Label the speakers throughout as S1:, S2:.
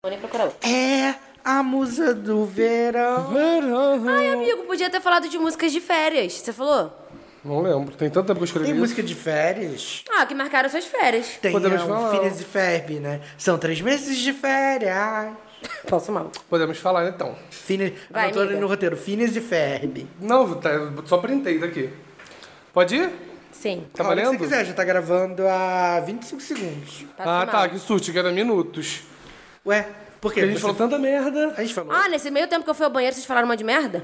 S1: brisa É do verão.
S2: Verão.
S3: Amigo, podia ter falado de músicas de férias. Você falou?
S2: Não lembro. Tem tanto tempo que eu escrevi
S1: Tem
S2: isso. tá
S1: música de férias?
S3: Ah, que marcaram suas férias.
S1: Tem
S2: Podemos
S1: ah,
S2: falar.
S1: Filhas e Ferb, né? São três meses de férias.
S3: Posso mal.
S2: Podemos falar então.
S1: Fine...
S3: Vai,
S1: Anotou ali
S3: amiga.
S1: no roteiro, Phineas e Ferb.
S2: Não, tá, eu só printei daqui. Pode ir?
S3: Sim.
S2: Tá
S1: A hora que
S2: valendo?
S1: você quiser, já tá gravando há 25 segundos.
S2: ah, tá, que susto, que era minutos.
S1: Ué, por quê?
S2: Porque a gente
S1: Você-
S2: falou tanta merda.
S1: A gente falou.
S3: Ah, nesse meio tempo que eu fui ao banheiro, vocês falaram uma de merda?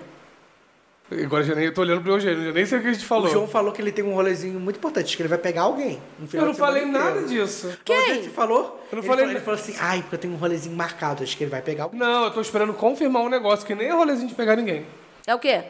S2: Agora eu já nem eu tô olhando pro Eugênio, eu já nem sei o que a gente
S1: o João
S2: falou.
S1: falou que ele tem um rolezinho muito importante, que ele vai pegar alguém. no final
S2: Eu não
S1: de semana
S2: falei
S1: inteiro.
S2: nada disso.
S1: Quem? Você falou?
S2: Eu não
S1: ele
S2: falei
S1: falou, ele
S2: nada.
S1: falou assim, ai, porque eu tenho um rolezinho marcado, acho que ele vai pegar alguém.
S2: Não, eu tô esperando confirmar um negócio que nem é rolezinho de pegar ninguém.
S3: É o quê?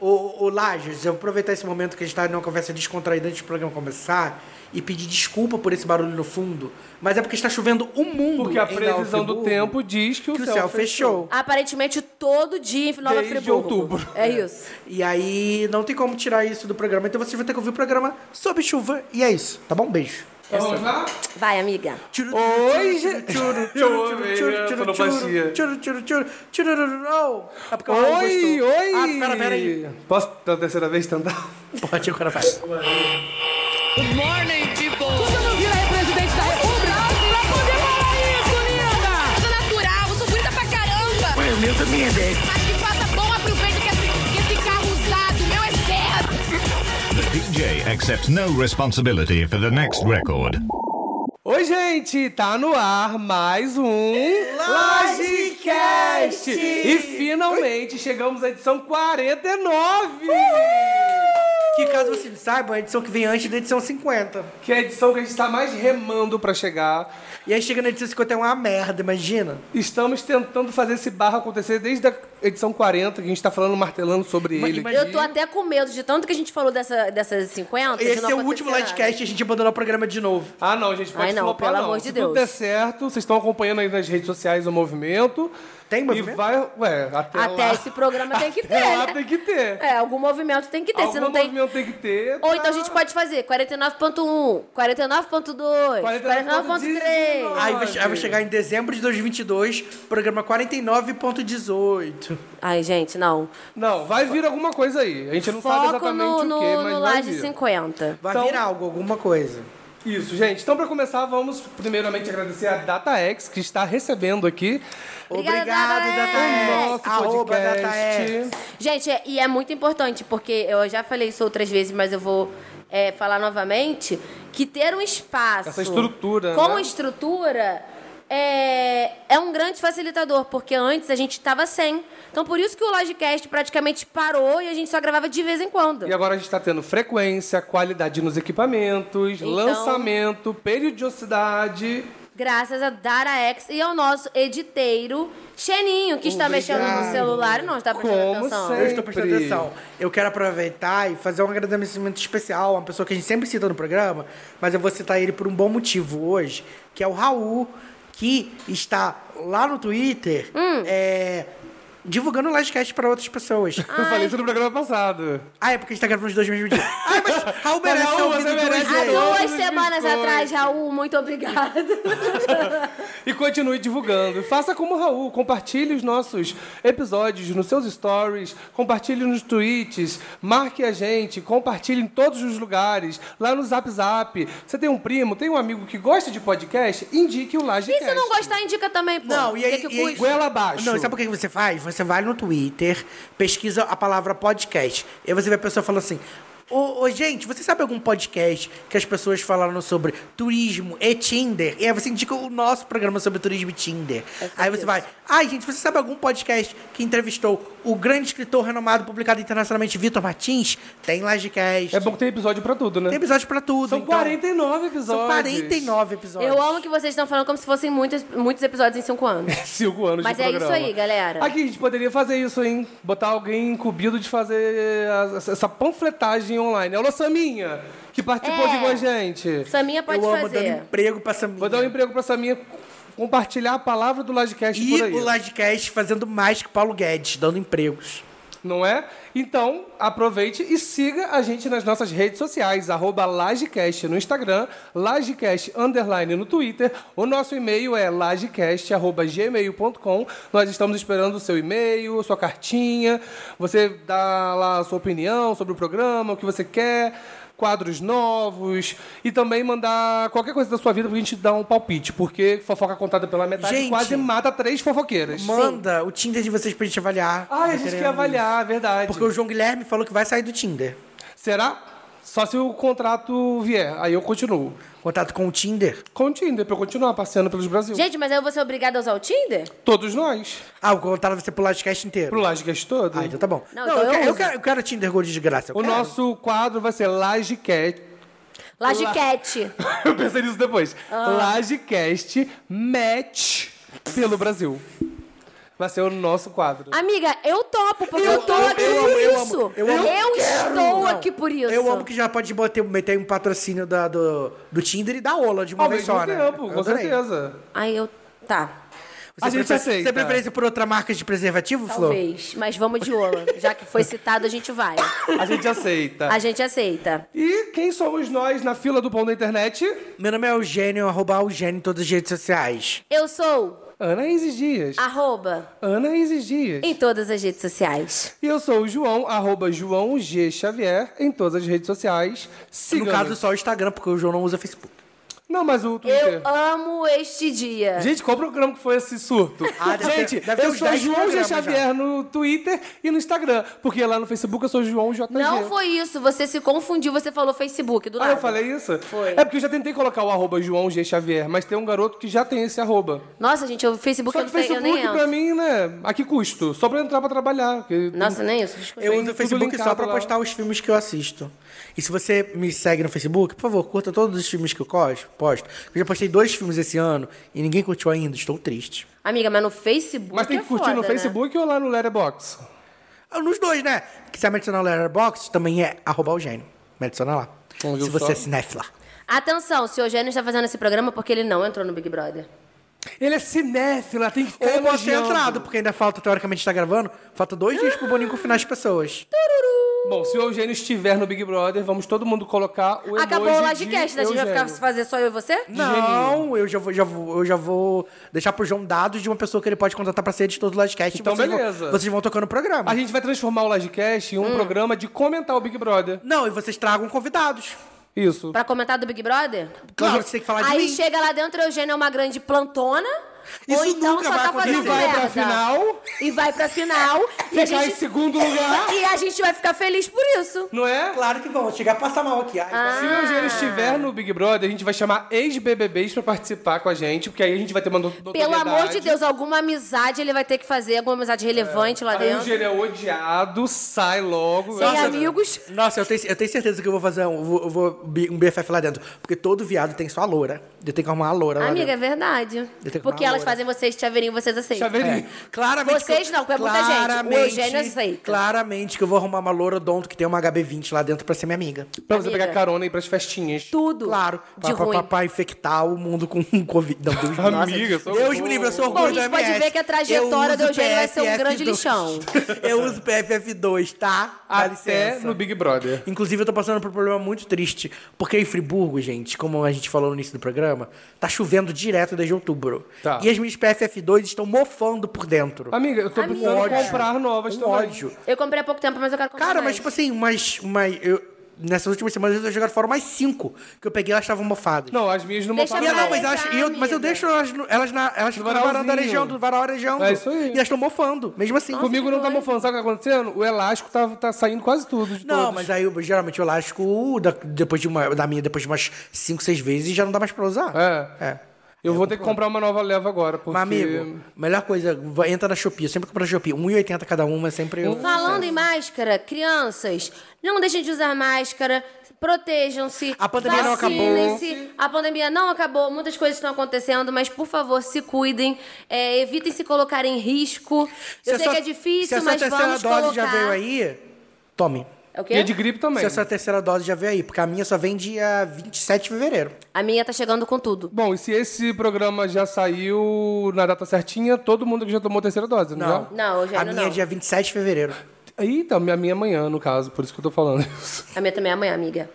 S1: Ô, ô Lages, eu vou aproveitar esse momento que a gente tá numa conversa descontraída antes do programa começar e pedir desculpa por esse barulho no fundo, mas é porque está chovendo o mundo.
S2: Porque a
S1: em
S2: previsão do
S1: Nova Friburgo,
S2: tempo diz que o,
S1: que o céu fechou.
S3: Aparentemente todo dia em Nova
S2: Desde
S3: Friburgo.
S2: outubro.
S3: É isso.
S1: E aí não tem como tirar isso do programa, então vocês vão ter que ouvir o programa sob chuva e é isso, tá bom? Beijo.
S2: Então, vamos lá?
S3: Vai, amiga.
S1: Tchuru,
S2: Oi,
S1: tchuru,
S2: gente.
S1: tchuru,
S2: Eu
S1: tchuru,
S2: amei né?
S1: tchuru,
S2: a
S1: tchuru,
S2: sonoplastia.
S1: tchuru, tchuru, tchuru, tchururururou. É porque o Raul
S2: Oi,
S1: gostou.
S2: oi!
S1: Ah, pera, pera aí.
S2: Posso da terceira vez tentar?
S1: Pode, agora vai.
S4: Good morning, people.
S5: Você não vira representante da República? Vai poder falar isso, linda!
S4: sou natural, eu sou bonita pra caramba. Mas o meu também é bem. Mas que faça bom aproveito que esse, que esse carro usado, o meu é certo.
S6: The DJ accepts no responsibility for the next record.
S2: Oi, gente! Tá no ar mais um
S1: Logicast!
S2: E finalmente chegamos à edição 49!
S1: Que caso você não saiba, é a edição que vem antes da edição 50.
S2: Que é a edição que a gente tá mais remando pra chegar.
S1: E aí chega na edição 50 é uma merda, imagina.
S2: Estamos tentando fazer esse barro acontecer desde a edição 40, que a gente tá falando, martelando sobre
S1: Ima-
S2: ele.
S1: imagina-
S3: Eu tô até com medo de tanto que a gente falou dessa, dessas 50. de
S1: Esse
S3: não
S1: é o último
S3: acontecer nada.
S1: livecast e a gente abandonou o programa de novo.
S2: Ah, não, gente, pode
S3: Ai, não,
S2: flopar,
S3: pelo
S2: não.
S3: amor de
S2: Se
S3: Deus.
S2: tudo der certo, vocês estão acompanhando aí nas redes sociais o movimento.
S1: Tem movimento?
S2: E vai, ué, até
S3: Até
S2: lá.
S3: esse programa tem que ter.
S2: Até lá
S3: né?
S2: tem que ter.
S3: É, algum movimento tem que ter.
S2: Algum
S3: se não tem...
S2: movimento tem que ter. tá.
S3: Ou
S2: pra-
S3: então a gente pode fazer 49.1, 49.2, 49.3.
S2: 49.19.
S1: Aí vai, aí vai chegar em dezembro de 2022, programa 49.18.
S3: Ai, gente, não.
S2: Não, vai vir alguma coisa aí. A gente não sabe
S3: Foco no,
S2: exatamente o quê,
S3: no,
S2: mas
S3: no
S2: vai
S3: Laje
S2: vir.
S3: 50.
S1: Vai
S2: Então-
S1: virar algo, alguma coisa.
S2: Isso, gente. Então, pra começar, vamos primeiramente agradecer a DataX, que está recebendo aqui
S3: Obrigada,
S1: Obrigado,
S3: Data
S2: o
S1: Dataex.
S2: nosso
S1: Arroba
S2: podcast.
S1: Dataex.
S3: Gente, é- e é muito importante, porque eu já falei isso outras vezes, mas eu vou é, falar novamente, que ter um espaço...
S2: Essa estrutura,
S3: Com
S2: né?
S3: estrutura... É, é um grande facilitador, porque antes a gente estava sem. Então, por isso que o Logicast praticamente parou e a gente só gravava de vez em quando.
S2: E agora a gente está tendo frequência, qualidade nos equipamentos,
S3: Então-
S2: lançamento, periodicidade.
S3: Graças a Dara X e ao nosso editeiro Xeninho, que está mexendo no celular e não está prestando
S2: Um Como
S3: atenção.
S2: sempre.
S1: Eu estou prestando
S2: Sempre.
S1: atenção. Eu quero aproveitar e fazer um agradecimento especial a uma pessoa que a gente sempre cita no programa, mas eu vou citar ele por um bom motivo hoje, que é o Raul, que está lá no Twitter
S2: Hum.
S1: é, divulgando o livecast para outras pessoas.
S2: Eu falei isso no programa passado.
S1: Ah, é porque a gente tá gravando os dois mesmos dias. Ah, mas Raul merece
S2: Raul,
S1: ser ouvido
S2: você
S1: duas
S2: merece
S3: Há
S1: vezes.
S2: Adoro
S3: duas
S2: os
S3: semanas
S2: biscoitos.
S3: atrás, Raul, muito obrigada.
S2: E continue divulgando. Faça como o Raul, compartilhe os nossos episódios nos seus stories, compartilhe nos tweets, marque a gente, compartilhe em todos os lugares, lá no Zap Zap. Você tem um primo, tem um amigo que gosta de podcast? Indique o Laje
S3: E se não gostar, indica também, pô.
S1: Não, e aí-
S3: Que que
S1: e aí-
S3: custa?
S2: Goela abaixo.
S1: Não, e sabe o que que você faz? Você vai no Twitter, pesquisa a palavra podcast. E aí você vê a pessoa falando assim. Ô, ô, gente, você sabe algum podcast que as pessoas falaram sobre turismo e Tinder? E aí você indica o nosso programa sobre turismo e Tinder. aí você vai. Ai, gente, você sabe algum podcast que entrevistou o grande escritor renomado publicado internacionalmente, Vitor Martins? Tem Lagecast.
S2: É bom que tem episódio pra tudo, né?
S1: Tem episódio pra tudo.
S2: São
S1: então.
S2: 49 episódios.
S1: São 49 episódios.
S3: Eu amo que vocês estão falando como se fossem muitos, muitos episódios em cinco anos.
S2: Cinco anos
S3: Mas
S2: de
S3: é
S2: programa.
S3: isso aí, galera.
S2: Aqui a gente poderia fazer isso, hein? Botar alguém incumbido de fazer a- essa panfletagem online. É o Saminha, que participou
S3: É.
S2: aqui com a gente.
S3: Saminha pode
S1: Eu amo
S3: fazer.
S1: dando emprego pra Samir.
S2: Vou dar um emprego pra Saminha compartilhar a palavra do Lodcast
S1: E
S2: por aí.
S1: o Lodcast fazendo mais que Paulo Guedes, dando empregos.
S2: não é? Então, aproveite e siga a gente nas nossas redes sociais, arroba Lagecast no Instagram, Lagecast underline no Twitter. O nosso e-mail é lagecast.gmail.com. Nós estamos esperando o seu e-mail, sua cartinha. Você dá lá a sua opinião sobre o programa, o que você quer quadros novos e também mandar qualquer coisa da sua vida pra gente dar um palpite, porque fofoca contada pela metade
S1: Gente.
S2: quase mata três fofoqueiras.
S1: Manda o Tinder de vocês pra gente avaliar.
S2: Ah, a
S1: Tá
S2: gente quer
S1: querendo isso.
S2: avaliar, é verdade.
S1: Porque o João Guilherme falou que vai sair do Tinder.
S2: Será? Só se o contrato vier, aí eu continuo.
S1: Contato com o Tinder.
S2: Com o Tinder, pra eu continuar passeando pelos Brasil.
S3: Gente, mas aí eu vou ser obrigada a usar o Tinder?
S2: Todos nós.
S1: Ah, o contato vai ser pro livecast inteiro.
S2: Pro Lagecast todo.
S1: Ah, então tá bom.
S3: Não, então
S1: eu,
S3: eu
S1: quero, eu,
S3: uso.
S1: quero, eu quero Tinder Gold de graça. eu
S2: O
S1: quero.
S2: nosso quadro vai ser Lagecast.
S3: Lagiquete.
S2: eu pensei nisso depois.
S1: Ah.
S2: Lagecast Match pelo Brasil. Vai ser o nosso quadro.
S3: Amiga, eu topo, porque
S1: Eu
S3: eu, tô
S1: amo,
S3: aqui
S1: eu
S3: por
S1: amo, eu
S3: isso.
S1: amo, eu amo. Eu
S3: estou
S1: Não.
S3: aqui por isso.
S1: Eu amo que já pode botar, meter um patrocínio da- do, do Tinder e da Ola de uma
S2: Ao
S1: vez
S2: mesmo
S1: só, né?
S2: tempo,
S1: Eu
S2: com
S1: adorei.
S2: certeza.
S3: Aí eu. Tá,
S1: Você
S2: A gente
S1: prefere-
S2: aceita.
S1: Você tem preferência por outra marca de preservativo, Flor?
S3: talvez. Mas vamos de Ola. Já que foi citado, a gente vai.
S2: A gente aceita.
S3: A gente aceita.
S2: E quem somos nós na fila do pão da internet?
S1: Meu nome é Eugênio, arroba Eugênio em todas as redes sociais.
S3: Eu sou
S2: Ana Isis Dias.
S3: arroba
S2: Ana Isis Dias.
S3: em todas as redes sociais.
S2: E eu sou o João, arroba João G. Xavier, em todas as redes sociais.
S1: No
S2: Siga-nos.
S1: caso, só o Instagram, porque o João não usa Facebook.
S2: Não, mas o Twitter.
S3: Eu amo este dia.
S2: Gente, qual programa que foi esse surto?
S1: Ah, deve ter-
S2: Gente,
S1: deve ter
S2: eu
S1: uns
S2: sou
S1: 10
S2: João G.
S1: programas
S2: Xavier no Twitter e no Instagram. Porque lá no Facebook eu sou João JG.
S3: Não foi isso. Você se confundiu, você falou Facebook do
S2: Ah,
S3: nada.
S2: eu falei isso?
S3: Foi.
S2: É porque eu já tentei colocar o arroba João G. Xavier, mas tem um garoto que já tem esse arroba.
S3: Nossa, gente, o Facebook
S2: Só
S3: eu
S2: que
S3: não sei, eu
S2: Facebook,
S3: nem
S2: pra
S3: entro.
S2: mim, né? A que custo? Só pra eu entrar pra trabalhar. que tem-
S3: Nossa, nem isso. desculpa.
S1: Eu
S2: Tem
S1: uso o
S2: tudo
S1: Facebook só
S2: linkado
S1: pra
S2: lá.
S1: postar os filmes que eu assisto. E se você me segue no Facebook, por favor, curta todos os filmes que eu cos- posto. Eu já postei dois filmes esse ano e ninguém curtiu ainda, estou triste.
S3: Amiga, mas no Facebook.
S2: Mas tem que
S3: é
S2: curtir
S3: foda,
S2: no
S3: né?
S2: Facebook ou lá no Letterboxd?
S1: Ah, Nos dois, né? Que se adicionar o Letterboxd, também é arroba Eugênio. Me adiciona lá.
S2: Bom, viu
S1: se você
S2: só?
S1: é cinéfila.
S3: Atenção, o senhor Gênio está fazendo esse programa porque ele não entrou no Big Brother.
S2: Ele é cinéfila, tem que ficar
S1: Ou pode ter
S2: elogiando.
S1: entrado, porque ainda falta, teoricamente, está gravando. Falta dois dias pro Boninho confinar as pessoas.
S2: Bom, se o Eugênio estiver no Big Brother, vamos todo mundo colocar o
S3: Acabou
S2: emoji
S3: o Lodcast,
S2: de
S3: né? a gente vai ficar
S2: Eugênio.
S3: fazer só eu e você?
S1: Não, eu já, vou, já vou- eu já vou deixar pro João dados de uma pessoa que ele pode contratar pra ser editor do Lodcast. e
S2: Então,
S1: vocês vão-
S2: beleza.
S1: vocês vão tocando o programa.
S2: A gente vai transformar o Lodcast em
S3: Hum.
S2: um programa de comentar o Big Brother.
S1: Não, e vocês tragam convidados.
S2: Isso.
S3: Pra comentar do Big Brother?
S1: Claro, você tem que falar de
S3: Aí
S1: mim.
S3: chega lá dentro, o Eugênio é uma grande plantona.
S1: Isso
S3: ou então
S1: nunca
S3: só
S1: vai
S3: tá
S1: acontecer.
S3: fazendo
S1: E vai
S2: pra
S3: merda.
S2: final.
S3: E vai pra final. e a
S2: Ficar em segundo lugar.
S3: E a gente vai ficar feliz por isso.
S2: Não é?
S1: Claro que vão, chegar a passar mal aqui. Ai,
S2: Se
S3: Ah.
S1: peraí.
S2: o Eugênio estiver no Big Brother, a gente vai chamar ex-BBBs pra participar com a gente, porque aí a gente vai ter uma no-
S3: Pelo
S2: notoriedade.
S3: amor de Deus, alguma amizade ele vai ter que fazer, alguma amizade relevante lá
S2: Aí o né?
S3: dentro.
S2: Eugênio é odiado, sai logo.
S3: Sem
S2: Nossa,
S3: amigos.
S1: Nossa, eu tenho, eu tenho certeza que eu vou fazer um, eu vou- eu vou bi- um BFF lá dentro. Porque todo viado tem sua loura. Eu tenho que arrumar a loura lá
S3: Amiga, é
S1: dentro.
S3: verdade.
S1: tenho que
S3: Porque
S1: arrumar
S3: elas
S1: loura.
S3: fazem vocês chaveirinho, vocês aceitam.
S2: Chaveirinho.
S1: É, Claramente.
S3: Vocês
S1: que-
S3: não, porque é muita gente. O Eugênio aceita.
S1: Claramente que eu vou arrumar uma loura odonto que tem uma HB20 lá dentro pra ser minha amiga.
S2: Pra você
S3: Amiga.
S2: pegar carona e ir pras festinhas.
S3: Tudo.
S1: Claro.
S3: De
S1: pra, pra-
S3: ruim.
S1: pra- pra infectar o mundo com um Covid. Não, Deus me livre.
S2: Amiga, um sou
S1: Deus me livre, eu sou
S3: Bom, a
S1: orgulho do
S3: gente pode
S1: MS.
S3: ver que a trajetória
S1: Eu
S3: do
S1: uso
S3: Eugênio vai ser um
S1: PFF2.
S3: grande lixão.
S1: Eu uso PFF2, tá? Dá
S2: Até
S1: licença.
S2: no Big Brother.
S1: Inclusive, eu tô passando por um problema muito triste. Porque em Friburgo, gente, como a gente falou no início do programa, tá chovendo direto desde outubro.
S2: Tá.
S1: E as minhas PFF2 estão mofando por dentro.
S2: Amiga, eu tô
S3: Amiga.
S2: precisando
S3: Ódio.
S2: comprar novas
S1: Um
S2: também.
S1: ódio.
S3: Eu comprei há pouco tempo, mas eu quero comprar
S1: Cara,
S3: mais.
S1: mas tipo assim, mas... mas eu, nessas últimas semanas eu jogar fora mais cinco que eu peguei elas estavam mofadas.
S2: Não, as minhas não
S3: Deixa
S1: E
S2: mofaram,
S1: eu, não,
S2: não.
S1: mas, elas- e eu- mas eu
S3: amiga.
S1: deixo elas, no- elas, na, elas ficam na varanda
S2: varalzinho.
S1: arejando, do varal arejando.
S2: É isso aí.
S1: E elas estão mofando, mesmo assim.
S2: Comigo não tá mofando. Sabe o que tá acontecendo? O elástico tá, tá saindo quase tudo. De
S1: Não,
S2: todos.
S1: mas aí eu- geralmente eu lasco da, depois de uma, da minha depois de umas cinco, seis vezes já não dá mais pra usar.
S2: É.
S1: É.
S2: Eu vou ter que comprar uma nova leva agora, porque...
S1: Mas, amigo, melhor coisa, vai- entra na Shopee. Eu sempre compro na Shopee. 1,80 cada uma, é sempre. eu.
S3: Falando em máscara, crianças, não deixem de usar máscara, protejam-se,
S1: A pandemia não acabou.
S3: vacinem-se. A pandemia não acabou, muitas coisas estão acontecendo, mas por favor, se cuidem, é, evitem se colocar em risco. Eu
S1: Se a
S3: sei
S1: sua-
S3: que é
S1: se a
S3: difícil,
S1: sua
S3: mas
S1: terceira
S3: vamos
S1: dose
S3: colocar...
S1: já veio aí, tome.
S3: É o quê?
S2: E de gripe também.
S1: Se a sua terceira dose já veio aí, porque a minha só vem dia 27 de fevereiro.
S3: A minha tá chegando com tudo.
S2: Bom, e se esse programa já saiu na data certinha, todo mundo que já tomou a terceira dose, não? já?
S3: Não, eu já
S1: A
S3: não,
S1: minha é
S3: não.
S1: dia 27 de fevereiro.
S2: Eita, minha, minha manhã, no caso, por isso que eu tô falando isso.
S3: A minha também é amanhã, amiga.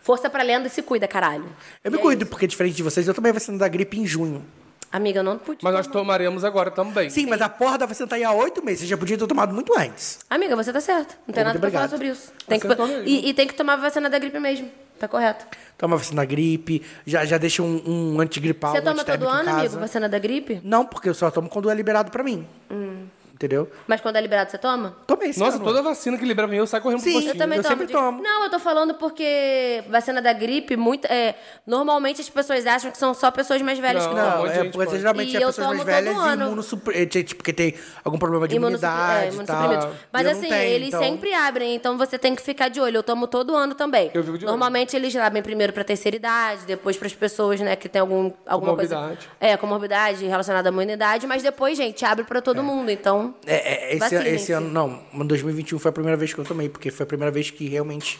S3: Força pra lenda e se cuida, caralho.
S1: Eu me
S3: é
S1: cuido, porque diferente de vocês, eu tomei a vacina da gripe em junho.
S3: Amiga, eu não pude.
S2: Mas nós tomaremos agora também.
S1: Sim, mas a porra da vacina tá aí há oito meses. Você já podia ter tomado muito antes.
S3: Amiga, você tá certa. Não tem
S1: Muito
S3: nada pra
S1: obrigado.
S3: falar
S1: Tá
S3: sobre isso. Tem que...
S2: Acertou mesmo.
S3: e, e tem que tomar a vacina da gripe mesmo. Tá correto.
S1: Toma a vacina da gripe, já, já deixa um, um antigripal,
S3: você
S1: um
S3: toma todo
S1: antitérmico em
S3: ano,
S1: casa.
S3: amigo, vacina da gripe?
S1: Não, porque eu só tomo quando é liberado pra mim.
S3: Hum.
S1: Entendeu?
S3: Mas quando é liberado, você toma?
S1: Tomei esse
S2: Nossa,
S1: ano.
S2: toda vacina que libera mim, eu saio correndo
S1: Sim.
S2: pro
S3: Eu
S2: postinho.
S3: também
S1: eu
S3: tomo.
S1: sempre
S3: de-
S1: tomo.
S3: Não, eu tô falando porque vacina da gripe, muito, é, normalmente as pessoas acham que são só pessoas mais velhas
S2: Não,
S3: que
S1: Não,
S3: tomam.
S2: Ah, um monte de
S1: é
S2: gente
S1: porque
S2: pode.
S1: geralmente
S3: E
S1: é
S3: eu
S1: pessoas
S3: tomo
S1: mais velhas
S3: todo
S1: e
S3: ano.
S1: imunossupre... eh, tipo, que tem algum problema de
S3: Imunossupri- é,
S1: imunidade e tal.
S3: imunossuprimidos. Mas
S1: Eu não
S3: assim,
S1: tenho,
S3: eles
S1: então-
S3: sempre abrem, então você tem que ficar de olho. Eu tomo todo ano também.
S2: Eu fico de olho.
S3: Normalmente eles abrem primeiro pra terceira idade, depois pras pessoas, né, que tem algum, alguma coisa.
S2: Comorbidade.
S3: É, comorbidade relacionada à imunidade, mas depois, gente, abre pra todo mundo. Então.
S1: É, é, esse,
S3: Vacina,
S1: esse
S3: sim.
S1: ano, não, em 2021 foi a primeira vez que eu tomei, porque foi a primeira vez que realmente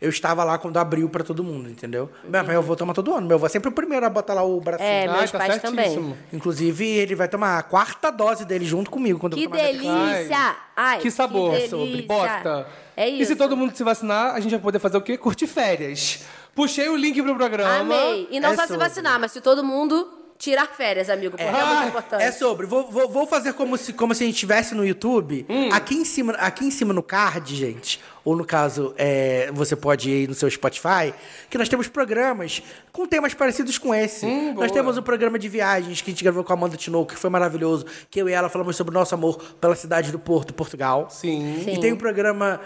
S1: eu estava lá quando abriu pra todo mundo, entendeu? Meu, meu avô toma todo ano, meu avô é sempre o primeiro a botar lá o bracinho.
S3: É,
S2: Ah,
S3: meus
S2: tá
S3: pais
S2: certíssimo.
S3: também.
S1: Inclusive, ele vai tomar a quarta dose dele junto comigo quando
S3: Que
S1: eu tomar minha terceira.
S3: delícia! Ai,
S2: que sabor,
S3: É, que
S2: sobre.
S3: delícia.
S2: Bota.
S3: É
S2: E se
S3: isso.
S2: todo mundo se vacinar, a gente vai poder fazer o quê? Curtir férias. Puxei o link pro programa.
S3: Amei. E não
S1: é
S3: só se
S1: sobre.
S3: vacinar, mas se todo mundo tirar férias, amigo, porque é, muito importante.
S1: É sobre. Vou, vou, vou fazer como se, como se a gente estivesse no YouTube. Aqui, em cima, aqui em cima no card, gente, ou no caso, é, você pode ir no seu Spotify, que nós temos programas com temas parecidos com esse. nós temos um programa de viagens que a gente gravou com a Amanda Tinoco, que foi maravilhoso, que eu e ela falamos sobre o nosso amor pela cidade do Porto, Portugal.
S2: Sim.
S1: E tem um programa...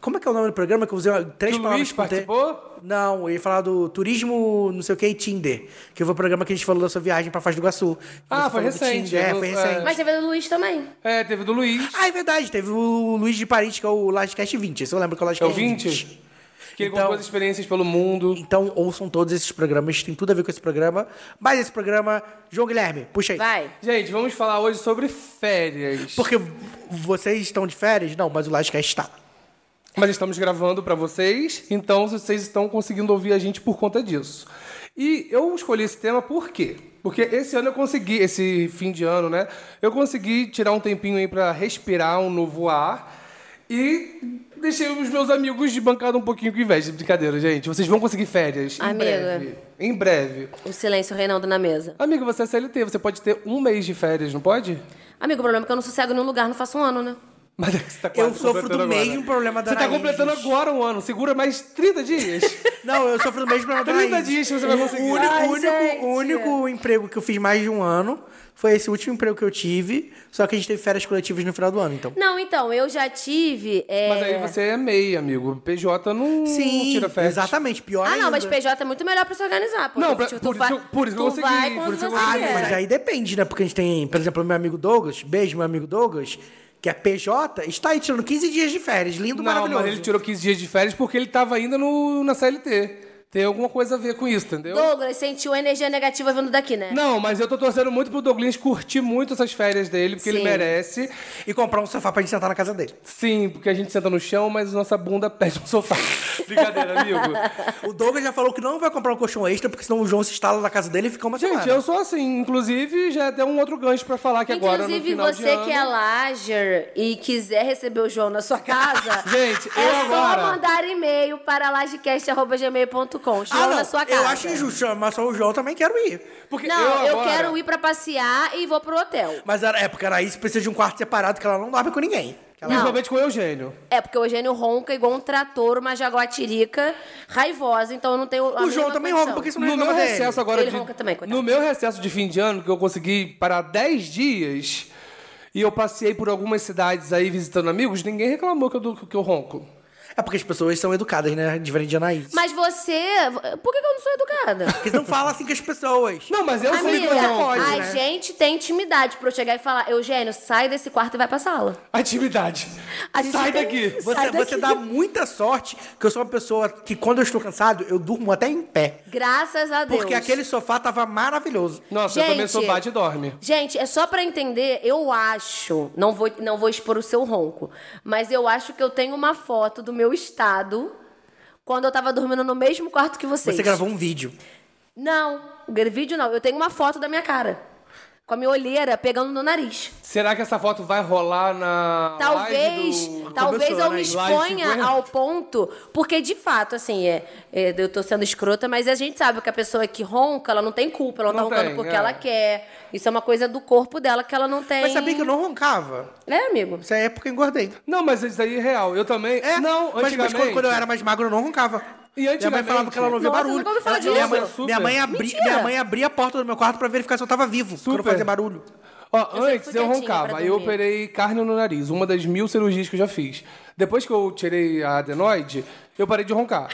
S1: Como é que é o nome do programa? Que eu usei uma- três
S2: Que o
S1: palavras
S2: Luiz
S1: com T?
S2: participou?
S1: Não, eu ia falar do turismo, não sei o que, e Tinder. Que foi o programa que a gente falou da sua viagem pra Faz do Iguaçu. Você
S2: Ah,
S1: falou
S2: foi
S1: do
S2: recente,
S1: Tinder, É,
S2: eu-
S1: foi
S2: é.
S1: recente.
S3: Mas teve a do Luiz também.
S2: É, teve do Luiz.
S1: Ah, é verdade. Teve o Luiz de Paris, que é o Lastcast 20. Esse eu lembro que é o
S2: É o
S1: Lastcast 20.
S2: 20? Que ele
S1: Então-
S2: contou as experiências pelo mundo.
S1: Então, ouçam todos esses programas. Tem tudo a ver com esse programa. Mas esse programa... João Guilherme, puxa aí.
S3: Vai.
S2: Gente, vamos falar hoje sobre férias.
S1: Porque vocês estão de férias? Não, mas o tá. Lastcast está.
S2: Mas estamos gravando pra vocês, então vocês estão conseguindo ouvir a gente por conta disso. E eu escolhi esse tema por quê? Porque esse ano eu consegui, esse fim de ano, né? Eu consegui tirar um tempinho aí pra respirar um novo ar e deixei os meus amigos de bancada um pouquinho com inveja. Brincadeira, gente. Vocês vão conseguir férias em
S3: Amiga.
S2: breve. Em breve.
S3: O silêncio reinando na mesa.
S2: Amigo, você é CLT, você pode ter um mês de férias, não pode?
S3: Amigo, o problema é que eu não sossego em um lugar, não faço um ano, né?
S2: Mas é que você tá quase
S1: Eu sofro
S2: completando
S1: do
S2: agora.
S1: mesmo problema da
S2: Você tá
S1: Anaís,
S2: completando
S1: gente.
S2: agora um ano. Segura mais 30 dias.
S1: Não, eu sofro do mesmo problema da
S2: 30
S1: Laís.
S2: dias que você vai
S1: O
S2: conseguir.
S1: único,
S3: Ai,
S1: o único, o
S3: gente.
S1: único emprego que eu fiz mais de um ano foi esse último emprego que eu tive. Só que a gente teve férias coletivas no final do ano, então.
S3: Não, então, eu já tive. é,
S2: Mas aí você é MEI, amigo. PJ não, não tira férias.
S1: exatamente. Pior
S3: Ah,
S1: ainda.
S3: não, mas PJ é muito melhor pra se organizar. Porque,
S2: Não, pra-
S3: tipo,
S2: por
S3: tu vai-
S2: isso- por isso que eu
S3: tu
S2: consegui,
S3: vai
S2: por
S3: quando
S2: isso que eu
S3: você
S1: Ah,
S2: consegui.
S1: não,
S3: quer.
S1: mas aí depende, né? Porque a gente tem, por exemplo, meu amigo Douglas, beijo, meu amigo Douglas, que é PJ, está aí tirando 15 dias de férias. Lindo,
S2: Não,
S1: maravilhoso.
S2: mas ele tirou 15 dias de férias porque ele tava ainda no, na CLT. Tem alguma coisa a ver com isso, entendeu?
S3: Douglas sentiu energia negativa vindo daqui, né?
S2: Não, mas eu tô torcendo muito pro Douglas curtir muito essas férias dele, porque ele
S3: Sim.
S2: merece.
S1: E comprar um sofá pra gente sentar na casa dele.
S2: Sim, porque a gente senta no chão, mas nossa bunda perde um sofá. Brincadeira, amigo.
S1: O Douglas já falou que não vai comprar um colchão extra, porque senão o João se instala na casa dele e fica uma
S2: Gente,
S1: semana.
S2: eu sou assim. Inclusive, já deu um outro gancho pra falar que agora no
S3: Inclusive,
S2: final de
S3: você
S2: ano...
S3: que é lager e quiser receber o João na sua casa,
S2: Gente,
S3: é
S2: eu
S3: só
S2: agora-
S3: mandar e-mail para lagecast.gmail.com. João
S1: Ah, não,
S3: na sua casa.
S1: eu acho injusto, mas só o João também quero ir.
S2: Porque
S3: Não, eu,
S2: agora-
S3: quero ir pra passear e vou pro hotel.
S1: Mas era- é porque a Anaís precisa de um quarto separado, que ela não dorme com ninguém. Que ela-
S2: Principalmente com o Eugênio.
S3: É, porque o Eugênio ronca igual um trator, uma jaguatirica raivosa, então eu não tenho. a
S1: O João
S3: mínima
S1: também
S3: condição.
S1: ronca, porque isso não
S2: No
S1: reclama
S2: meu
S1: dele.
S2: recesso agora
S3: Ele
S2: de,
S3: ronca também, coitado.
S2: No meu recesso de fim de ano, que eu consegui parar 10 dias e eu passei por algumas cidades aí visitando amigos, ninguém reclamou que eu, dou- que eu ronco.
S1: É porque as pessoas são educadas, né? Diferente de Anaís.
S3: Mas você. Por que que eu não sou educada?
S1: Porque não fala assim com as pessoas.
S2: Não, mas eu sei é que
S3: Amiga,
S2: eu ronco.
S3: a
S1: né?
S3: gente tem intimidade pra eu chegar e falar, Eugênio, sai desse quarto e vai pra sala.
S2: Atividade.
S3: A gente
S2: Sai
S3: tem-
S2: daqui.
S1: Você,
S3: Sai daqui.
S1: você dá muita sorte que eu sou uma pessoa que, quando eu estou cansado, eu durmo até em pé.
S3: Graças a Deus.
S1: Porque aquele sofá tava maravilhoso.
S2: Nossa, eu também
S3: Gente.
S2: sou bate e dorme.
S3: Gente, é só pra entender, eu acho, não vou, não vou expor o seu ronco, mas eu acho que eu tenho uma foto do meu estado quando eu tava dormindo no mesmo quarto que vocês.
S1: Você gravou um vídeo.
S3: Não, gra- vídeo não. Eu tenho uma foto da minha cara. com a minha olheira pegando no nariz.
S2: Será que essa foto vai rolar na.
S3: Talvez,
S2: live do-
S3: talvez
S1: Começou,
S3: eu
S1: né?
S3: me
S2: Live
S3: exponha
S2: 50.
S3: ao ponto, porque de fato, assim, é, é, eu tô sendo escrota, mas a gente sabe que a pessoa que ronca, ela não tem culpa, ela não,
S2: Não
S3: tá roncando
S2: tem,
S3: porque
S2: é.
S3: ela quer. Isso é uma coisa do corpo dela que ela não tem.
S1: Mas sabia que eu não roncava?
S3: É, amigo.
S1: Isso é porque eu engordei.
S2: Não, mas isso aí é real. Eu também.
S1: É,
S2: não,
S1: mas, mas
S2: antigamente.
S1: quando, quando eu era mais magro, eu não roncava.
S2: E
S1: Minha mãe
S2: antigamente?
S1: falava que ela não ouvia
S3: Nossa,
S1: barulho.
S3: nunca ouvi falar
S1: Ela- minha,
S3: disso.
S1: mãe,
S2: Super.
S1: minha, mãe abri,
S3: Mentira.
S1: minha mãe abria a porta do meu quarto pra verificar se eu tava vivo. Pra eu não
S2: Super.
S1: fazer barulho.
S2: Ó,
S3: Eu sempre
S2: antes
S3: fui
S2: eu
S3: quietinha
S2: roncava,
S3: pra
S2: eu
S3: dormir.
S2: operei carne no nariz, uma das mil cirurgias que eu já fiz. Depois que eu tirei a adenoide, eu parei de roncar.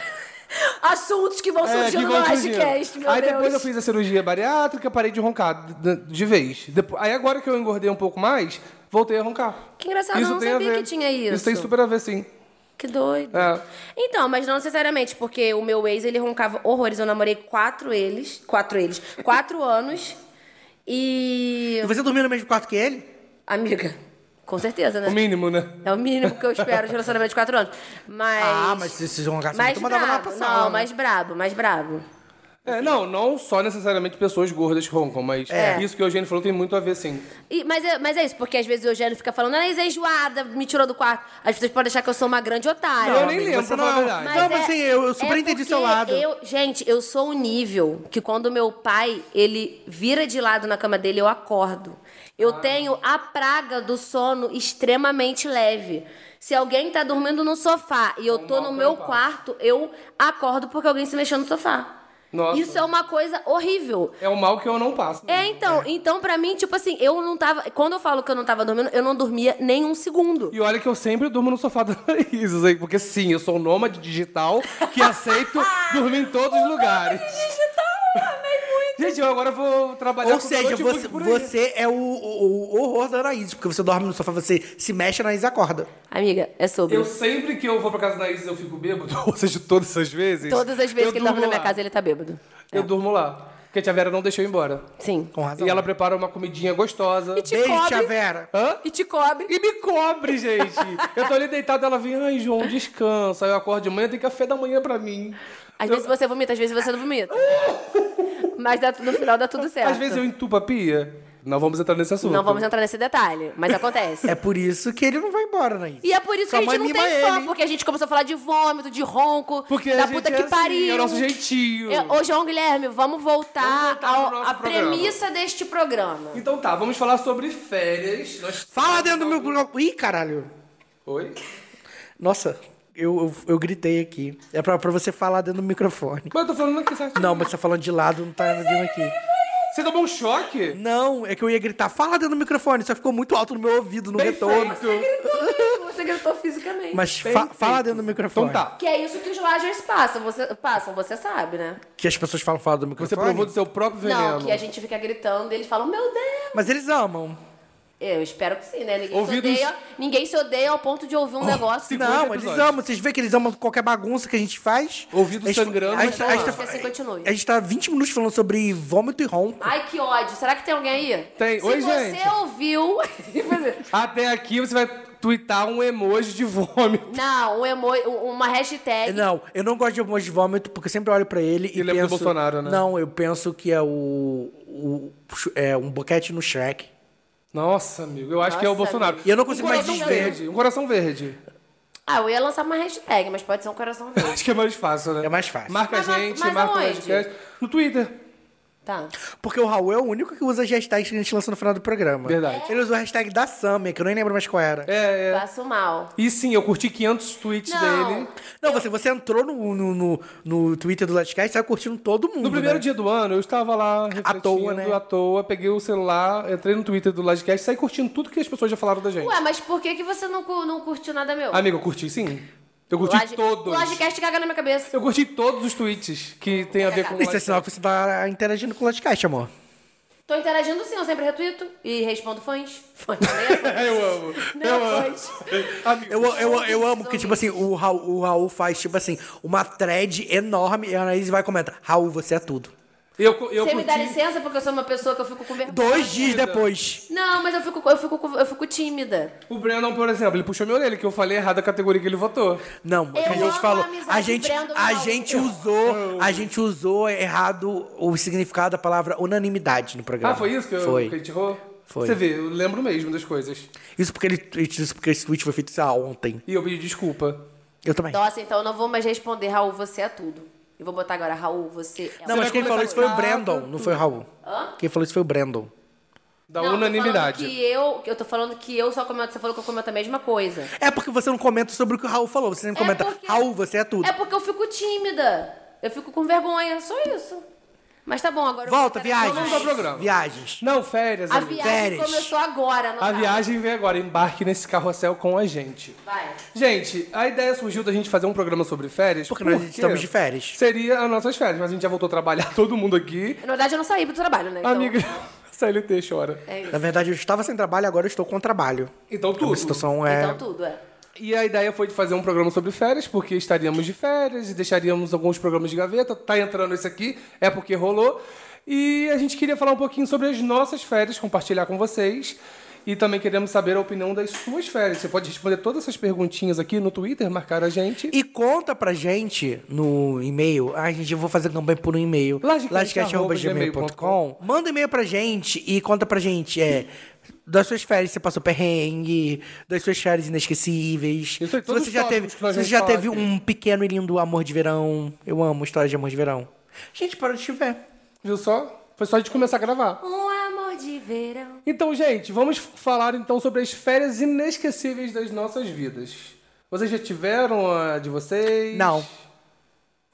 S3: Assuntos que vão
S2: É,
S3: surgindo
S2: que vão
S3: no
S2: surgindo.
S3: podcast, meu
S2: Aí
S3: Deus.
S2: depois eu fiz a cirurgia bariátrica, parei de roncar de, de- de vez. Depo- aí agora que eu engordei um pouco mais, voltei a roncar.
S3: Que engraçado, eu não
S2: tem a
S3: sabia
S2: ver.
S3: que tinha
S2: Isso
S3: isso.
S2: tem super a ver, sim.
S3: Que doido.
S2: É.
S3: Então, mas não necessariamente, porque o meu ex, ele roncava horrores. Eu namorei quatro eles. Quatro eles. Quatro anos. E.
S1: E você dormia no mesmo quarto que ele?
S3: Amiga, com certeza, né?
S2: O mínimo, né?
S3: É o mínimo que eu espero de relacionamento de quatro anos. Mas.
S1: Ah, mas se vocês roncassem
S3: Mais
S1: muito, mandava lá
S3: brabo.
S1: pra sala.
S3: Não,
S1: né?
S3: mais brabo, mais brabo.
S2: É, não, não só necessariamente pessoas gordas que roncam, mas
S3: É.
S2: isso que o Eugênio falou tem muito a ver, sim.
S3: E- mas, é, mas é isso, porque às vezes o Eugênio fica falando, ah, é enjoada, me tirou do quarto. As pessoas podem achar que eu sou uma grande otária.
S2: Eu nem
S1: amigo,
S2: lembro,
S1: você
S2: pra falar a
S1: não,
S2: verdade.
S1: mas não, mas
S3: é-
S1: assim, eu, eu super
S3: é
S1: entendi
S3: porque
S1: seu lado.
S3: eu- gente, eu sou um nível que quando meu pai, ele vira de lado na cama dele, eu acordo. Eu tenho a praga do sono extremamente leve. Se alguém tá dormindo no sofá e eu tô no meu quarto, eu acordo porque alguém se mexeu no sofá.
S2: Nossa.
S3: Isso é uma coisa horrível.
S2: É um mal que eu não passo.
S3: É, então, então pra mim, tipo assim, eu não tava. Quando eu falo que eu não tava dormindo, eu não dormia nem um segundo.
S2: E olha que eu sempre durmo no sofá da Laís, aí, porque sim, eu sou um nômade digital que aceito dormir em todos os lugares.
S3: Digital, amei muito.
S2: Gente, eu agora vou
S1: Ou
S2: trabalhar com
S1: seja,
S2: notebook
S1: você,
S2: por aí.
S1: você é o, o- o horror da Anaís, porque você dorme no sofá, você se mexe, a Anaís acorda.
S3: Amiga, é sobre.
S2: Eu sempre que eu vou pra casa da Isis, eu fico bêbado. Ou seja, todas essas vezes.
S3: Todas as vezes
S2: eu
S3: que ele dorme
S2: durmo
S3: na minha
S2: lá.
S3: casa, ele tá bêbado.
S2: Eu durmo lá. Porque a tia Vera não deixou eu ir embora.
S3: Sim.
S1: Com razão.
S2: E ela prepara uma comidinha gostosa.
S3: E te
S1: Beijo,
S3: cobre.
S1: tia Vera.
S2: Hã?
S3: E te cobre.
S2: E me cobre, gente. eu tô ali deitado, ela vem, ai, João, descansa. Aí eu acordo de manhã, tem café da manhã pra mim.
S3: Às vezes você vomita, às vezes você não vomita. Mas dá tu- no final dá tudo certo.
S2: Às vezes eu entupo a pia. Não vamos entrar nesse assunto.
S3: Não vamos entrar nesse detalhe, mas acontece.
S1: É por isso que ele não vai embora, Anaís.
S3: E é por isso que
S1: Sua
S3: a gente
S1: mãe
S3: não
S1: mima
S3: tem fã,
S1: ele.
S3: porque a gente começou a falar de vômito, de ronco,
S2: Porque
S3: da
S2: a gente
S3: puta
S2: é
S3: que
S2: assim,
S3: pariu.
S2: é o nosso jeitinho.
S3: É, Ô, João Guilherme, vamos voltar,
S2: Vamos voltar no
S3: ao-
S2: nosso
S3: à
S2: programa.
S3: premissa deste programa.
S2: Então tá, vamos falar sobre férias. Nós-
S1: Fala dentro do meu programa. Ih, caralho.
S2: Oi?
S1: Nossa, eu, eu, eu gritei aqui. É pra, pra você falar dentro do microfone.
S2: Mas eu tô falando aqui certinho.
S1: Não, mas você tá falando de lado, não tá vindo aqui.
S2: Você tomou um choque?
S1: Não, é que eu ia gritar, fala dentro do microfone, só ficou muito alto no meu ouvido, no
S2: Bem
S1: retorno.
S2: feito.
S3: Você gritou fisicamente.
S1: Mas
S2: Bem
S1: fa-
S2: feito.
S1: fala dentro do microfone.
S2: Então tá.
S3: Que é isso que os lajers passam, você, passam, você sabe, né?
S1: Que as pessoas falam fala do
S2: Você
S1: microfone.
S2: provou do seu próprio veneno.
S3: Não, que a gente fica gritando e eles falam, meu Deus!
S1: Mas eles amam.
S3: Eu espero que sim, né? Ninguém,
S2: Ouvidos-
S3: se, odeia, ninguém se odeia ao ponto de ouvir um negócio.
S1: Não,
S2: episódios.
S1: mas eles amam. Vocês veem que eles amam qualquer bagunça que a gente faz.
S2: Ouvido
S1: Eles-
S2: sangrando,
S1: A
S2: mas
S1: gente,
S2: tá
S1: a,
S2: lá.
S1: gente tá,
S3: Que assim continue.
S1: a gente tá 20 minutos falando sobre vômito e ronco.
S3: Ai, que ódio. Será que tem alguém aí?
S2: Tem.
S3: Se
S2: Oi,
S3: você
S2: gente.
S3: ouviu...
S2: Até aqui você vai tweetar um emoji de vômito.
S3: Não, um emo... uma hashtag.
S1: Não, eu não gosto de emoji de vômito, porque eu sempre olho pra ele e,
S2: E lembra do
S1: penso-
S2: Bolsonaro, né?
S1: Não, eu penso que é o... o- é um boquete no Shrek.
S2: Nossa, amigo, eu acho que é o
S3: Nossa,
S2: Bolsonaro.
S1: E eu não consigo
S2: um
S1: mais
S2: coração
S1: desver.
S2: verde. Um coração verde.
S3: Ah, eu ia lançar uma hashtag, mas pode ser um coração verde.
S2: Acho que é mais fácil, né?
S1: É mais fácil.
S2: Marca
S3: Mas-
S2: a gente,
S3: mas
S2: marca o
S3: aonde?
S2: podcast. No Twitter.
S3: Tá.
S1: Porque o Raul é o único que usa as hashtags que a gente lança no final do programa.
S2: Verdade.
S1: Ele usou a hashtag da Samia, que eu nem lembro mais qual era.
S2: É, é.
S3: Passo mal.
S2: E sim, eu curti 500 tweets
S3: Não.
S2: dele.
S1: Não, você, você entrou no, no, no, no Twitter do Let's Cast e saiu curtindo todo mundo.
S2: No primeiro
S1: né?
S2: dia do ano, eu estava lá refletindo,
S1: toa, né?
S2: à toa, peguei o celular, entrei no Twitter do Livecast, saí curtindo tudo que as pessoas já falaram da gente.
S3: Ué, mas por que, que você não, cu- não curtiu nada meu?
S2: Amigo, eu curti sim. Eu curti
S3: Laje-
S2: todos.
S3: Lajecast caga na minha cabeça.
S2: Eu curti todos os tweets que tem a ver com o
S1: Isso é sinal que você tá interagindo com o Let's Cast, amor.
S3: Tô interagindo sim, eu sempre retuito e respondo fãs. Fãs. né?
S2: Eu amo.
S3: Né,
S2: Eu amo.
S3: fãs.
S2: Amigo,
S1: Eu, eu,
S2: um
S1: eu amo que, tipo assim, o Raul, o Raul faz, tipo assim, uma thread enorme e a Anaís vai comentar: Raul, você é tudo.
S2: Eu, cu- eu
S3: Você me dá
S2: curti-
S3: licença porque eu sou uma pessoa que eu fico com vergonha.
S1: Dois dias depois.
S3: Não, mas eu fico, eu fico, eu fico tímida.
S2: O Brandon, por exemplo, ele puxou minha orelha, que eu falei errado a categoria que ele votou.
S1: Não, o que a
S3: Eu
S1: gente
S3: amo
S1: falou.
S3: a amizade
S1: A
S3: de
S1: gente,
S3: Brandon
S1: a
S3: Routh.
S1: gente usou, a gente usou errado o significado da palavra unanimidade no programa.
S2: Ah, foi isso que, eu, que a
S1: Foi.
S2: gente errou?
S1: Foi.
S2: Você vê, eu lembro mesmo das coisas.
S1: Isso porque ele, isso porque esse tweet foi feito sei lá, ontem.
S2: E eu pedi desculpa.
S1: Eu também.
S3: Nossa, então eu não vou mais responder, Raul, você é tudo. Eu vou botar agora, Raul, você é
S1: Não,
S3: o-
S1: mas
S2: vai
S1: quem falou isso foi o Brandon, não foi o Raul.
S3: Hã?
S1: Quem falou isso foi o Brandon.
S2: Da
S3: Não, eu tô
S2: unanimidade.
S3: falando Que eu, que eu tô falando que eu só comento, você falou que eu comento a mesma coisa.
S1: É porque você não comenta sobre o que o Raul falou. Você sempre
S3: É
S1: comenta,
S3: porque-
S1: Raul, você é tudo.
S3: É porque eu fico tímida. Eu fico com vergonha, só isso. Mas tá bom, agora eu
S1: Volta,
S3: vou botar-
S1: viagens.
S2: Vamos ao programa.
S1: Viagens.
S2: Não, férias,
S3: A
S2: amigo.
S3: viagem
S1: Férias.
S3: começou agora, não tá?
S2: A viagem vem agora, embarque nesse carrossel com a gente.
S3: Vai.
S2: Gente, a ideia surgiu da gente fazer um programa sobre férias.
S1: Porque nós estamos de férias.
S2: Seria as nossas férias, mas a gente já voltou a trabalhar todo mundo aqui.
S3: Na verdade, eu não saí do trabalho, né? Então,
S2: Amiga, CLT chora.
S3: É isso.
S1: Na verdade, eu estava sem trabalho, agora eu estou com trabalho.
S2: Então
S1: A
S2: tudo.
S1: situação é.
S3: Então tudo, é.
S2: E a ideia foi de fazer um programa sobre férias, porque estaríamos de férias e deixaríamos alguns programas de gaveta. Tá entrando esse aqui, é porque rolou. E a gente queria falar um pouquinho sobre as nossas férias, compartilhar com vocês. E também queremos saber a opinião das suas férias. Você pode responder todas essas perguntinhas aqui no Twitter, marcar a gente.
S1: E conta pra gente no e-mail. Ai, gente, eu vou fazer campanha por um e-mail.
S2: Lajecast, arroba,
S1: Lajecast.gmail.com. Manda um e-mail pra gente e conta pra gente. É, das suas férias, você passou perrengue, das suas férias inesquecíveis.
S2: Isso aí,
S1: se
S2: todos
S1: você
S2: os
S1: já teve,
S2: tópicos que nós
S1: se você
S2: vamos
S1: já
S2: falar
S1: teve
S2: aqui.
S1: um pequeno e lindo amor de verão. Eu amo história de amor de verão. Gente, para de chover.
S2: Viu só? Foi só a gente começar a gravar.
S3: Um amor de verão.
S2: Então, gente, vamos falar então sobre as férias inesquecíveis das nossas vidas. Vocês já tiveram a de vocês?
S1: Não.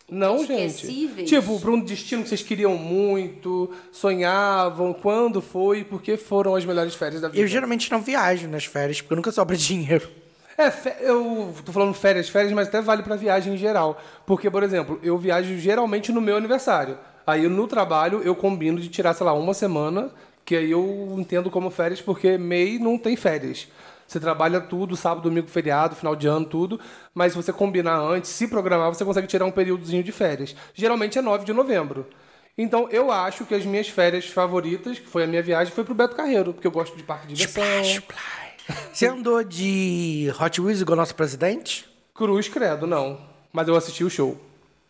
S2: Não, gente.
S3: Inesquecíveis?
S2: Tipo, para um destino que vocês queriam muito, sonhavam, quando foi, por que foram as melhores férias da vida?
S1: Eu geralmente não viajo nas férias, porque nunca sobra dinheiro.
S2: É, fe- eu tô falando férias, férias, mas até vale pra viagem em geral. Porque, por exemplo, eu viajo geralmente no meu aniversário. Aí no trabalho eu combino de tirar, sei lá, uma semana, que aí eu entendo como férias, porque MEI não tem férias. Você trabalha tudo, sábado, domingo, feriado, final de ano, tudo. Mas se você combinar antes, se programar, você consegue tirar um períodozinho de férias. Geralmente é 9 de novembro. Então eu acho que as minhas férias favoritas, que foi a minha viagem, foi pro Beto Carreiro, porque eu gosto de parque de diversão.
S1: Splash, splash. Você andou de Hot Wheels igual nosso presidente?
S2: Cruz, credo, não. Mas eu assisti o show.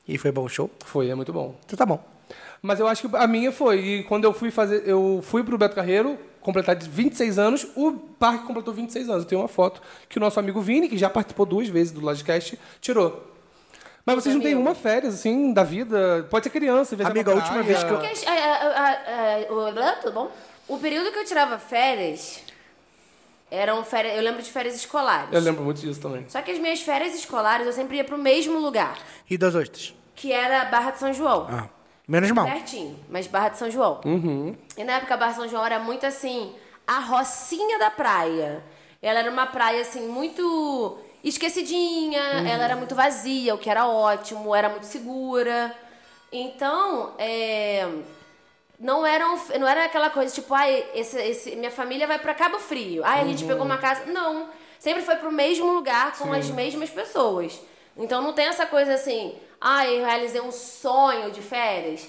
S1: E foi bom o show?
S2: Foi, é muito bom.
S1: Então tá bom.
S2: Mas eu acho que a minha foi. E quando eu fui fazer. Eu fui pro Beto Carreiro completar de 26 anos. O parque completou 26 anos. Tem uma foto que o nosso amigo Vini, que já participou duas vezes do Lodcast, tirou. Mas vocês não têm uma férias, assim, da vida. Pode ser criança, viajar
S1: Amiga,
S2: pra
S1: a última
S2: praia.
S1: vez que eu-
S3: Porque, a- a- a- a- o- blá, tudo bom? O período que eu tirava férias eram férias. Eu lembro de férias escolares.
S2: Eu lembro muito disso também.
S3: Só que as minhas férias escolares eu sempre ia pro mesmo lugar,
S1: E das outras?
S3: que era Barra de São João.
S1: Ah, menos mal.
S3: Pertinho, mas Barra de São João.
S2: Uhum.
S3: E na época, Barra de São João era muito assim, a rocinha da praia. Ela era uma praia, assim, muito esquecidinha,
S2: Uhum.
S3: ela era muito vazia, o que era ótimo, era muito segura. Então, é, não, eram, não era aquela coisa tipo, ah, esse, esse- minha família vai pra Cabo Frio, ah, a gente pegou uma casa. Não. Sempre foi pro mesmo lugar com as mesmas pessoas. Então não tem essa coisa assim, ah, eu realizei um sonho de férias.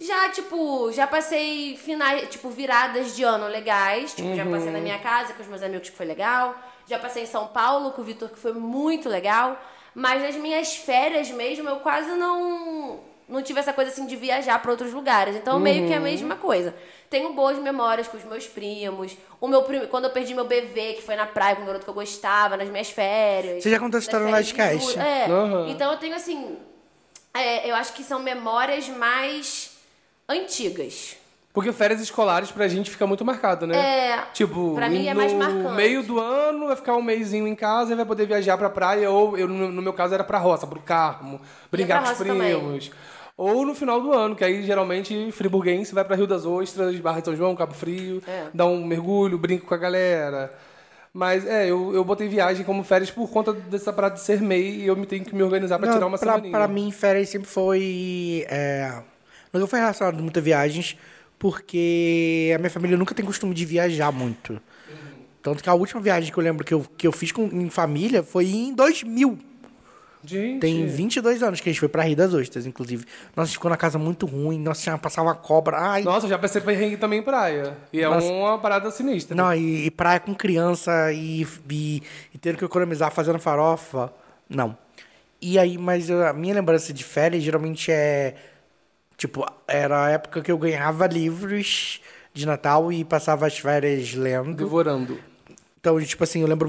S3: Já, tipo, já passei finais, tipo, viradas de ano legais. Tipo, já passei na minha casa com os meus amigos, que foi legal. Já passei em São Paulo com o Vitor, que foi muito legal. Mas nas minhas férias mesmo, eu quase não não tive essa coisa assim de viajar pra outros lugares. Então, meio
S1: Uhum.
S3: que é a mesma coisa. Tenho boas memórias com os meus primos. O meu primo, quando eu perdi meu bebê, que foi na praia com um garoto que eu gostava, nas minhas férias.
S1: Você já contou essa
S3: nas
S1: história no
S3: férias de
S1: Livecast.
S3: julho. É.
S2: Aham.
S3: Então, eu tenho assim. é, eu acho que são memórias mais antigas.
S2: Porque férias escolares pra gente fica muito marcado, né?
S3: É.
S2: Tipo,
S3: Pra mim é mais
S2: no
S3: marcante.
S2: meio do ano vai ficar um mêsinho em casa e vai poder viajar pra praia, ou eu, no no meu caso era pra roça, pro Carmo, brincar
S3: pra
S2: com os
S3: roça também.
S2: primos. Ou no final do ano, que aí geralmente friburguense vai pra Rio das Ostras, Barra de São João, Cabo Frio,
S3: É.
S2: dá um mergulho, brinca com a galera. Mas é, eu, eu botei viagem como férias por conta dessa parada de ser MEI e eu me tenho que me organizar pra
S1: Não,
S2: tirar uma
S1: pra,
S2: semaninha.
S1: pra mim, férias sempre foi. É, nunca foi relacionado muito a viagens, porque a minha família nunca tem costume de viajar muito. Tanto que a última viagem que eu lembro que eu, que eu fiz com, em família foi em 2000.
S2: Gente.
S1: Tem 22 anos que a gente foi pra Rio das Ostras, inclusive. Nossa, a gente ficou na casa muito ruim, nossa, tinha, passava cobra. Ai,
S2: Nossa, eu já pensei pra perrengue também em praia. E é
S1: Nossa.
S2: uma parada sinistra.
S1: não, e, e praia com criança e, e, e ter que economizar fazendo farofa. Não. E aí, mas eu- a minha lembrança de férias geralmente é. Tipo, era a época que eu ganhava livros de Natal e passava as férias lendo.
S2: Devorando.
S1: Então, tipo assim, eu lembro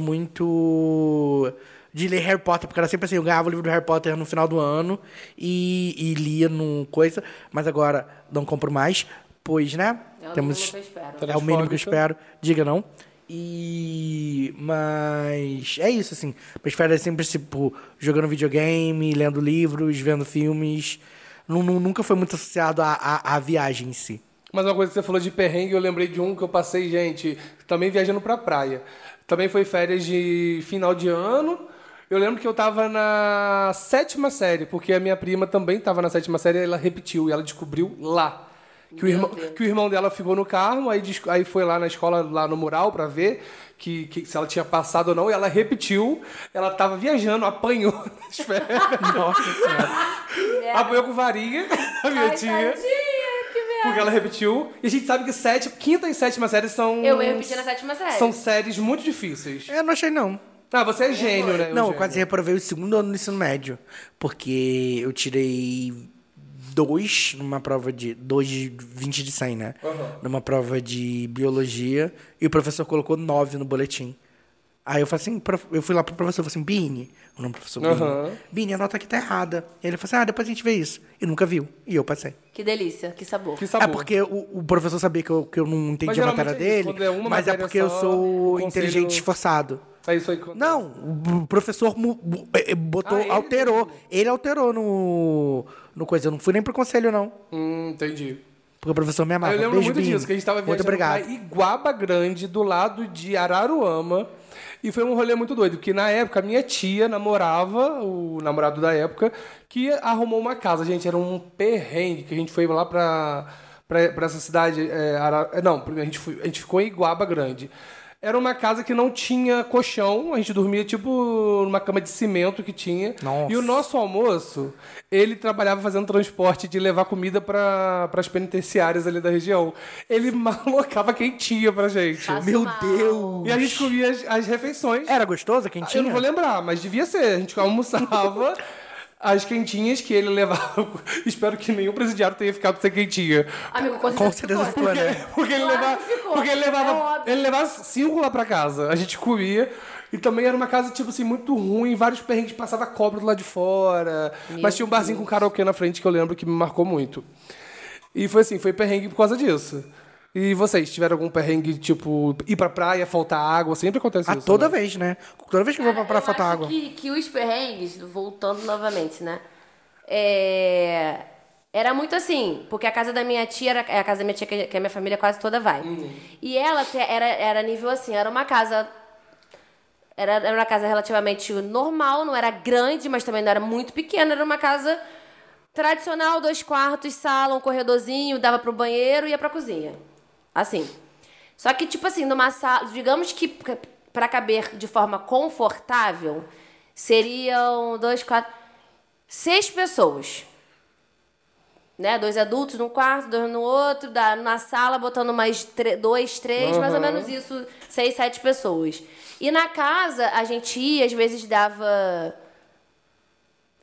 S1: muito de ler Harry Potter, porque era sempre assim, eu ganhava o livro do Harry Potter no final do ano e, e lia num coisa, mas agora não compro mais, pois, né?
S3: É o mínimo que eu espero.
S1: É o mínimo que eu
S2: Transfóbica.
S1: espero, diga não. E... Mas é isso, assim. Minhas férias sempre, tipo, jogando videogame, lendo livros, vendo filmes. Nu- nu- Nunca foi muito associado à, à, à viagem em si.
S2: Mas uma coisa que você falou de perrengue, eu lembrei de um que eu passei, gente, também viajando pra praia. Também foi férias de final de ano. Eu lembro que eu tava na sétima série, porque a minha prima também tava na sétima série, ela repetiu e ela descobriu lá. Que o, irmão, que o irmão dela ficou no carro, aí, dis- aí foi lá na escola, lá no mural, pra ver que, que- se ela tinha passado ou não, e ela repetiu. Ela tava viajando, apanhou nas férias. Nossa Senhora. apanhou com varinha, a minha
S3: Ai,
S2: tia.
S3: tadinha, que merda.
S2: Porque ela repetiu. E a gente sabe que sete, quinta e sétima série são.
S3: Eu ia repetir na sétima série.
S2: São séries muito difíceis.
S1: Eu É, não achei, não.
S2: Ah, você é gênio,
S1: Não,
S2: né?
S1: eu
S2: Eugênio?
S1: quase reprovei o segundo ano do ensino médio. Porque eu tirei dois numa prova de. Dois de 20 de 100, né? Numa prova de biologia. E o professor colocou nove no boletim. Aí eu falei assim, prof- eu fui lá pro professor e falei assim, Bini, o nome do professor Bini.
S2: Aham.
S1: Bini, a nota aqui tá errada. Ele falou assim, ah, depois a gente vê isso. E nunca viu. E eu passei.
S3: Que delícia, que sabor.
S2: Que
S1: É
S2: sabor.
S1: porque o, o professor sabia que eu, que eu não
S2: Tá Mas
S1: entendi a
S2: geralmente
S1: matéria
S2: é isso,
S1: dele,
S2: quando é uma
S1: mas é
S2: matéria
S1: porque eu
S2: só,
S1: sou
S2: o conselho-
S1: inteligente esforçado.
S2: É isso aí. que-
S1: Não, o professor mu- mu- eh, eh, botou,
S2: Ah, ele
S1: alterou. Ele alterou no, no coisa. Eu não fui nem pro conselho, não.
S2: Hum, entendi.
S1: Porque o professor me amava.
S2: Aí eu lembro
S1: Beijo,
S2: muito
S1: Binho.
S2: disso, que a gente tava
S1: Muito
S2: viajando
S1: obrigado.
S2: pra Iguaba Grande, do lado de Araruama. E foi um rolê muito doido, porque na época a minha tia namorava, o namorado da época, que arrumou uma casa. Gente, era um perrengue que a gente foi lá pra, pra, pra essa cidade. é, Ara- Não, primeiro a gente, foi- a gente ficou em Iguaba Grande. Era uma casa que não tinha colchão, a gente dormia tipo numa cama de cimento que tinha.
S1: Nossa.
S2: E o nosso almoço, ele trabalhava fazendo transporte de levar comida para as penitenciárias ali da região. Ele malocava quentinha pra gente.
S3: Passo
S1: Meu
S3: mal.
S1: Deus!
S2: E a gente comia as, as refeições.
S1: Era gostoso a
S2: Eu
S1: quentinha?
S2: não vou lembrar, mas devia ser. A gente almoçava as quentinhas que ele levava. Espero que nenhum presidiário tenha ficado sem quentinha.
S3: Amigo, com certeza.
S1: Com certeza
S3: ficou.
S1: ficou, né?
S2: Porque é ele,
S3: Claro
S2: levava,
S3: que ficou,
S2: porque ele
S3: é
S2: levava.
S3: óbvio.
S2: ele levava cinco lá pra casa. A gente comia. E também era uma casa, tipo assim, muito ruim, vários perrengues, passava cobra do lado de fora. mas tinha um barzinho com karaokê na frente que eu lembro que me marcou muito. E foi assim, foi perrengue por causa disso. E vocês, tiveram algum perrengue, tipo, ir pra praia, faltar água? Sempre acontece
S1: Ah,
S2: isso.
S1: toda
S2: né?
S1: vez, né? Toda vez que eu vou pra
S3: Cara,
S1: praia
S3: eu
S1: falta
S3: acho
S1: água.
S3: Que, que os perrengues, voltando novamente, né? É, Era muito assim, porque a casa da minha tia era é a casa da minha tia que, que a minha família quase toda vai.
S1: Uhum.
S3: E ela te- era, era nível assim, era uma casa. Era, era uma casa relativamente normal, não era grande, mas também não era muito pequena. Era uma casa tradicional, dois quartos, sala, um corredorzinho, dava pro banheiro e ia pra cozinha. Assim. Só que, tipo assim, numa sala. Digamos que pra- pra caber de forma confortável, seriam dois, quatro. Seis pessoas. Né? Dois adultos num quarto, dois no outro, da, na sala botando mais tre- dois, três, mais ou menos isso, seis, sete pessoas. E na casa, a gente ia, às vezes dava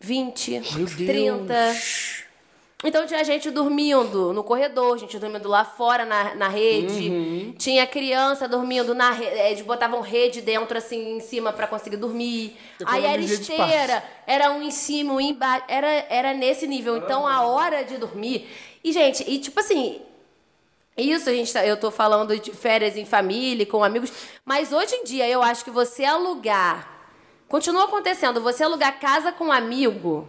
S3: 20,
S1: Meu Deus.
S3: 30. Então tinha gente dormindo no corredor, gente dormindo lá fora na, na rede. Tinha criança dormindo na rede. Eles botavam rede dentro, assim, em cima pra conseguir dormir. Aí era
S2: Economia de espaço.
S3: esteira, era um em cima, um embaixo. Era, era nesse nível. Então a hora de dormir. E, gente, e tipo assim. Isso, a gente tá- eu tô falando de férias em família, com amigos. Mas hoje em dia eu acho que você alugar. Continua acontecendo, você alugar casa com um amigo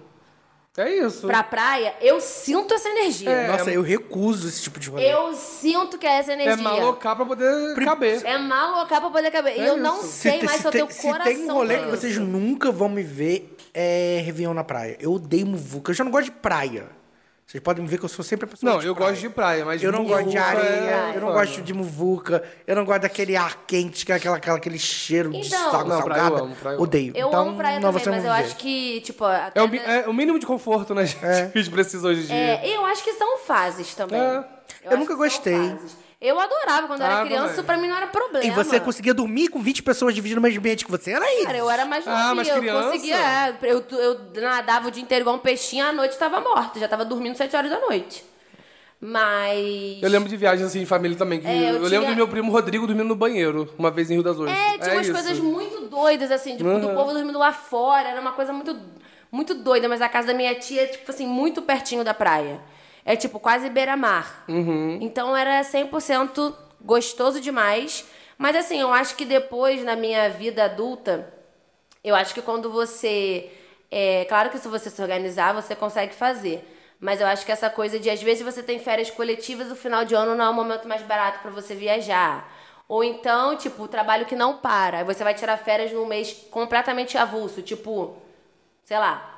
S2: É isso.
S3: pra praia, eu sinto essa energia.
S2: É,
S1: Nossa,
S2: um
S1: eu recuso esse tipo de rolê.
S3: Eu sinto que é essa energia.
S2: É malocar pra poder caber.
S3: É malocar pra poder caber. E eu não
S2: É isso.
S1: Se
S3: sei
S1: te-
S3: mais
S1: se
S3: se eu
S1: tem-
S3: tenho coração.
S1: Se tem um rolê
S3: pra
S1: que
S3: isso.
S1: vocês nunca vão me ver, é Réveillon na praia. Eu odeio muvuca. Eu já não gosto de praia. Vocês podem ver que eu sou sempre a pessoa
S2: Não,
S1: de
S2: eu
S1: praia.
S2: gosto de praia, mas
S1: Eu não gosto de
S2: muvuca
S1: areia,
S2: é
S1: eu não
S2: foda.
S1: gosto de muvuca, eu não gosto daquele ar quente, que é aquela, aquela- aquele cheiro de
S3: Então-
S1: água
S2: Não, praia eu
S1: salgada.
S2: amo, praia eu
S1: Odeio.
S3: Eu
S1: então,
S3: amo praia
S1: não,
S3: também,
S1: você não
S3: mas eu
S1: vê.
S3: acho que, tipo, até
S2: É o, mi-
S3: na-
S2: é o mínimo de conforto, né, gente?
S1: É.
S2: Que a gente precisa hoje em dia.
S3: É, eu acho que são fases também.
S2: É.
S1: Eu
S3: acho
S1: nunca
S3: que são
S1: gostei.
S3: fases. Eu adorava quando eu
S2: Ah,
S3: era criança,
S2: também.
S3: isso pra mim não era problema.
S1: E você conseguia dormir com 20 pessoas dividindo o mesmo ambiente que você? Era isso.
S3: é, Cara, eu era mais
S2: Ah,
S3: novinha,
S2: mas
S3: eu
S2: criança?
S3: conseguia. é, eu, eu nadava o dia inteiro igual um peixinho, à noite tava morta, já tava dormindo 7 horas da noite. Mas.
S2: Eu lembro de viagens assim, em família também. que
S3: É, eu
S2: eu,
S3: tinha-
S2: lembro do meu primo Rodrigo dormindo no banheiro, uma vez em Rio das Ostras.
S3: É, tinha umas
S2: isso.
S3: coisas muito doidas, assim, tipo, do
S2: Uhum.
S3: povo dormindo lá fora. Era uma coisa muito, muito doida, mas a casa da minha tia é, tipo assim, muito pertinho da praia. É, tipo, quase beira-mar. Então era 100% gostoso demais. Mas, assim, eu acho que depois, na minha vida adulta, eu acho que quando você. É, claro que se você se organizar, você consegue fazer. Mas eu acho que essa coisa de, às vezes, você tem férias coletivas, o final de ano não é o momento mais barato pra você viajar. Ou então, tipo, o trabalho que não para. Aí Você vai tirar férias num mês completamente avulso, tipo, sei lá,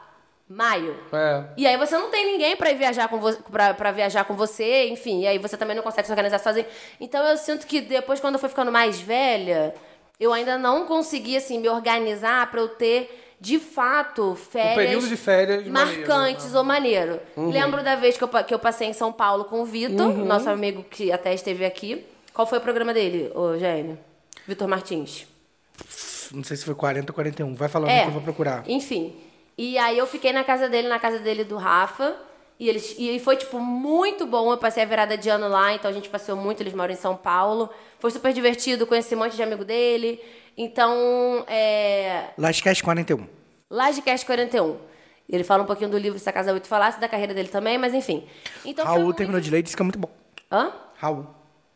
S3: maio.
S2: É.
S3: E aí você não tem ninguém pra ir viajar com você, pra, pra viajar com você, enfim, e aí você também não consegue se organizar sozinho. Então eu sinto que depois quando eu fui ficando mais velha, eu ainda não consegui assim me organizar pra eu ter de fato férias,
S2: período de férias maneiro, né? Uhum.
S3: marcantes ou maneiro. Lembro da vez que eu, pa- que eu passei em São Paulo com o Vitor, nosso amigo que até esteve aqui. Qual foi o programa dele, ô Jane? Vitor Martins.
S1: Não sei se foi 40 ou 41. Vai falando
S3: É.
S1: que eu vou procurar.
S3: Enfim. E aí eu fiquei na casa dele, na casa dele do Rafa. E, eles, e foi, tipo, muito bom. Eu passei a virada de ano lá, então a gente passeou muito. Eles moram em São Paulo. Foi super divertido, conheci um monte de amigo dele. Então, é,
S1: Lascast 41.
S3: Lagecast 41. Ele fala um pouquinho do livro Se a Casa 8 Falasse, da carreira dele também, mas enfim. Então, foi
S1: Raul
S3: muito-
S1: terminou de ler e disse que é muito bom.
S3: Hã?
S1: Raul.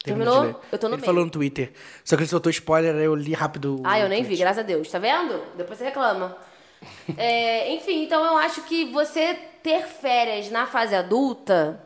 S3: Terminou?
S1: de ler.
S3: Eu tô no
S1: Ele
S3: meio.
S1: falou no Twitter. Só que ele soltou spoiler, aí eu li rápido.
S3: Ah, eu
S1: o
S3: nem
S1: tweet.
S3: vi, graças a Deus. Tá vendo? Depois você reclama. É, enfim, então eu acho que você ter férias na fase adulta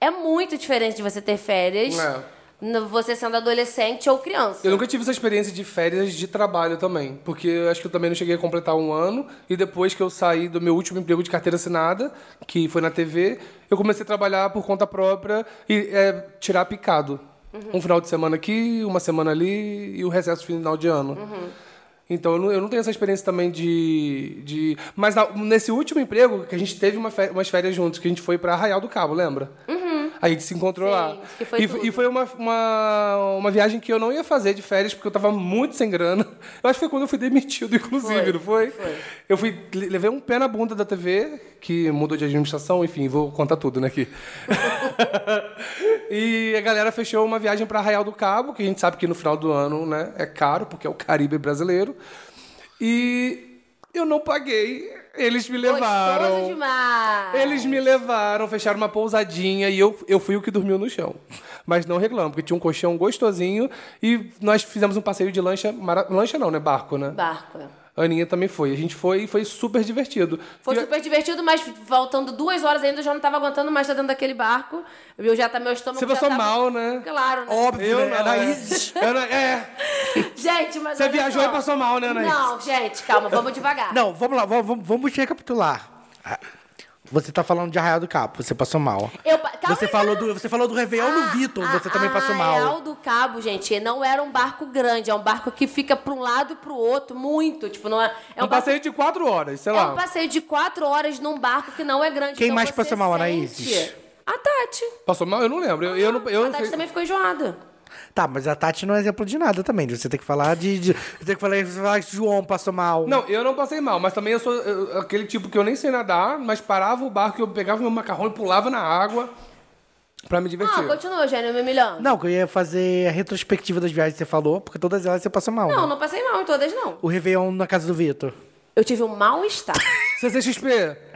S3: é muito diferente de você ter férias
S2: É.
S3: no- você sendo adolescente ou criança.
S2: Eu nunca tive essa experiência de férias de trabalho também, porque eu acho que eu também não cheguei a completar um ano, e depois que eu saí do meu último emprego de carteira assinada, que foi na TV, eu comecei a trabalhar por conta própria e é, tirar picado.
S3: Uhum.
S2: Um final de semana aqui, uma semana ali, e o recesso final de ano.
S3: Uhum.
S2: Então eu não, eu não tenho essa experiência também de. de... Mas na- nesse último emprego, que a gente teve uma fé- umas férias juntos, que a gente foi pra Arraial do Cabo, lembra? A gente se encontrou
S3: Uhum. Sim,
S2: lá.
S3: que foi
S2: e,
S3: tudo.
S2: e foi uma, uma, uma viagem que eu não ia fazer de férias, porque eu tava muito sem grana. Eu acho que foi quando eu fui demitido, inclusive,
S3: Foi,
S2: não foi?
S3: foi.
S2: Eu fui, le- levei um pé na bunda da TV, que mudou de administração, enfim, vou contar tudo, né, aqui. e a galera fechou uma viagem pra Arraial do Cabo, que a gente sabe que no final do ano, né, é caro, porque é o Caribe brasileiro. E eu não paguei. Eles me levaram.
S3: Gostoso demais!
S2: Eles me levaram, fecharam uma pousadinha e eu, eu fui o que dormiu no chão. Mas não reclamo, porque tinha um colchão gostosinho e nós fizemos um passeio de lancha. mara- Lancha não, né? Barco, né?
S3: Barco. é.
S2: A Aninha também foi. A gente foi e foi super divertido.
S3: Foi
S2: E-
S3: super divertido, mas faltando duas horas ainda eu já não tava aguentando mais estar dentro daquele barco. Eu já tá meu estômago.
S2: Você
S3: já
S2: passou
S3: tava-
S2: mal, né?
S3: Claro, né?
S1: Óbvio,
S2: Eu
S1: né?
S2: não,
S1: Anaíses.
S2: É. Eu não- é.
S3: Gente, mas.
S2: Você
S3: olha
S2: viajou
S3: só.
S2: e passou mal, né, Anaís?
S3: Não, gente, calma, vamos devagar.
S1: Não, vamos lá, vamos, vamos recapitular. Ah, Você tá falando de Arraial do Cabo, você passou mal.
S3: Eu pa- calma
S1: você,
S3: aí,
S1: falou
S3: calma.
S1: do, você falou do Réveillon
S3: Ah,
S1: no É Vitor,
S3: ah,
S1: você também
S3: ah,
S1: passou
S3: A
S1: mal.
S3: Real do Cabo, gente, não era um barco grande, é um barco que fica pra um lado e pro outro, muito. Tipo, não é. É
S2: Um
S3: um, barco-
S2: passeio de quatro horas, sei
S3: é
S2: lá.
S3: um passeio de quatro horas num barco que não é grande.
S1: Quem
S3: então
S1: mais
S3: você
S1: passou mal,
S3: sente-
S1: Anaíses?
S3: A Tati.
S2: Passou mal? Eu não lembro. Eu, eu não, eu
S3: a
S2: não
S3: Tati
S2: sei.
S3: Ah, também ficou enjoada.
S1: Tá, mas a Tati não é exemplo de nada também. Você tem que falar de. de- você tem que falar, você falar que João passou mal.
S2: Não, eu não passei mal, mas também eu sou eu- aquele tipo que eu nem sei nadar, mas parava o barco, eu pegava meu macarrão e pulava na água pra me divertir.
S3: Ah, continua, Eugênio, me humilhando.
S1: Não, que eu ia fazer a retrospectiva das viagens que você falou, porque todas elas você passou mal.
S3: Não,
S1: né?
S3: não passei mal em todas, não.
S1: O Réveillon na casa do Vitor.
S3: Eu tive um mal-estar.
S2: CCXP,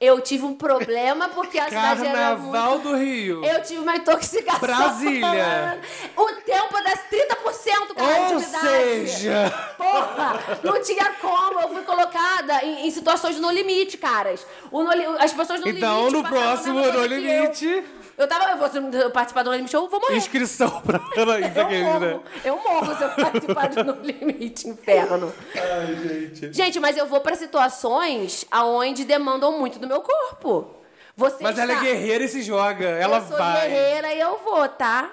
S3: Eu tive um problema porque a cidade era muito
S2: Carnaval do Rio.
S3: Eu tive uma intoxicação.
S2: Brasília.
S3: O tempo das 30% com a
S2: Ou
S3: atividade.
S2: seja,
S3: Porra, não tinha como. Eu fui colocada em, em situações no limite, caras. O No Li- as pessoas no
S2: Então,
S3: limite. passavam a
S2: no
S3: mesma
S2: próximo
S3: coisa
S2: No
S3: que eu.
S2: Limite.
S3: Eu tava. Eu vou, se eu participar do No Limite, eu vou morrer.
S2: inscrição pra Anaís,
S3: Eu
S2: aquele, né?
S3: morro, eu morro se eu participar do No Limite, inferno. Gente, mas eu vou pra situações aonde demandam muito do meu corpo. Você
S2: Mas ela é
S3: está-
S2: guerreira e se joga. Ela
S3: eu sou
S2: vai.
S3: guerreira e eu vou, tá?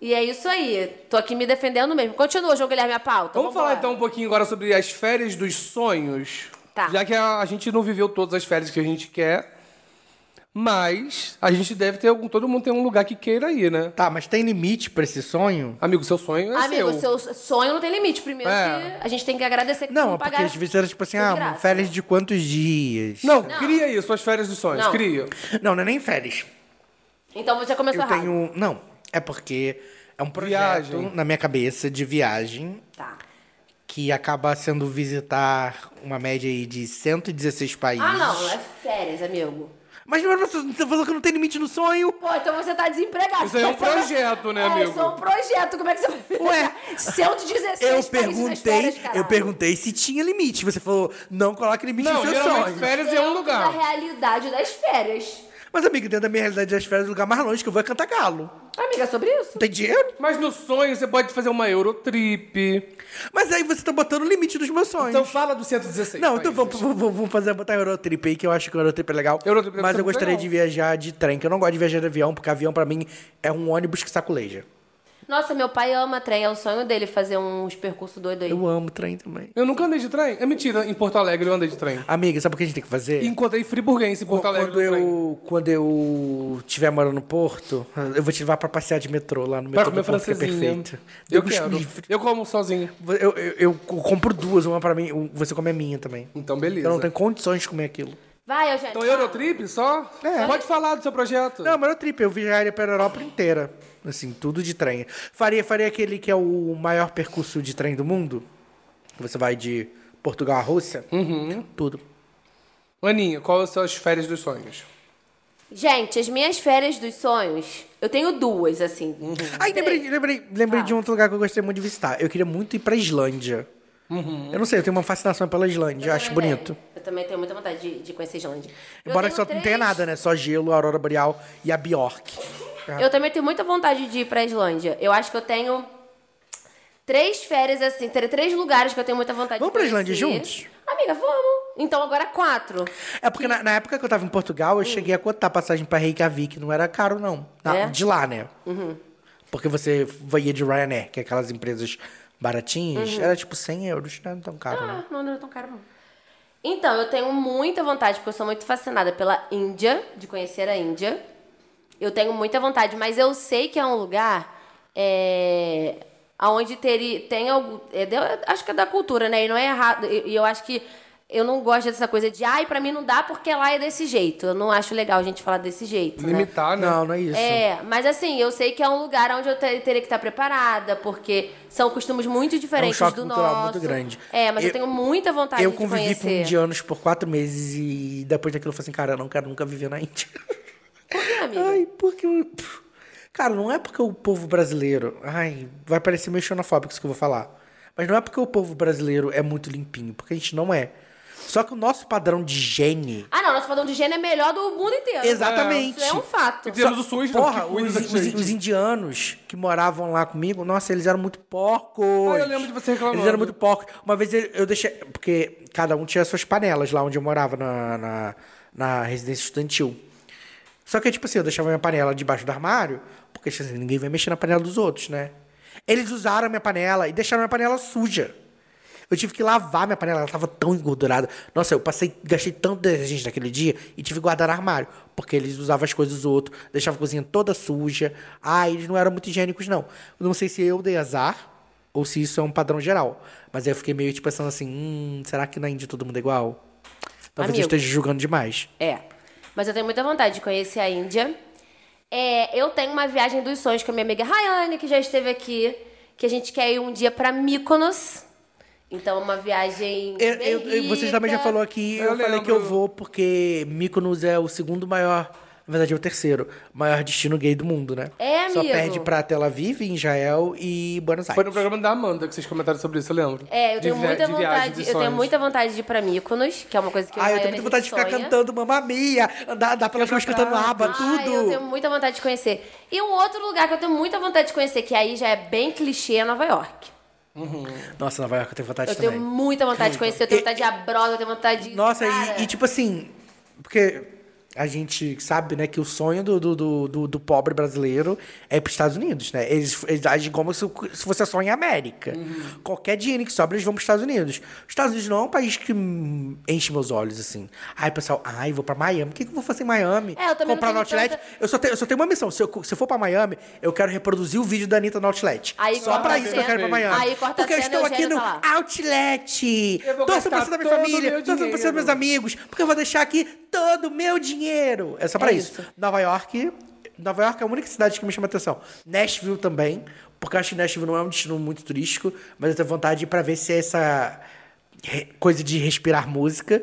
S3: E é isso aí. Tô aqui me defendendo mesmo. Continua, João Guilherme, a pauta.
S2: Vamos falar
S3: Vambora.
S2: então um pouquinho agora sobre as férias dos sonhos.
S3: Tá.
S2: Já que a, a gente não viveu todas as férias que a gente quer, mas a gente deve ter algum. Todo mundo tem um lugar que queira ir, né?
S1: Tá, mas tem limite pra esse sonho?
S2: Amigo, seu sonho é
S3: Amigo,
S2: seu.
S3: seu sonho não tem limite. Primeiro
S2: É.
S3: que a gente tem que agradecer que tu
S1: Não, porque
S3: pagar
S1: às vezes era tipo assim,
S3: de
S1: ah,
S3: graça.
S1: férias de quantos dias?
S2: Não, cria aí suas férias dos sonhos.
S3: Não.
S2: Cria.
S1: Não, não é nem férias.
S3: Então você começou
S1: Eu
S3: errado.
S1: tenho. Não, é porque é um projeto
S2: Viagem.
S1: na minha cabeça de viagem
S3: Tá.
S1: que acaba sendo visitar uma média aí de 116 países.
S3: Ah, não, é férias, amigo.
S1: Mas mas você você falou que não tem limite no sonho?
S3: Pô, então você tá desempregado.
S2: Isso aí é um
S3: Como que você vai-
S2: projeto, né,
S3: é,
S2: amigo?
S3: Isso é um projeto. Como é que você vai...
S1: Ué,
S3: 116
S1: Eu
S3: países nas
S1: perguntei,
S3: férias,
S1: eu
S3: caralho.
S1: perguntei se tinha limite. Você falou, não coloque limite
S2: Não,
S1: no seu
S2: geralmente
S1: sonho.
S2: férias é
S3: Dentro
S2: um
S3: da
S2: lugar.
S3: realidade das férias.
S1: Mas, amigo, dentro da minha realidade das férias, o lugar mais longe que eu vou é cantar galo.
S3: Amiga, é sobre isso?
S1: Não tem dinheiro?
S2: Mas no sonho você pode fazer uma Eurotrip.
S1: Mas aí você tá botando o limite dos meus sonhos.
S2: Então fala do 116.
S1: não, então vamos,
S2: países.
S1: vamos, vamos fazer, botar a Eurotrip aí, que eu acho que o Eurotrip é legal.
S2: Eurotrip deve
S1: mas
S2: ser
S1: eu
S2: muito
S1: gostaria
S2: legal.
S1: de viajar de trem, que eu não gosto de viajar de avião, porque avião pra mim é um ônibus que saculeja.
S3: Nossa, meu pai ama trem. É o sonho dele fazer uns percursos doidos aí.
S1: Eu amo trem também.
S2: Eu nunca andei de trem. É mentira, em Porto Alegre eu andei de trem.
S1: Amiga, sabe o que a gente tem que fazer?
S2: E encontrei friburguense em Porto
S1: É.
S2: Alegre.
S1: quando
S2: no trem.
S1: eu quando eu tiver morando no Porto, eu vou te levar pra passear de metrô lá no metrô
S2: Pra
S1: do
S2: comer
S1: Porto, que é
S2: francesinha.
S1: perfeito.
S2: Eu
S1: Deus
S2: quero.
S1: me livre.
S2: Eu como sozinho.
S1: Eu, eu, eu compro duas, uma pra mim, um- você come a minha também.
S2: Então, beleza.
S1: Eu não tenho condições de comer aquilo.
S3: Vai, Eugênio.
S2: Então, Eurotrip só?
S1: É.
S2: Pode falar do seu projeto.
S1: Não, mas eu trip, eu viajaria pela Europa inteira. Assim, tudo de trem. Faria, faria aquele que é o maior percurso de trem do mundo. que Você vai de Portugal à Rússia.
S2: Uhum.
S1: Tudo.
S2: Aninha, quais são as suas férias dos sonhos?
S3: Gente, as minhas férias dos sonhos, eu tenho duas, assim.
S1: Ai, lembrei, lembrei, lembrei
S3: Ah.
S1: de um outro lugar que eu gostei muito de visitar. Eu queria muito ir pra Islândia. Eu não sei, eu tenho uma fascinação pela Islândia, eu acho
S3: Uhum. Também
S1: bonito.
S3: tenho. É, Eu também tenho muita vontade de, de conhecer a Islândia. Eu
S1: Embora
S3: tenho
S1: só não tenha
S3: três-
S1: nada, né? Só gelo, aurora boreal e a Bjork.
S3: Eu também tenho muita vontade de ir pra Islândia. Eu acho que eu tenho três férias, assim, ter três lugares que eu tenho muita vontade de
S1: Vamos pra
S3: conhecer.
S1: Islândia juntos?
S3: Amiga, vamos. Então agora quatro.
S1: É porque na, na época que eu tava em Portugal, eu
S3: Hum.
S1: cheguei a cotar passagem pra Reykjavik. Não era caro, não. Na-
S3: É?
S1: De lá, né? Porque você ia de Ryanair, que é aquelas empresas
S3: Uhum.
S1: baratinhas. Era tipo 100 euros, né? Não tão caro, né?
S3: Ah, não, não é tão caro, não. Então, eu tenho muita vontade, porque eu sou muito fascinada pela Índia, de conhecer a Índia. Eu tenho muita vontade, mas eu sei que é um lugar é, onde teria, tem algo. é, da- acho que é da cultura, né? E não é errado. E e eu acho que eu não gosto dessa coisa de, ai, pra mim não dá porque lá é desse jeito. Eu não acho legal a gente falar desse jeito. né?
S2: Limitar, né?
S1: Não, não é isso.
S3: É, mas assim, eu sei que é um lugar onde eu te- teria que estar preparada, porque são costumes muito diferentes
S1: É um choque
S3: do
S1: cultural
S3: nosso.
S1: muito grande.
S3: É, mas eu,
S1: Eu-
S3: tenho muita vontade
S1: eu
S3: de
S1: convivi com
S3: conhecer.
S1: indianos por um quatro meses e depois daquilo eu falei assim, cara, eu não quero nunca viver na Índia.
S3: Por quê, amiga?
S1: Ai, porque. eu- pff. Cara, não é porque o povo brasileiro. Ai, vai parecer meio xenofóbico isso que eu vou falar. Mas não é porque o povo brasileiro é muito limpinho, porque a gente não é. Só que o nosso padrão de higiene.
S3: Ah, não, nosso padrão de higiene é melhor do mundo inteiro.
S1: Exatamente.
S3: Isso é um fato.
S2: Entendeu? Indianos do SUS, né?
S1: Porra,
S2: Que cuida
S1: os,
S2: da
S1: os-
S2: gente.
S1: os indianos que moravam lá comigo, nossa, eles eram muito porcos.
S2: Ah, eu lembro de você reclamando.
S1: Eles eram muito porcos. Uma vez eu eu deixei. Porque cada um tinha suas panelas lá onde eu morava, na, na, na residência estudantil. Só que, tipo assim, eu deixava minha panela debaixo do armário, porque tipo assim, ninguém vai mexer na panela dos outros, né? Eles usaram a minha panela e deixaram a minha panela suja. Eu tive que lavar minha panela, ela tava tão engordurada. Nossa, eu passei, gastei tanto detergente naquele dia e tive que guardar no armário. Porque eles usavam as coisas dos outros, deixavam a cozinha toda suja. Ah, eles não eram muito higiênicos, não. Eu não sei se eu dei azar ou se isso é um padrão geral. Mas aí eu fiquei meio tipo pensando assim, hum, será que na Índia todo mundo é igual? Talvez eu
S3: Amigo.
S1: esteja julgando demais.
S3: É. Mas eu tenho muita vontade de conhecer a Índia. É, eu tenho uma viagem dos sonhos com a minha amiga Rayane, que já esteve aqui, que a gente quer ir um dia pra Mykonos. Então, é uma viagem.
S1: Eu,
S3: bem
S1: eu, eu- vocês também já
S3: rica.
S1: falou aqui, eu,
S2: Eu
S1: falei que eu
S2: lembro.
S1: vou porque Mykonos é o segundo maior, na verdade é o terceiro, maior destino gay do mundo, né?
S3: É,
S1: Só
S3: amigo.
S1: perde pra Tel Aviv, Israel e Buenos Aires.
S2: Foi no programa da Amanda que vocês comentaram sobre isso, eu lembro.
S3: É, eu tenho
S2: De vi-
S3: muita
S2: de viagem,
S3: vontade.
S2: de
S3: eu tenho
S2: sonhos.
S3: muita vontade de ir pra Mykonos, que é uma coisa que
S1: Ah, eu
S3: e
S1: tenho muita
S3: Rayane, a
S1: vontade de
S3: gente
S1: ficar
S3: sonha.
S1: cantando Mamma Mia, andar, andar pela rua escutando aba, tudo.
S3: Ai, eu tenho muita vontade de conhecer. E um outro lugar que eu tenho muita vontade de conhecer, que aí já é bem clichê, é Nova York.
S1: Nossa, Nova York eu tenho vontade
S3: Eu
S1: também.
S3: tenho muita vontade de conhecer, eu tenho vontade de ir à Broadway, eu tenho vontade de.
S1: Nossa,
S3: Cara,
S1: e, e tipo assim, porque a gente sabe, né, que o sonho do, do, do, do- do pobre brasileiro é ir para os Estados Unidos, né? Eles, eles agem como se, se fosse só em América.
S3: Uhum.
S1: Qualquer dinheiro que sobra, eles vão para os Estados Unidos. Os Estados Unidos não é um país que hum, enche meus olhos, assim. Ai, pessoal, ai, vou para Miami. O que, que eu vou fazer em Miami?
S3: É, eu também não
S1: Comprar no
S3: tenho
S1: Outlet?
S3: tanta-
S1: Eu, só tenho, eu só tenho uma missão. Se eu, se eu for para Miami, eu quero reproduzir o vídeo da Anitta no Outlet.
S3: Aí
S1: só
S3: corta
S1: para
S3: a
S1: isso que eu quero ir para
S3: cena.
S1: Miami.
S3: Aí corta a
S1: Porque eu
S3: cena,
S1: estou
S3: o
S1: aqui
S3: Eugênio
S1: no
S3: tá lá.
S1: Outlet.
S2: Eu vou
S1: Torça pra você
S2: gastar
S1: da minha
S2: todo o
S1: família,
S2: meu
S1: torça pra você dos
S2: dinheiro.
S1: meus amigos, porque eu vou deixar aqui todo o meu dinheiro. É só pra
S3: É
S1: isso.
S3: isso.
S1: Nova York. Nova York é a única cidade que me chama atenção. Nashville também, porque eu acho que Nashville não é um destino muito turístico, mas eu tenho vontade de ir pra ver se é essa re- coisa de respirar música.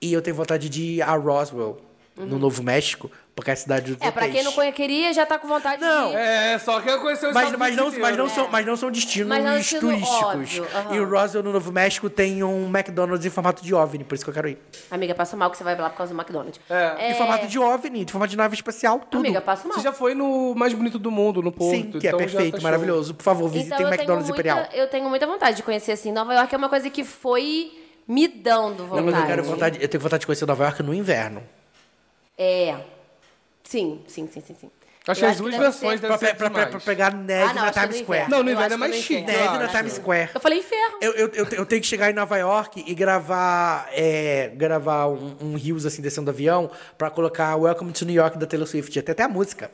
S1: E eu tenho vontade de ir a Roswell,
S2: Uhum.
S1: no Novo México, porque é a cidade do
S3: É, pra quem não
S1: peixe.
S3: conhe- queria, já tá com vontade
S1: Não,
S3: de...
S2: É, só quer conhecer os
S1: Mas,
S2: Estados
S1: mas, não,
S2: Unidos
S1: mas, não
S2: inteiro.
S1: são, mas não são
S3: É.
S1: destinos
S3: Mas é um destino
S1: turísticos.
S3: óbvio, aham.
S1: E o Roswell, no Novo México, tem um McDonald's em formato de OVNI, por isso que eu quero ir.
S3: Amiga, passa mal que você vai lá por causa do McDonald's.
S2: É.
S1: Em formato de OVNI, em formato de nave espacial, tudo.
S3: Amiga, passa mal.
S2: Você já foi no mais bonito do mundo, no Porto.
S1: Sim, que é
S2: então já
S1: perfeito,
S2: tá show.
S1: maravilhoso. Por favor, visitem
S3: Então eu tenho
S1: McDonald's
S3: muita-
S1: Imperial.
S3: Eu tenho muita vontade de conhecer, assim, Nova York é uma coisa que foi me dando
S1: Não,
S3: vontade.
S1: mas eu, quero vontade, eu tenho vontade de conhecer Nova York no inverno.
S3: É. Sim, sim, sim, sim, sim.
S2: Acho
S3: Eu
S2: que as duas
S3: deve ser-
S2: versões
S1: Pra,
S2: deve ser
S1: pe- pra-
S2: demais.
S1: pra pegar neve
S3: Ah, não,
S1: na
S3: acho que
S1: Times
S3: no
S1: Square.
S3: inverno.
S2: Não, no
S3: Eu
S2: inverno
S3: acho
S2: é mais
S3: que no
S2: chique.
S3: inverno.
S2: eu
S1: Neve na
S2: acho.
S1: Times Square.
S3: Eu falei inferno.
S1: Eu, eu, eu, te- eu tenho que chegar em Nova York e gravar é, gravar um, um rios assim descendo do avião pra colocar Welcome to New York da Taylor Swift. Tem até a música.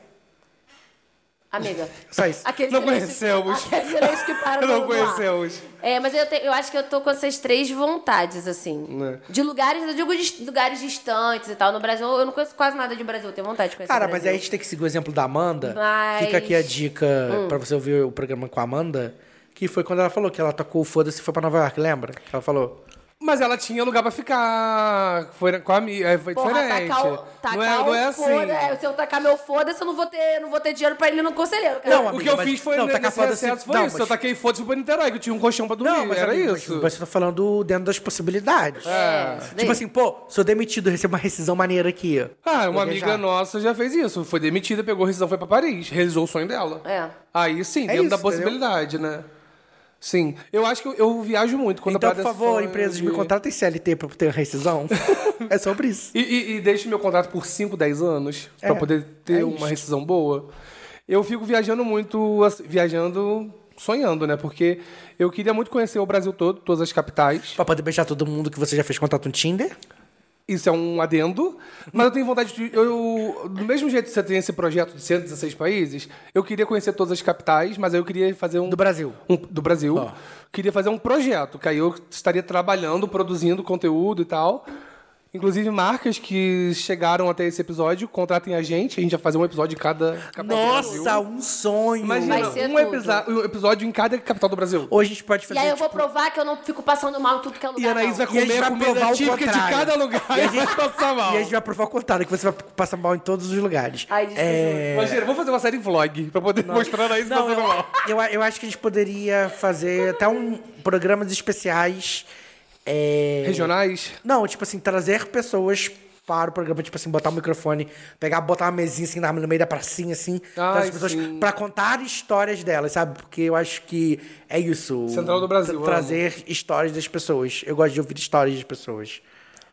S3: Amiga.
S1: Só isso.
S3: Aquele
S2: Não
S3: silêncio-
S2: conhecemos.
S3: Aquele silêncio que para no-
S2: Não
S3: no ar.
S2: conhecemos.
S3: É, mas eu, te- eu acho que eu tô com essas três vontades, assim.
S2: É.
S3: De lugares, eu digo de lugares distantes e tal. No Brasil, eu não conheço quase nada de Brasil. Eu tenho vontade de conhecer
S1: Cara,
S3: o
S1: mas
S3: é Brasil.
S1: aí a
S2: é
S1: gente tem que seguir o exemplo da Amanda.
S3: Mas- Hum.
S1: Fica aqui a dica pra você ouvir o programa com a Amanda. Que foi quando ela falou que ela tocou o foda-se e foi pra Nova York, lembra? Que Ela falou.
S2: Mas ela tinha lugar pra ficar. Foi com a amiga. é, Foi
S1: tá
S3: Porra,
S2: diferente.
S3: tacar o, tacar
S2: não, é, não é
S3: o
S2: assim.
S3: foda- é, se eu tacar meu foda-se, eu não vou ter, não vou ter dinheiro pra ele no conselheiro, cara.
S1: Não,
S2: o
S1: amiga,
S2: que eu
S1: mas-
S2: fiz foi
S1: não, tá
S2: não,
S1: tacar
S2: nesse
S1: foda-se-
S2: recesso foi
S1: não,
S2: isso.
S1: mas-
S2: Eu taquei foda-se pra Niterói, que eu tinha um colchão pra dormir. era
S1: amigo,
S2: isso.
S1: Mas, mas você tá falando dentro das possibilidades.
S3: É, isso daí.
S1: Tipo assim, pô, sou demitido, recebo uma rescisão maneira aqui.
S2: Ah,
S1: Vou
S2: uma amiga
S1: viajar.
S2: nossa já fez isso. Foi demitida, pegou rescisão, foi pra Paris. Realizou o sonho dela.
S3: É.
S2: Aí sim, dentro
S1: isso,
S2: da
S1: entendeu?
S2: possibilidade, né? Sim. Eu acho que eu, eu viajo muito quando a
S1: Então, por
S2: parada é
S1: favor,
S2: sonho
S1: empresas,
S2: de-
S1: me contratem CLT pra eu ter rescisão. é sobre isso.
S2: E, e, e deixo meu contrato por 5, 10 anos,
S1: É,
S2: pra poder ter
S1: é
S2: uma
S1: isso.
S2: rescisão boa. Eu fico viajando muito, assim, viajando, sonhando, né? Porque eu queria muito conhecer o Brasil todo, todas as capitais.
S1: Pra poder beijar todo mundo que você já fez contato no Tinder.
S2: Isso é um adendo. Mas eu tenho vontade de. Eu, do mesmo jeito que você tem esse projeto de 116 países, eu queria conhecer todas as capitais, mas aí eu queria fazer um.
S1: Do Brasil.
S2: um- do Brasil.
S1: Ó.
S2: Queria fazer um projeto, que aí eu estaria trabalhando, produzindo conteúdo e tal. Inclusive, marcas que chegaram até esse episódio, contratem a gente, a gente vai fazer um episódio em cada capital do Brasil.
S1: Nossa, um sonho.
S2: Imagina,
S3: Vai ser
S2: um,
S3: tudo.
S2: episódio- um episódio em cada capital do Brasil.
S1: Hoje a gente pode
S3: E
S1: fazer.
S3: aí eu vou
S1: tipo,
S3: provar que eu não fico passando mal em tudo que é lugar,
S2: E a Anaís
S3: não.
S1: E
S2: vai
S1: a gente
S2: comer
S1: vai
S2: a
S1: provar
S2: comida
S1: o
S2: típica de
S1: contrário.
S2: cada lugar
S1: E
S2: e,
S1: a
S2: vai
S1: gente-
S2: passar mal.
S1: E a gente vai provar o contrário, que você vai passar mal em todos os lugares.
S3: Ai, desculpa.
S2: Imagina, vou fazer uma série vlog pra poder mostrar a Anaís
S1: Não,
S2: passando
S1: eu,
S2: mal.
S1: eu, eu acho que a gente poderia fazer até um programas especiais. é,
S2: Regionais?
S1: Não, tipo assim, trazer pessoas para o programa, tipo assim, botar o microfone, pegar, botar uma mesinha assim na- no meio da pracinha, assim,
S2: Ai,
S1: para as pessoas
S2: sim.
S1: para contar histórias delas, sabe? Porque eu acho que é isso.
S2: Central do Brasil, amo.
S1: trazer histórias das pessoas. Eu gosto de ouvir histórias das pessoas.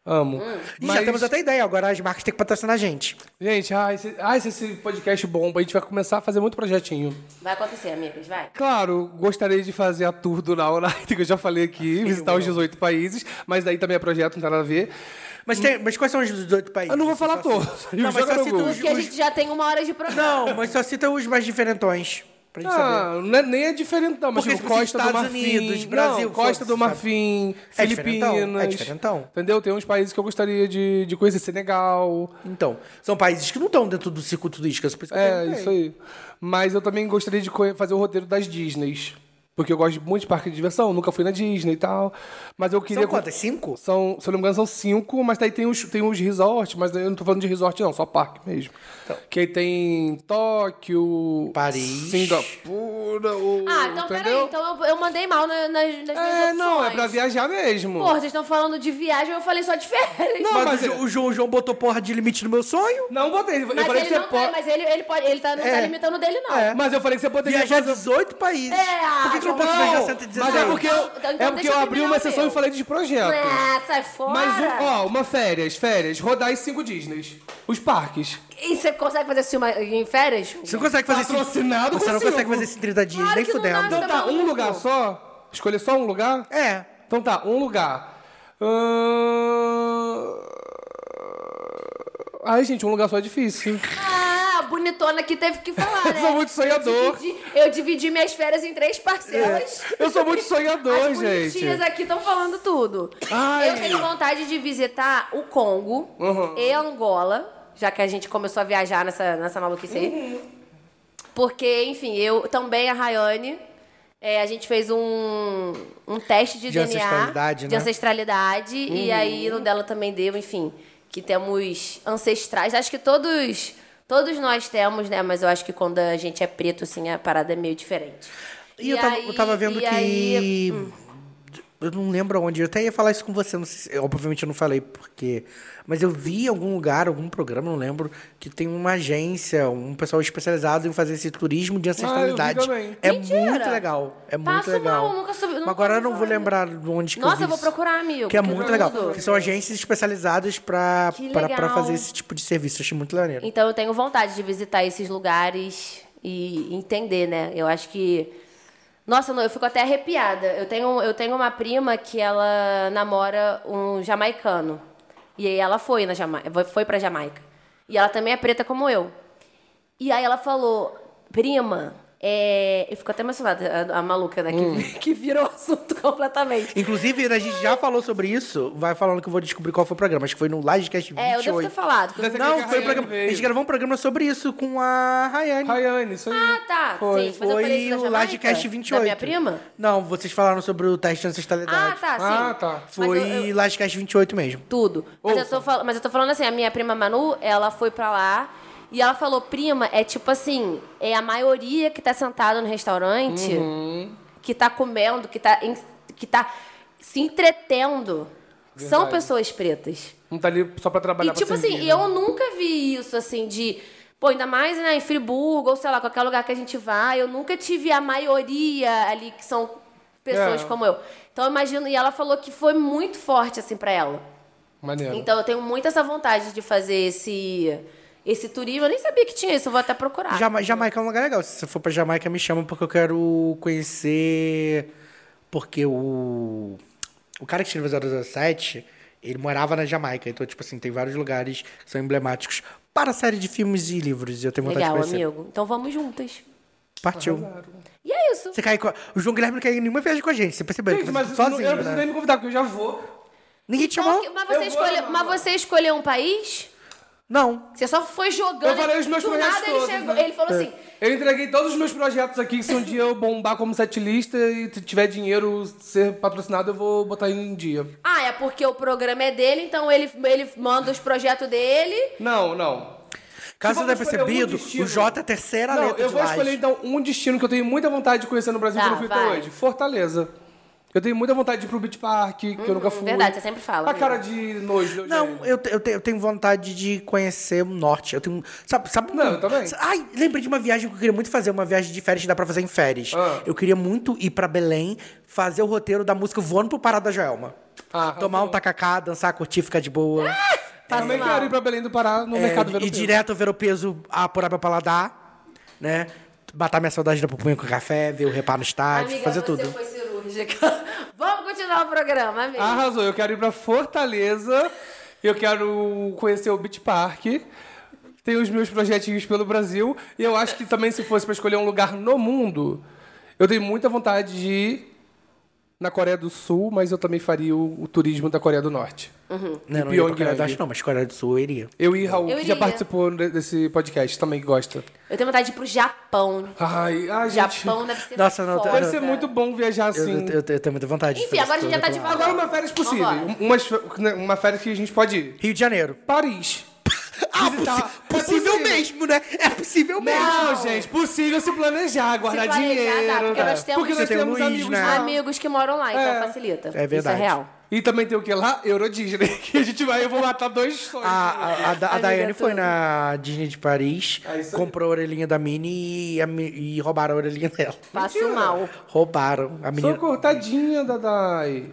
S2: Amo.
S1: E Hum. já temos até ideia, agora as marcas têm que patrocinar a gente.
S2: Gente, ai, se, ai, se esse podcast bomba, a gente vai começar a fazer muito projetinho.
S3: Vai acontecer, amigas, vai.
S2: Claro, gostaria de fazer a tour do Now Night, que eu já falei aqui, visitar os 18 países, mas daí também é projeto, não tem nada a ver.
S1: Mas, tem, mas quais são os 18 países?
S2: Eu não vou falar
S1: Só cita-
S2: todos.
S1: Não, mas
S2: Joga
S1: só
S2: no
S1: cita
S2: Google.
S1: os,
S3: Porque a gente já tem uma hora de programa.
S1: Não, mas só cita os mais diferentões. Pra gente saber.
S2: Ah, não é- nem é diferente não, mas
S1: Porque,
S2: tipo,
S1: tipo assim,
S2: Costa do
S1: Estados
S2: Marfim,
S1: Unidos, Brasil,
S2: não, Costa
S1: foda-se,
S2: do Marfim,
S1: É diferentão,
S2: Filipinas,
S1: é diferentão.
S2: entendeu? Tem uns países que eu gostaria de, de conhecer, Senegal,
S1: Então, são países que não estão dentro do circuito turístico. É, por isso que eu
S2: É,
S1: perguntei.
S2: isso aí. Mas eu também gostaria de conhe- fazer o roteiro das Disneys. Porque eu gosto muito de parque de diversão, nunca fui na Disney e tal. Mas eu queria.
S1: São quantas? Cinco?
S2: São, se eu não me engano, são cinco, mas daí tem os, tem os resorts, mas eu não tô falando de resort, não, só parque mesmo.
S3: Então.
S2: Que aí tem Tóquio,
S1: Paris.
S2: Singapura, o-
S3: Ah, então peraí,
S2: entendeu?
S3: então eu, eu mandei mal na, na, nas minhas
S2: É,
S3: opções.
S2: não, é pra viajar mesmo.
S3: Porra, vocês estão falando de viagem, eu falei só de férias.
S2: Não,
S1: Mas,
S2: mas é-
S1: o, Jo-
S2: ele-
S1: o João, o João botou porra de limite no meu sonho?
S2: Não botei. Eu
S3: mas
S2: falei
S3: ele
S2: que você
S3: não
S2: pode.
S3: tá, mas ele, ele pode, ele tá, não tá
S1: É.
S3: limitando dele, não.
S2: Mas eu falei que você poderia
S1: Viajar
S2: fazer.
S1: 18 países.
S3: É,
S1: Por que, que eu não posso
S3: Não,
S1: beijar
S2: Mas é
S1: 116?
S2: porque eu,
S3: Então
S2: é porque
S3: deixa
S2: eu
S3: eu
S2: abri
S3: terminar
S2: uma
S3: o
S2: sessão
S3: meu.
S2: e falei de projetos.
S3: Ah, sai fora.
S2: Mas, um- ó, uma férias, férias, rodar as cinco Disneys. Os parques.
S3: E você consegue fazer esse filme em férias?
S1: Você não consegue fazer
S2: Patrocinado,
S1: isso. Você não
S2: consigo.
S1: consegue fazer isso em 30 dias,
S3: Claro
S1: nem
S3: que não
S1: fudendo.
S3: dá.
S2: Então tá, um
S3: maluco?
S2: lugar só? Escolher só um lugar?
S1: É.
S2: Então tá, um lugar. Ahn. Ai, gente, um lugar só é difícil.
S3: Ah, a bonitona que teve que falar, né?
S2: Eu sou muito sonhador. É.
S3: Eu dividi, eu dividi minhas férias em três parcelas.
S2: Eu sou muito sonhador,
S3: As
S2: gente.
S3: bonitinhas aqui estão falando tudo.
S2: Ai. Uhum.
S3: Eu tenho vontade de visitar o Congo e Angola, já que a gente começou a viajar nessa, nessa maluquice aí.
S2: Uhum.
S3: Porque, enfim, eu também, a Rayane, é, a gente fez um, um teste de,
S1: De
S3: DNA.
S1: ancestralidade,
S3: de
S1: né?
S3: ancestralidade.
S2: Uhum.
S3: E aí, no dela também deu, enfim, que temos ancestrais. Acho que todos... Todos nós temos, né? Mas eu acho que quando a gente é preto, assim, a parada é meio diferente.
S1: E, eu, tava, eu
S3: aí-
S1: tava vendo
S3: e
S1: que.
S3: aí- hum.
S1: Eu não lembro onde. Eu até ia falar isso com você. Não sei se- eu, obviamente eu não falei porque. Mas eu vi em algum lugar, algum programa, não lembro, que tem uma agência, um pessoal especializado em fazer esse turismo de ancestralidade.
S2: também.
S1: é
S3: Mentira!
S1: muito legal. É muito
S3: Passo
S1: legal.
S3: mal, nunca soube-
S1: Mas
S3: nunca
S1: agora eu
S3: ouvi
S1: não vou
S3: falar.
S1: lembrar de onde que eu
S3: Nossa,
S1: vi
S3: eu vou
S1: isso.
S3: procurar, amigo,
S1: Que é
S3: porque
S1: muito
S3: eu
S1: legal.
S3: não uso.
S1: Que são agências especializadas pra,
S3: Que
S1: pra, pra
S3: legal.
S1: fazer esse tipo de serviço. Eu achei muito maneiro.
S3: Então eu tenho vontade de visitar esses lugares e entender, né? Eu acho que. Nossa, não, eu fico até arrepiada. Eu tenho, eu tenho uma prima que ela namora um jamaicano. E aí ela foi na Jamaica, foi pra Jamaica. E ela também é preta como eu. E aí ela falou, prima, é... eu fico até emocionada, a, a maluca, né? Que,
S1: Hum.
S3: que virou assunto completamente.
S1: Inclusive, a gente já falou sobre isso. Vai falando que eu vou descobrir qual foi o programa. Acho que foi no Livecast 28.
S3: É, eu devo ter falado. que eu-
S2: Deve ter
S1: Não,
S2: que a
S1: foi
S2: Rayane
S1: um programa.
S2: veio.
S1: A gente gravou um programa sobre isso com a Rayane.
S2: Rayane, isso aí.
S3: Ah, tá.
S2: Foi.
S3: Sim, mas eu
S1: foi
S3: falei isso da
S1: o
S3: Jamaica?
S1: Livecast 28.
S3: É. Da minha prima?
S1: Não, vocês falaram sobre o teste de ancestralidade.
S3: Ah, tá, sim.
S2: Ah, tá.
S3: Mas eu-
S1: Foi
S3: eu-
S1: Livecast 28 mesmo.
S3: tudo. Mas eu, tô fal- mas eu tô falando assim, a minha prima Manu, ela foi pra lá e ela falou, prima, é tipo assim, é a maioria que tá sentada no restaurante,
S2: Uhum.
S3: que tá comendo, que tá, em- que tá se entretendo, são
S2: Verdade.
S3: pessoas pretas.
S2: Não tá ali só pra trabalhar
S3: E tipo
S2: pra
S3: assim,
S2: servir, né?
S3: eu nunca vi isso assim de. Pô, ainda mais né, em Friburgo, ou sei lá, qualquer lugar que a gente vá, eu nunca tive a maioria ali que são pessoas
S2: É.
S3: como eu. Então eu imagino, e ela falou que foi muito forte assim pra ela.
S2: Maneiro.
S3: Então eu tenho muito essa vontade de fazer esse esse turismo. Eu nem sabia que tinha isso, eu vou até procurar.
S1: Jama- Jamaica é um lugar legal. Se você for pra Jamaica, me chama porque eu quero conhecer. Porque o. O cara que escreveu 007, ele morava na Jamaica. Então, tipo assim, tem vários lugares que são emblemáticos para a série de filmes e livros. E eu tenho vontade
S3: Legal,
S1: de conhecer.
S3: amigo. Então vamos juntas.
S1: Partiu.
S3: E é isso.
S1: Você cai com... O João Guilherme não quer ir em nenhuma viagem com a gente. Você percebeu?
S2: Gente,
S1: Ele
S2: mas
S1: tá
S2: eu não-
S1: sozinho,
S2: eu não preciso
S1: né?
S2: nem me convidar, porque eu já vou.
S1: Ninguém te
S3: Qual
S1: chamou?
S3: que- mas,
S2: Eu
S3: você
S2: vou,
S3: escolheu,
S2: eu
S3: mas você escolheu um país?
S1: Não.
S3: Você só foi jogando.
S2: Eu falei os meus
S3: do
S2: projetos
S3: nada ele
S2: todos,
S3: chegou.
S2: né?
S3: Ele falou assim:
S2: Eu entreguei todos os meus projetos aqui, que se um dia eu bombar como setlista e t- tiver dinheiro ser patrocinado, eu vou botar em dia.
S3: Ah, é porque o programa é dele, então ele, ele manda os projetos dele.
S2: Não, não.
S1: Caso
S2: Se
S1: você
S2: for
S1: tenha
S2: escolher
S1: percebido,
S2: um destino-
S1: o J é a terceira
S2: Não,
S1: letra
S2: eu
S1: de
S2: vou
S1: Laje.
S2: escolher então um destino que eu tenho muita vontade de conhecer no Brasil que eu
S3: Tá,
S2: não fui até
S3: vai.
S2: hoje. Fortaleza. Eu tenho muita vontade de ir pro Beach Park, que eu nunca fui.
S3: Hum, verdade, você sempre fala,
S2: A
S3: amigo.
S2: cara de nojo. de
S1: Não,
S2: Eugênio.
S1: eu, te- eu, te- eu tenho vontade de conhecer o norte. Eu tenho. Sabe, sabe
S2: Não, eu também.
S1: Ai, lembrei de uma viagem que eu queria muito fazer, uma viagem de férias que dá pra fazer em férias.
S2: Ah.
S1: Eu queria muito ir pra Belém, fazer o roteiro da música Voando pro Pará da Joelma.
S2: Ah,
S1: Tomar um tacacá, dançar, curtir, ficar de boa.
S3: Passa
S2: Também
S3: mal.
S2: quero ir pra Belém do Pará no mercado
S1: É, e
S2: verão.
S1: direto ver o peso, ah, apurar meu paladar, né? Matar minha saudade da pupunha com café, ver o repá no estádio,
S3: Amiga,
S1: fazer
S3: você é um
S1: tudo.
S3: foi cirúrgica. Vamos continuar o programa, amigo.
S2: Arrasou, eu quero ir pra Fortaleza, eu quero conhecer o Beach Park. Tem os meus projetinhos pelo Brasil. E eu acho que também, se fosse pra escolher um lugar no mundo, eu tenho muita vontade de ir na Coreia do Sul, mas eu também faria o, o turismo da Coreia do Norte.
S1: Não, não
S2: E
S1: ia pra Coreia
S2: Pyongyang.
S1: do Norte, não, mas Coreia do Sul eu iria.
S2: Eu e Raul,
S3: Eu
S2: que já
S3: iria.
S2: participou de- desse podcast, também que gosta.
S3: Eu tenho vontade de ir pro Japão.
S2: Ai, ai, gente.
S3: Japão deve ser
S1: Nossa, não,
S3: foda.
S2: Deve ser muito bom viajar
S1: Eu,
S2: assim.
S1: eu- eu tenho muita vontade. de
S3: Enfim,
S1: fazer
S3: agora a
S1: isso
S3: gente já tá
S1: tudo.
S3: de
S2: Agora uma férias possível.
S3: Vambora.
S2: Umas fe- né, uma férias que a gente pode ir.
S1: Rio de Janeiro.
S2: Paris.
S1: Ah,
S2: Visitar-
S1: possi-
S2: É
S1: possível mesmo, né? É possível
S2: Não, Ah,
S1: mesmo.
S2: gente, possível se planejar, guardar
S3: planejar,
S2: dinheiro. tá.
S3: dá, porque nós temos- Ah,
S2: Porque nós
S1: Você tem o
S2: temos
S1: Luiz,
S2: amigos
S1: né?
S2: lá.
S3: Amigos que moram lá, então
S2: É.
S3: facilita.
S1: É verdade.
S3: Isso é real.
S2: E também tem o que lá? Euro Disney. Que a gente vai, eu vou matar dois sonhos.
S1: A, a, a, Da- a
S3: Amiga
S1: Daiane foi
S3: toda.
S1: na Disney de Paris,
S2: É isso aí.
S1: comprou a orelhinha da Minnie e, a mi- e roubaram a orelhinha dela.
S3: Passo
S2: Mentira.
S3: mal.
S1: Roubaram a menina.
S2: Socorro, tadinha, Dadai.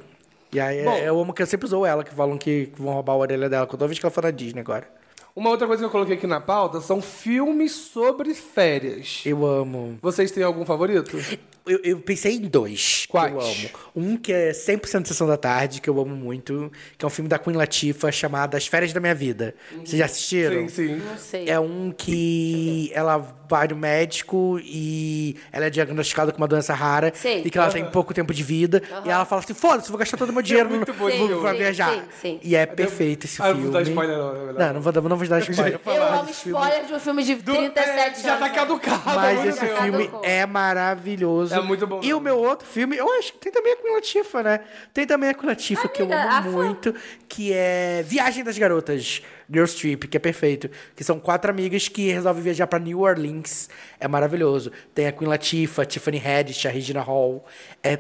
S1: E aí é,
S2: Bom.
S1: eu amo que eu sempre usou ela, que falam que vão roubar a orelha dela toda vez que ela for na Disney agora.
S2: Uma outra coisa que eu coloquei aqui na pauta são filmes sobre férias.
S1: Eu amo.
S2: Vocês têm algum favorito?
S1: Eu, eu pensei em dois
S2: Quais?
S1: que eu amo. Um que é 100% Sessão da Tarde, que eu amo muito, que é um filme da Queen Latifah chamado As Férias da Minha Vida. Vocês já assistiram?
S2: Sim, sim.
S3: Não sei.
S1: É um que ela vai no médico e ela é diagnosticada com uma doença rara
S3: Sei.
S1: e que ela tem pouco tempo de vida. E ela fala assim: foda-se, vou gastar todo o meu dinheiro
S2: É muito
S1: no-
S2: bom esse
S1: vou-
S2: filme.
S1: pra
S3: Sim,
S1: viajar.
S3: sim, sim.
S1: E é perfeito esse
S2: Ah, eu
S1: filme.
S2: não vou dar spoiler, não, é melhor.
S1: Não, não vou dar, não vou dar spoiler.
S3: Eu amo spoiler de um filme de
S2: Do-
S3: 37
S2: é, Já tá
S3: anos.
S2: caducado.
S1: Mas
S2: meu
S1: esse
S2: Deus.
S1: filme
S3: Caducou.
S1: é maravilhoso.
S2: É muito bom
S1: E o
S2: mesmo.
S1: meu outro filme, eu acho que tem também a Queen Latifah, né? Tem também a Queen Latifah, que eu
S3: Amiga, a
S1: amo
S3: fã.
S1: muito, que é Viagem das Garotas, Girls Trip, que é perfeito. Que são quatro amigas que resolvem viajar pra New Orleans. É maravilhoso. Tem a Queen Latifah, a Tiffany Haddish, a Regina Hall. É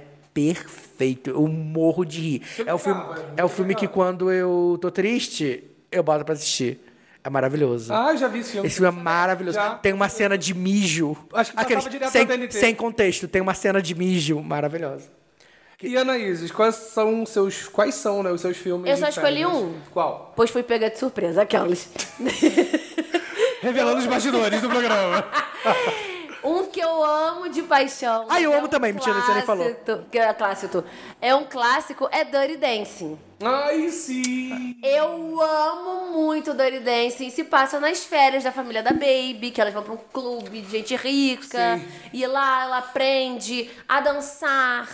S1: perfeito. Eu morro de rir. É o filme, é o filme que quando eu tô triste, eu boto pra assistir. É maravilhoso.
S2: Ah, já vi esse filme.
S1: Esse filme é maravilhoso.
S2: Já.
S1: Tem uma cena de mijo.
S2: Acho que passava direto
S1: sem,
S2: na TNT.
S1: sem contexto, tem uma cena de mijo maravilhosa.
S2: E Anaíses, quais são os seus. Quais são, né, os seus filmes?
S3: Eu
S2: de
S3: só escolhi
S2: férias?
S3: um.
S2: Qual?
S3: Pois fui pegar de surpresa, aquelas.
S2: Revelando os bastidores do programa.
S3: Um que eu amo de paixão.
S1: Ah, eu
S3: mas é
S1: amo
S3: um
S1: também, mentira, você nem falou.
S3: clássico- Que é clássico. É um clássico, é Dirty Dancing.
S2: Ai, sim.
S3: Eu amo muito Dirty Dancing. Se passa nas férias da família da Baby, que elas vão pra um clube de gente rica.
S2: Sim.
S3: E lá ela aprende a dançar.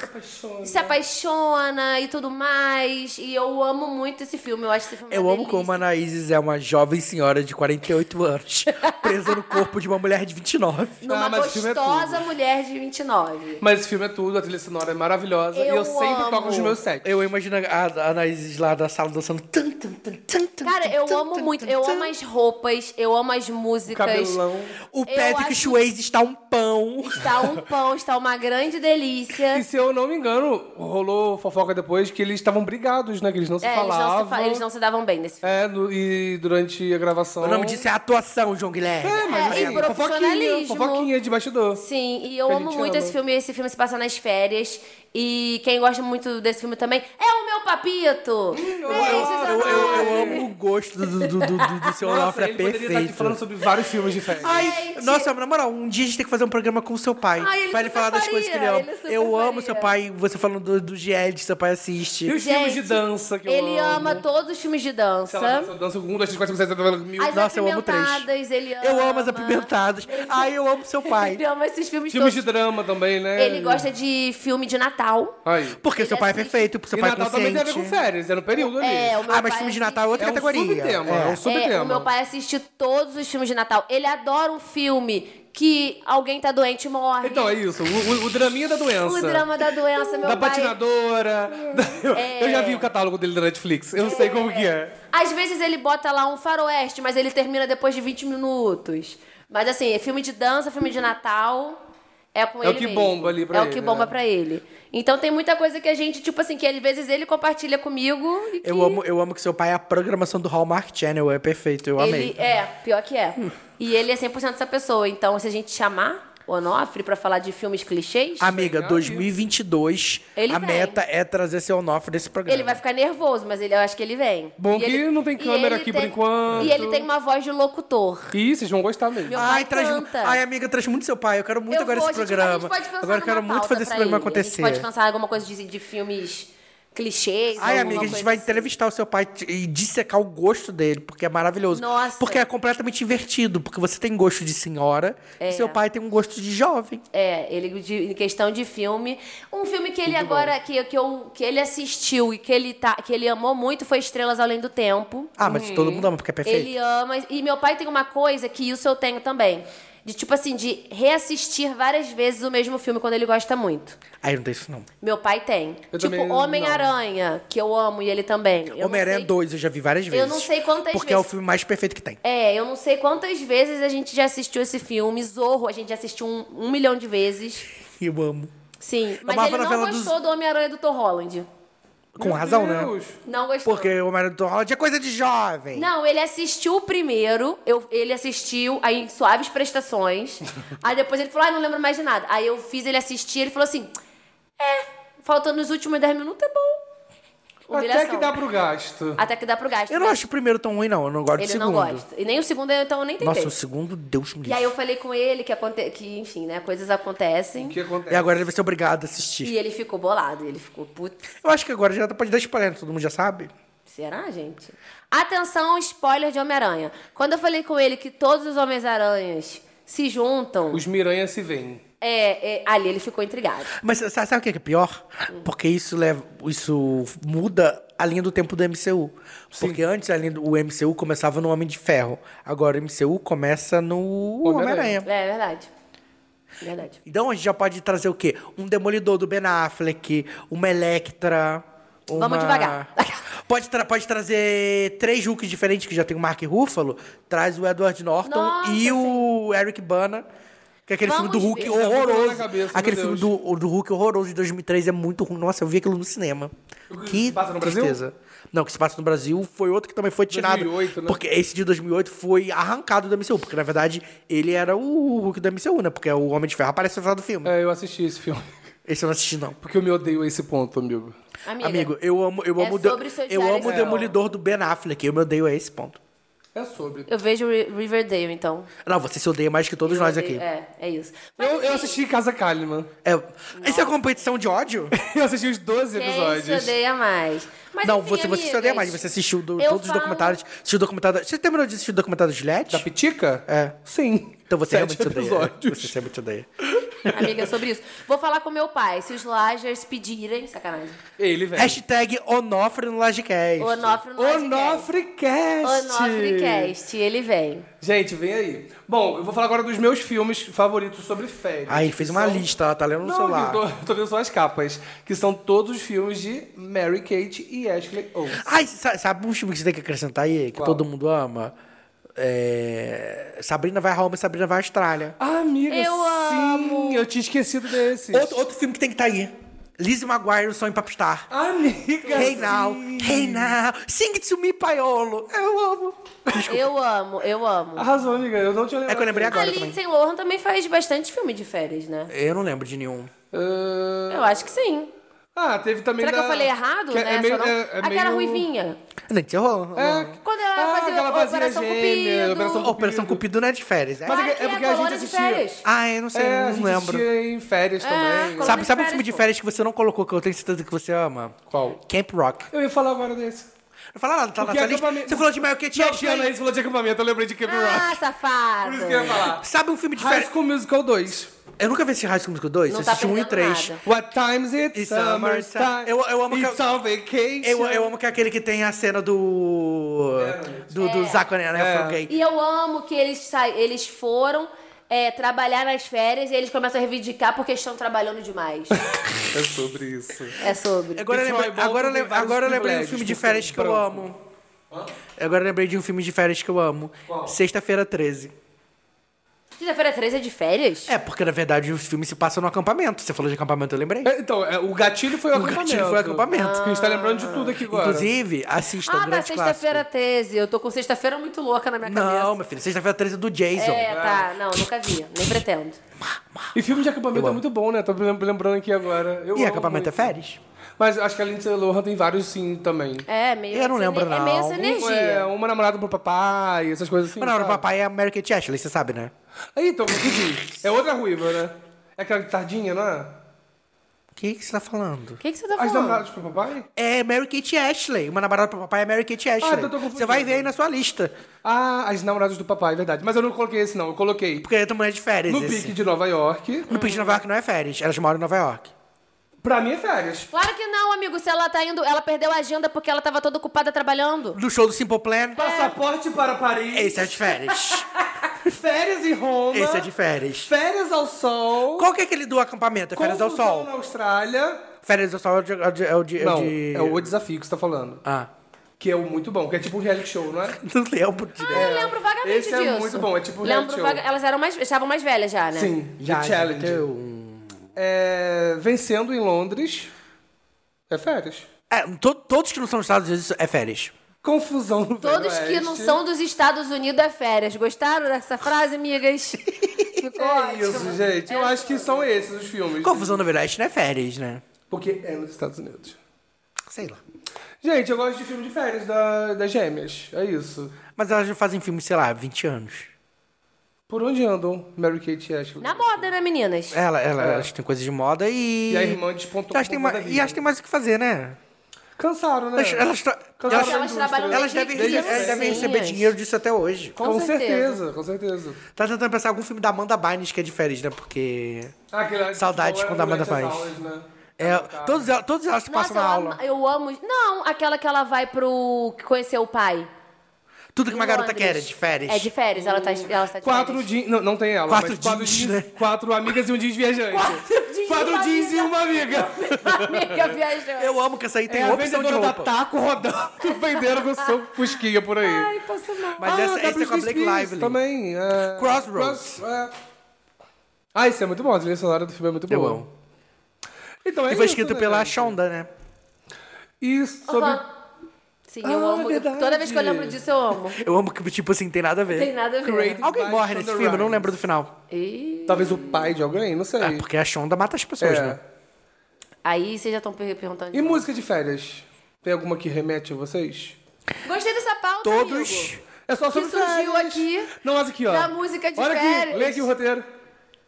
S3: Se apaixona. e tudo mais. E eu amo muito esse filme. Eu acho esse filme
S1: Eu
S3: uma
S1: amo
S3: delícia.
S1: como a Anaíses é uma jovem senhora de 48 anos, presa no corpo de uma mulher de 29.
S3: Numa
S2: Ah, mas esse filme é
S3: gostosa
S2: tudo.
S3: mulher de 29.
S2: Mas esse filme é tudo, a trilha sonora é maravilhosa. e
S3: Eu
S2: eu sempre
S3: amo.
S2: toco nos meus sets.
S1: Eu imagino a a Anaíses lá da sala dançando. Tum, tum, tum, tum, tum,
S3: Cara,
S1: tum,
S3: eu
S1: tum,
S3: amo
S1: tum,
S3: muito.
S1: tum,
S3: Eu
S1: tum.
S3: amo as roupas, eu amo as músicas.
S2: Cabelão.
S1: O
S3: eu
S1: Patrick
S3: acho-
S1: Swayze está um pão.
S3: Está um pão, está uma grande
S2: E
S3: delícia.
S2: se eu não me engano, rolou fofoca depois que eles estavam brigados, né? Que eles não se
S3: É, eles
S2: falavam.
S3: não, se, fa- eles não se davam bem nesse filme.
S2: É, no- e durante a gravação.
S1: O nome disso é atuação, João Guilherme.
S2: É, mas
S3: É,
S2: assim,
S3: e
S2: fofoquinha,
S3: profissionalismo.
S2: fofoquinha de bastidor.
S3: Sim, e eu
S2: É. Que a
S3: amo
S2: gente
S3: muito
S2: ama.
S3: esse filme. Esse filme se passa nas férias. E quem gosta muito desse filme também é o meu papito! Beijos,
S1: Eu, eu- eu
S3: amores.
S1: amo o gosto do, do, do, do- do seu Onofre,
S2: Nossa,
S1: é
S2: ele poderia estar aqui
S1: perfeito.
S2: falando sobre vários filmes de férias.
S1: Ai,
S3: Gente.
S1: nossa, na moral, um dia a gente tem que fazer um programa com o seu pai.
S3: Ai, ele
S1: pra ele
S3: super
S1: falar das coisas que ele
S3: faria,
S1: ama.
S3: ele super
S1: eu amo
S3: faria.
S1: seu pai, você falando do, do GL, que seu pai
S2: E
S1: assiste.
S2: os filmes de dança que eu
S3: Ele
S2: amo.
S3: ama todos os filmes de dança.
S2: Sei lá, dança, dança um, dois, três, quatro, cinco, seis, sete, oito, mil.
S3: As
S1: Nossa, eu amo três.
S3: apimentadas, ele ama.
S1: Eu amo as apimentadas. Ai, eu amo seu pai.
S3: Ele ama esses filmes
S2: Filmes de
S3: todos.
S2: drama também, né?
S3: Ele gosta de filme de Natal.
S2: Aí.
S1: Porque seu pai é perfeito, porque seu
S2: E
S1: pai é
S2: Natal também tem a ver com
S1: consciente.
S2: férias, é no período ali.
S3: É, o meu pai
S1: Ah, mas filme de Natal é outra
S2: É um
S1: categoria.
S2: subtema, é. um
S1: É.
S2: subtema.
S3: o meu pai assiste todos os filmes de Natal. Ele adora um filme que alguém tá doente e morre.
S2: Então é isso, o, o, o draminha da doença.
S3: o drama da doença, meu
S2: da
S3: pai. É.
S2: patinadora. da- Eu, eu já vi o catálogo dele da Netflix, eu sei como que é.
S3: Às vezes ele bota lá um faroeste, mas ele termina depois de 20 minutos. Mas assim, é filme de dança, filme de Natal. É com
S2: É o
S3: ele
S2: que
S3: mesmo.
S2: bomba ali pra
S3: É
S2: ele,
S3: o que bomba
S2: né?
S3: pra ele. Então tem muita coisa que a gente, tipo assim, que às vezes ele compartilha comigo e que
S1: Eu amo, eu amo que seu pai é a programação do Hallmark Channel, é perfeito, eu amei.
S3: ele é, pior que é. E ele é 100% essa pessoa. Então se a gente chamar o Onofre pra falar de filmes clichês,
S1: Amiga, 2022,
S3: Ele
S1: a
S3: vem.
S1: meta é trazer seu Onofre desse programa.
S3: Ele vai ficar nervoso, mas ele, eu acho que ele vem.
S2: Bom
S3: E
S2: que
S3: ele-
S2: não tem
S3: e ele
S2: câmera aqui por enquanto.
S3: E ele tem uma voz de locutor.
S2: Ih, vocês vão gostar mesmo.
S3: Meu pai
S1: Ai, traz,
S3: Então canta.
S1: ai, amiga, traz muito seu pai. Eu quero muito
S3: Eu
S1: agora
S3: vou,
S1: esse
S3: a gente- A
S1: programa.
S3: gente pode pensar
S1: agora eu quero
S3: numa
S1: muito fazer
S3: pauta
S1: esse
S3: pra
S1: programa
S3: ele. A
S1: acontecer.
S3: gente pode pensar em alguma coisa de, de filmes clichês.
S1: Ai,
S3: alguma
S1: amiga, a gente
S3: coisa
S1: vai
S3: assim.
S1: entrevistar o seu pai t- e dissecar o gosto dele, porque é maravilhoso.
S3: Nossa.
S1: Porque é completamente invertido, porque você tem gosto de senhora e seu pai tem um gosto de jovem.
S3: É, ele de- em questão de filme, um filme que ele agora que, que, eu, que ele assistiu e que ele tá que ele amou muito foi Estrelas Além do Tempo.
S1: Ah, mas todo mundo ama porque é perfeito.
S3: Uhum. Ele ama. E meu pai tem uma coisa que isso eu tenho também. De tipo assim, de reassistir várias vezes o mesmo filme quando ele gosta muito.
S1: Aí não tem isso não.
S3: Meu pai tem.
S2: Eu
S3: tipo,
S2: também não.
S3: Homem-Aranha, que eu amo e ele também. Eu não
S1: Homem-Aranha
S3: sei-
S1: 2 eu já vi várias vezes.
S3: Eu não sei quantas
S1: Porque é o
S3: vezes.
S1: filme mais perfeito que tem.
S3: É, eu não sei quantas vezes a gente já assistiu esse filme. Zorro, a gente já assistiu um, um milhão de vezes.
S1: Eu amo.
S3: Sim, mas ele
S1: amava a
S2: É
S3: não
S1: novela
S3: gostou do Homem-Aranha do Tom Holland.
S1: Com razão, né?
S3: Não gostou.
S1: Porque o marido do Tom Holland é coisa de jovem.
S3: Não, ele assistiu o primeiro, eu, ele assistiu aí suaves prestações. aí depois ele falou, ah, não lembro mais de nada. Aí eu fiz ele assistir, ele falou assim: É, faltando os últimos 10 minutos é bom.
S2: Até que dá pro gasto.
S3: Até que dá pro gasto.
S1: Eu não
S3: né?
S1: acho o primeiro tão ruim, não. Eu não gosto
S3: Ele
S1: do
S3: não
S1: segundo.
S3: gosta. E nem o segundo, então eu nem tentei.
S1: Nossa, o segundo, Deus me
S3: E
S1: livre.
S3: aí eu falei com ele que, aconte... que enfim, né, coisas acontecem.
S2: O que acontece?
S1: E agora ele vai ser obrigado a assistir.
S3: E ele ficou bolado, ele ficou puto.
S1: Eu acho que agora já pode dar spoiler, né? todo mundo já sabe.
S3: Será, gente? Atenção, spoiler de Homem-Aranha. Quando eu falei com ele que todos os Homens-Aranhas se juntam,
S2: Os Miranha se veem.
S3: é, é, ali ele ficou intrigado.
S1: Mas sa- sabe, o que é pior? Porque isso leva. Isso muda a linha do tempo do MCU. Porque antes a linha do, o MCU começava no Homem de Ferro. Agora o MCU começa no
S2: Homem-Aranha.
S1: Homem-Aranha.
S3: É verdade. Verdade.
S1: Então a gente já pode trazer o quê? Um Demolidor do Ben Affleck, uma Electra.
S3: Vamos
S1: uma-
S3: devagar.
S1: Pode, tra- pode trazer três Hulks diferentes, que já tem o Mark Ruffalo. Traz o Edward Norton
S3: Nossa,
S1: e o Eric Bana. Que é aquele
S3: Vamos
S1: filme do Hulk
S3: ver.
S2: Tá
S1: horroroso.
S2: na cabeça, meu
S1: aquele filme do, do Hulk horroroso de 2003 é muito ruim. Nossa, eu vi aquilo no cinema.
S2: que
S1: Que
S2: se passa no Brasil?
S1: tristeza. Não, o que se passa no Brasil foi outro que também foi tirado.
S2: 2008, né?
S1: Porque esse de 2008 foi arrancado do MCU. Porque, na verdade, ele era o Hulk do MCU, né? Porque o Homem de Ferro aparece no final do filme.
S2: É, eu assisti esse filme.
S1: Esse eu não assisti, não.
S2: Porque eu me odeio a esse ponto, amigo.
S3: Amiga,
S1: Amigo, eu amo, eu
S3: É
S1: amo, o de-
S3: sobre seu
S1: eu
S3: diário
S1: amo o
S3: de amor.
S1: Demolidor do Ben Affleck. Eu me odeio a esse ponto.
S2: É sobre.
S3: eu vejo Ri- Riverdale, então.
S1: Não, você se odeia mais que todos
S3: Eu
S1: nós
S3: odeio-
S1: aqui.
S3: É, é isso. Mas,
S2: Eu, eu
S3: enfim,
S2: assisti Casa Kalimann.
S1: É. Isso é competição de ódio?
S2: Eu assisti os 12
S3: Quem se
S2: episódios.
S3: odeia mais? Mas,
S1: não,
S3: enfim,
S1: você, você se odeia
S3: assim, amigas,
S1: mais. Você assistiu do-
S3: eu
S1: todos os
S3: falo-
S1: documentários. Assistiu o documentário. Você terminou de assistir o documentário do Gillette?
S2: Da Pitica?
S1: É.
S2: Sim.
S1: Então você
S2: Sete
S1: realmente se odeia.
S2: episódios.
S1: Você realmente se odeia.
S3: Amiga, sobre isso. Vou falar com meu pai. Se os Lagers pedirem, sacanagem.
S2: Ele, velho.
S1: Hashtag Onofre no Lagecast.
S3: O Onofre não
S2: Onofrecast.
S3: Onofrecast, ele vem.
S2: Gente, vem aí. Bom, eu vou falar agora dos meus filmes favoritos sobre férias.
S1: Ah, ele fez uma
S2: São-
S1: lista, ela tá lendo no
S2: Não,
S1: celular.
S2: eu tô, eu tô vendo só as capas, que são todos os filmes de Mary Kate e Ashley Owens.
S1: Ai, sa- sabe um filme que você tem que acrescentar aí? Que
S2: Qual?
S1: todo mundo ama? É... Sabrina vai a Roma e Sabrina vai à Austrália.
S2: Ah, amiga,
S3: Eu
S2: sim, eu tinha esquecido desses.
S1: Outro, outro filme que tem que estar tá aí. Lizzie McGuire, o Sonho pra Pistar.
S2: Amiga,
S1: Hey now,
S2: sim.
S1: hey now, sing it to me, paiolo. Eu amo.
S3: Eu amo, eu amo.
S2: Arrasou, amiga, eu não tinha
S1: É
S2: lembrado.
S1: que eu lembrei
S3: A
S1: agora também.
S3: Lindsay Lohan também faz bastante filme de férias, né?
S1: Eu não lembro de nenhum.
S2: Ah,
S3: Eu acho que sim.
S2: Ah, teve também
S3: Será que
S2: da-
S3: eu falei errado?
S2: que
S3: né?
S2: É meio,
S3: Só não-
S2: é, é
S3: Aquela
S2: meio...
S3: ruivinha.
S1: Nem te errou.
S2: É.
S3: Quando ela
S2: Ah,
S3: fazia
S2: aquela
S3: a
S2: vazia
S3: Operação
S2: gêmea,
S3: Cupido.
S2: Operação Cupido.
S1: Operação Cupido não é de férias. É?
S2: Mas é,
S3: Claro
S2: que- é
S3: que
S2: porque
S3: é
S2: a gente
S3: colônia de
S2: assistia.
S3: férias.
S1: Ah, eu não sei,
S2: É, a
S1: não
S2: gente
S1: lembro.
S2: assistia em
S3: Ah,
S2: férias também.
S3: colônia-
S1: Sabe,
S3: de
S1: sabe um
S3: férias,
S1: filme de
S3: pô.
S1: férias que você não colocou, que eu tenho certeza que você ama?
S2: Qual?
S1: Camp Rock.
S2: Eu ia falar agora desse.
S1: Não fala nada, tá na
S2: Porque
S1: sua lista.
S2: acampamento-
S1: Você falou de Mel Kate e
S2: Não, porque a
S1: Ashley.
S2: Anaís falou de acampamento, eu lembrei de Camp
S3: Ah,
S2: Rock.
S3: safado.
S2: Por isso que eu ia falar.
S1: Sabe um filme de
S2: High
S1: férias?
S2: School Musical 2.
S1: Eu nunca vi esse High School Musical 2,
S3: Não
S1: eu
S3: tá
S1: assisti 1 e
S3: perdendo
S1: 3.
S3: nada.
S2: What time is it?
S1: It's summertime. Eu- eu amo que-
S2: It's on vacation.
S1: Eu, eu amo que é aquele que tem a cena do. Do, do Zac Efron
S2: É.
S1: gay.
S3: E eu amo que eles, sa... eles foram é, trabalhar nas férias e eles começam a reivindicar porque estão trabalhando demais.
S2: É sobre isso.
S3: é sobre.
S1: Agora eu
S2: Detroit
S1: lembrei,
S2: Bolton
S1: agora eu
S2: tem
S1: lem-
S2: vários
S1: agora eu lembrei de um
S2: privilégios,
S1: filme de
S2: porque
S1: férias que eu
S2: branco.
S1: amo. Agora eu lembrei de um filme de férias que eu amo. Sexta-feira 13.
S3: Sexta-feira 13 é de férias?
S1: É, porque na verdade o filme se passa no acampamento. Você falou de acampamento, eu lembrei.
S2: É, Então, é, o gatilho foi o,
S1: gatilho
S2: acampamento.
S1: foi o acampamento.
S2: Que a gente tá lembrando de tudo aqui agora.
S1: Inclusive, assista
S3: Ah,
S1: um
S3: da
S1: grande
S3: sexta-feira
S1: clássico.
S3: 13. Eu tô com sexta-feira muito louca na minha cabeça.
S1: Não, meu filho, sexta-feira 13 é do Jason.
S3: É, tá. Não, nunca vi. Nem pretendo.
S2: E filme de acampamento é muito bom, né? Tô lem- lembrando aqui agora. Eu
S1: E
S2: amo
S1: acampamento é
S2: muito.
S1: férias?
S2: Mas acho que a Lindsay Lohan tem vários sim também.
S3: É, meio.
S1: Eu não
S3: essa
S1: lembro,
S3: ener- É meio
S1: não.
S3: essa energia.
S2: É, uma namorada pro papai, essas coisas assim.
S1: Mas não, o
S2: sabe?
S1: papai é American Ashley, você sabe, né?
S2: Aí, então, entendi. É outra ruiva, né? É aquela de tardinha, não é?
S1: O que, que você tá falando?
S3: O que, que você tá
S2: As
S3: falando?
S2: namoradas pro papai?
S1: É Mary Kate Ashley. Uma namorada pro papai é Mary Kate Ashley.
S2: então eu tô confundindo.
S1: você vai ver aí na sua lista.
S2: Ah, as namoradas do papai, verdade. Mas eu não coloquei esse, não. Eu coloquei
S1: Porque é também é de férias.
S2: no
S1: esse.
S2: pique de Nova York.
S1: No Pique de Nova York não é férias, elas moram em Nova York.
S2: Pra mim é férias.
S3: Claro que não, amigo. Se ela tá indo, ela perdeu a agenda porque ela tava toda ocupada trabalhando.
S1: No show do Simple Plan,
S2: Passaporte para Paris.
S1: esse é de férias.
S2: Férias em Roma.
S1: esse é de férias.
S2: Férias ao sol.
S1: Qual que é aquele do acampamento? É férias ao
S2: confusão
S1: sol.
S2: na Austrália.
S1: Férias ao sol é o de. É o de, é o de, é o
S2: Não,
S1: de-
S2: é o desafio que você tá falando.
S1: Ah,
S2: Que é o muito bom, que é tipo um reality show, não é?
S1: não lembro direito.
S3: Ah, Eu lembro vagamente
S2: Esse é
S3: disso.
S2: muito bom, é tipo um reality
S3: lembro
S2: show.
S3: vaga- Elas eram mais, estavam mais velhas já, né?
S2: Sim,
S1: Já,
S2: The
S1: já
S2: Challenge.
S1: deu um-
S2: É, vencendo em Londres. É férias.
S1: É, to- todos que não são dos Estados Unidos é férias.
S2: Confusão no
S3: Todos
S2: Velho
S3: que não
S2: Oeste.
S3: são dos Estados Unidos é férias. Gostaram dessa frase, amigas? Ficou
S2: É
S3: ótimo.
S2: isso, gente. Eu acho que são esses os filmes.
S1: Confusão no Velho Oeste não é férias, né?
S2: Porque é nos Estados Unidos.
S1: Sei lá.
S2: Gente, eu gosto de filme de férias da, das gêmeas. É isso.
S1: Mas elas já fazem filmes, sei lá, 20 anos.
S2: Por onde andam Mary Kate e Ashley?
S3: Na moda, né,
S2: É,
S3: meninas?
S1: Ela, ela, Elas têm coisas de moda e.
S2: E a É. irmã despontou
S1: elas têm
S2: com o
S1: ma...
S2: da vida.
S1: E elas têm mais o que fazer, né?
S2: Cansaram, né?
S1: Elas, elas, tra-
S2: Cansaram
S1: elas-
S2: da
S3: elas
S2: indústria.
S3: trabalham
S1: elas devem,
S3: Desde
S1: elas devem
S3: criancinhas.
S1: receber dinheiro disso até hoje.
S2: Com,
S3: Com
S2: certeza.
S3: certeza.
S2: com certeza.
S1: Tá tentando pensar algum filme da Amanda Bynes que é de férias, né? Porque.
S2: Ah, aquele-
S1: Saudades
S2: era
S1: quando a Amanda
S2: durante as
S1: faz.
S2: aulas, né?
S1: É, todos, ela- todos elas que
S3: Nossa,
S1: passam
S3: eu,
S1: na
S3: amo,
S1: aula.
S3: eu amo. Não, aquela que ela vai pro conhecer o pai.
S1: Tudo que uma
S3: em
S1: garota
S3: Londres.
S1: quer é de férias.
S3: É de férias, ela tá, ela tá de
S2: Quatro
S3: férias.
S2: jeans. Não, não tem ela.
S1: Quatro
S2: mas quatro
S1: jeans,
S2: jeans.
S1: né?
S2: Quatro amigas e um jeans viajante.
S3: Quatro jeans e
S2: Quatro
S3: uma
S2: jeans e um
S3: amiga.
S2: uma amiga.
S3: Amiga viajando.
S1: Eu amo que essa aí tem
S2: É a
S1: opção de
S2: vendedora da
S1: roupa.
S2: taco rodando. Venderam com seu fusquinha por aí.
S3: Ai, posso não.
S1: Mas
S2: Ah,
S1: essa,
S2: da
S1: essa é com a
S2: Britney
S1: Blake
S2: Spears
S1: Lively.
S2: Também. é.
S1: Crossroads.
S2: Cross- é. Ah, isso é muito bom. A trilha sonora do filme é muito
S1: Eu
S2: boa.
S1: amo.
S2: Então, é
S1: E foi
S2: isso,
S1: escrito
S2: né,
S1: pela
S2: gente?
S1: Shonda, né?
S2: E sobre...
S3: Aham. Sim, eu
S2: Ah,
S3: amo.
S2: verdade.
S3: Toda vez que eu lembro disso, eu amo.
S1: Eu amo que, tipo assim, tem nada a ver.
S3: Tem nada a ver.
S2: Creative-
S1: Alguém
S2: Vai,
S1: morre
S2: Shonda
S1: nesse filme, eu não
S2: Rhimes.
S1: lembro do final.
S3: Ih,
S2: Talvez o pai de alguém, não sei.
S1: É, porque a Shonda mata as pessoas,
S2: É.
S1: né?
S3: Aí vocês já estão perguntando. de
S2: E
S3: novo.
S2: música de férias? Tem alguma que remete a vocês?
S3: Gostei dessa pauta,
S1: Todos.
S3: amigo.
S2: É só
S3: Que
S2: sobre
S3: surgiu
S2: férias.
S3: aqui
S2: Não, mas aqui, ó.
S3: da música de
S2: Olha aqui,
S3: férias.
S2: lê aqui o roteiro.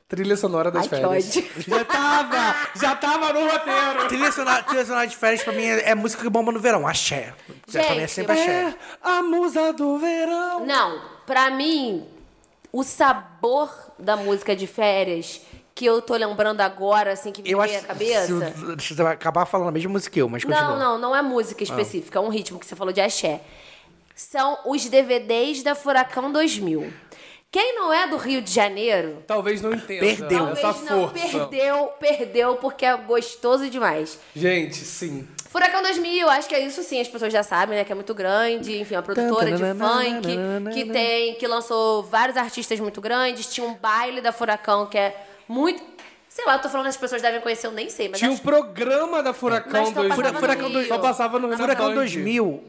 S2: Trilha sonora das
S3: Ai, que
S2: férias.
S3: ódio.
S2: Já tava! Já tava no roteiro!
S1: Trilha sonora, trilha sonora de férias pra mim é, é música que bomba no verão, axé. Gente, pra mim é
S3: Gente,
S1: sempre axé.
S2: a musa do verão.
S3: Não, pra mim, o sabor da música de férias que eu tô lembrando agora, assim, que me
S1: Eu acho
S3: veio a cabeça.
S1: se- se Você vai acabar falando a mesma música que eu, mas
S3: Não,
S1: continua.
S3: não, não é
S2: Ah.
S3: música específica, é um ritmo que você falou de axé. São os DVDs da Furacão 2000. Quem não é do Rio de Janeiro,
S2: Talvez não entenda.
S1: Perdeu.
S2: Essa
S3: talvez não,
S2: força.
S3: perdeu, perdeu, porque é gostoso demais.
S2: Gente, sim.
S3: Furacão 2000, acho que é isso sim, as pessoas já sabem, né? Que é muito grande, enfim, uma produtora de funk que tem, que lançou vários artistas muito grandes. Tinha um baile da Furacão que é muito. Sei lá, eu tô falando as pessoas devem conhecer, eu nem sei, mas
S2: Tinha um
S3: acho-
S2: programa da
S3: Mas
S2: Furacão
S3: só
S2: 2000.
S3: passava no
S2: Furacão
S3: Rio.
S2: Só passava no
S1: Furacão
S2: Renato
S1: 2000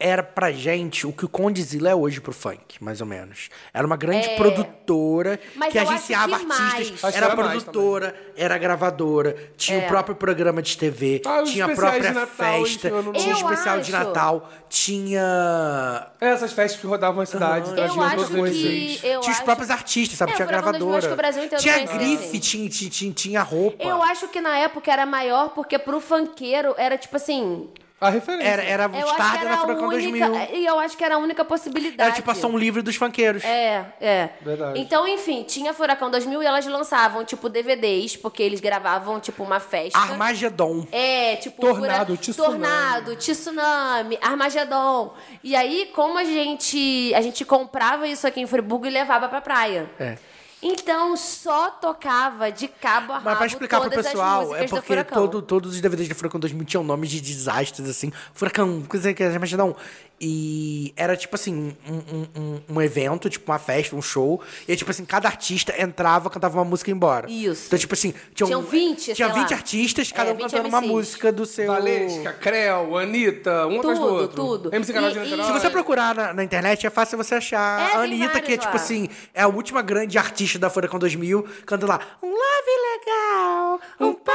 S1: era pra gente o que o Condizila é hoje pro funk, mais ou menos. Era uma grande produtora
S3: É. Mas
S1: que
S3: eu acho
S1: agenciava
S3: que
S1: artistas.
S3: mais.
S2: Acho que
S1: Era,
S2: era mais
S1: produtora, era gravadora,
S3: É.
S1: tinha o próprio programa de TV,
S2: Ah, os
S1: tinha a
S2: especiais
S1: própria
S2: de Natal,
S1: festa,
S2: de Ano Novo.
S1: tinha
S3: Eu
S1: especial de
S3: acho.
S1: Natal, tinha.
S2: É, Essas festas que rodavam as cidades. das
S3: Eu
S2: ruas
S3: acho
S2: todas
S3: que.
S2: vocês.
S3: Eu
S1: tinha os
S3: acho-
S1: próprios artistas, sabe?
S3: É,
S1: tinha a
S3: o Furacão 2000, acho
S1: gravadora.
S3: que o Brasil inteiro
S1: tinha
S3: conhece,
S1: grife,
S3: assim.
S1: tinha, tinha, tinha, tinha roupa.
S3: Eu acho que na época era maior, porque pro funkeiro era tipo assim.
S2: A referência.
S1: Era, era
S3: Eu acho que
S1: tarde
S3: era
S1: na
S3: a
S1: Furacão 2000.
S3: única. E eu acho que era a única possibilidade.
S1: um. Era tipo a som livre dos funkeiros.
S3: É, é.
S2: Verdade.
S3: Então, enfim, tinha Furacão 2000 e elas lançavam, tipo, DVDs, porque eles gravavam, tipo, uma festa.
S1: Armagedon.
S3: É, tipo,
S2: Tornado,
S3: fura-
S2: tsunami.
S3: tornado, tsunami, Armagedon. E aí, como a gente, a gente comprava isso aqui em Friburgo e levava pra praia.
S1: É.
S3: Então, só tocava de cabo a rabo
S1: Mas pra explicar pro
S3: todas as
S1: pessoal,
S3: músicas
S1: é
S3: do
S1: porque
S3: Furacão.
S1: todo, todos os DVDs do Furacão 2000 tinham um, nomes de desastres, assim. Furacão, coisa que imaginar um. E era tipo assim, um, um, um- um evento, tipo uma festa, um show. E tipo assim, cada artista entrava, cantava uma música e ia embora.
S3: Isso.
S1: Então, tipo assim, tinham,
S3: Tinham 20,
S1: tinha
S3: sei
S1: 20
S3: lá.
S1: artistas,
S3: É,
S1: cada um
S3: 20
S1: cantando uma
S3: MCs.
S1: música do seu.
S2: Valesca, Creu, Anitta, um atrás do
S3: Tudo,
S2: outro.
S3: tudo.
S2: MC Canal de
S3: E- e-
S2: Niterói.
S1: Se você procurar na, na internet, é fácil você achar.
S3: É,
S1: a
S3: tem
S1: Anitta, que é
S3: vários
S1: tipo
S3: lá.
S1: assim, é a última grande artista da Furacão 2000, canta lá, um love legal, um par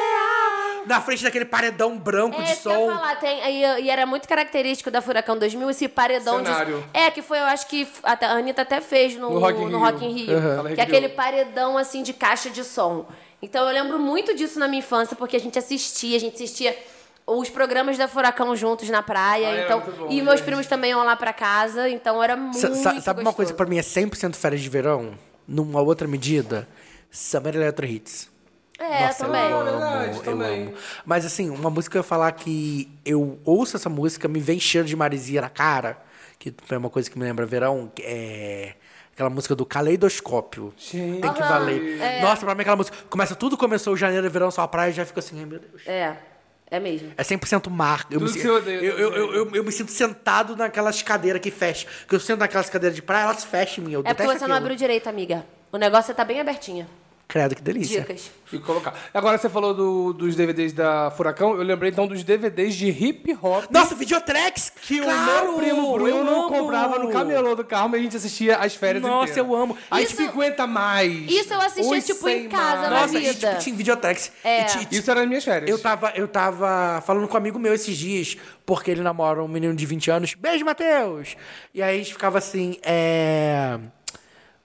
S1: ideal. Na frente daquele paredão branco
S3: É,
S1: de
S3: isso que eu ia
S1: som.
S3: falar, tem, e, e era muito característico da Furacão 2000 esse paredão
S2: Cenário.
S3: de. É, que foi, eu acho que até- a Anitta até fez no,
S2: No
S3: no
S2: Rock
S3: Rock
S2: in
S3: in
S2: Rio.
S3: Rio.
S2: Uhum. Ela
S3: Que
S2: recriou.
S3: é aquele paredão assim de caixa de som. Então eu lembro muito disso na minha infância, porque a gente assistia, a gente assistia os programas da Furacão juntos na praia.
S2: Ah, era
S3: então,
S2: muito bom,
S3: e meus
S2: gente.
S3: primos também iam lá pra casa, então era muito.
S1: Sa- sa- sabe uma coisa
S3: gostoso.
S1: que pra mim é 100% férias de verão? Numa outra medida? Summer Electro Hits.
S3: É,
S1: Nossa,
S3: também.
S1: Eu amo,
S2: Verdade,
S1: eu
S2: também.
S1: amo. Mas assim, uma música que eu ia falar que eu ouço essa música, me vem cheiro de maresia na cara, que é uma coisa que me lembra verão, que é aquela música do Caleidoscópio.
S2: Gente.
S1: Tem que
S3: Aham, É.
S1: valer. Nossa, pra mim aquela música, começa tudo, começou janeiro, verão, só a praia, eu já fico assim, ai meu Deus.
S3: É, é mesmo.
S1: É 100% mar. Eu
S2: Tudo
S1: me,
S2: que
S1: si-
S2: você odeia,
S1: eu, eu, eu, eu- eu me sinto sentado naquelas cadeiras que fecham. Que eu sento naquelas cadeiras de praia, elas fecham em mim. Eu
S3: É porque
S1: detesto
S3: você não
S1: aquilo.
S3: abriu direito, amiga. O negócio tá é bem abertinho.
S1: Credo, que delícia.
S3: Dicas.
S2: E colocar. Agora você falou do- dos DVDs da Furacão, eu lembrei então dos DVDs de hip hop.
S1: Nossa, Videotrex!
S2: Que
S1: claro,
S2: o meu primo
S1: eu
S2: Bruno
S1: amo.
S2: comprava no camelô do carro e a gente assistia as férias
S1: Nossa,
S2: inteiras.
S1: eu amo.
S2: As
S3: Isso-
S2: 50 mais.
S3: isso eu assistia,
S2: os
S3: tipo, em
S2: 100
S3: casa,
S2: mais.
S1: Nossa, e
S3: vida.
S1: tipo, tinha Videotrex.
S3: É.
S1: E ti- ti-
S2: Isso era nas minhas férias.
S1: Eu tava, eu tava falando com um amigo meu esses dias, porque ele namora um menino de 20 anos. Beijo, Matheus! E aí a gente ficava assim, é...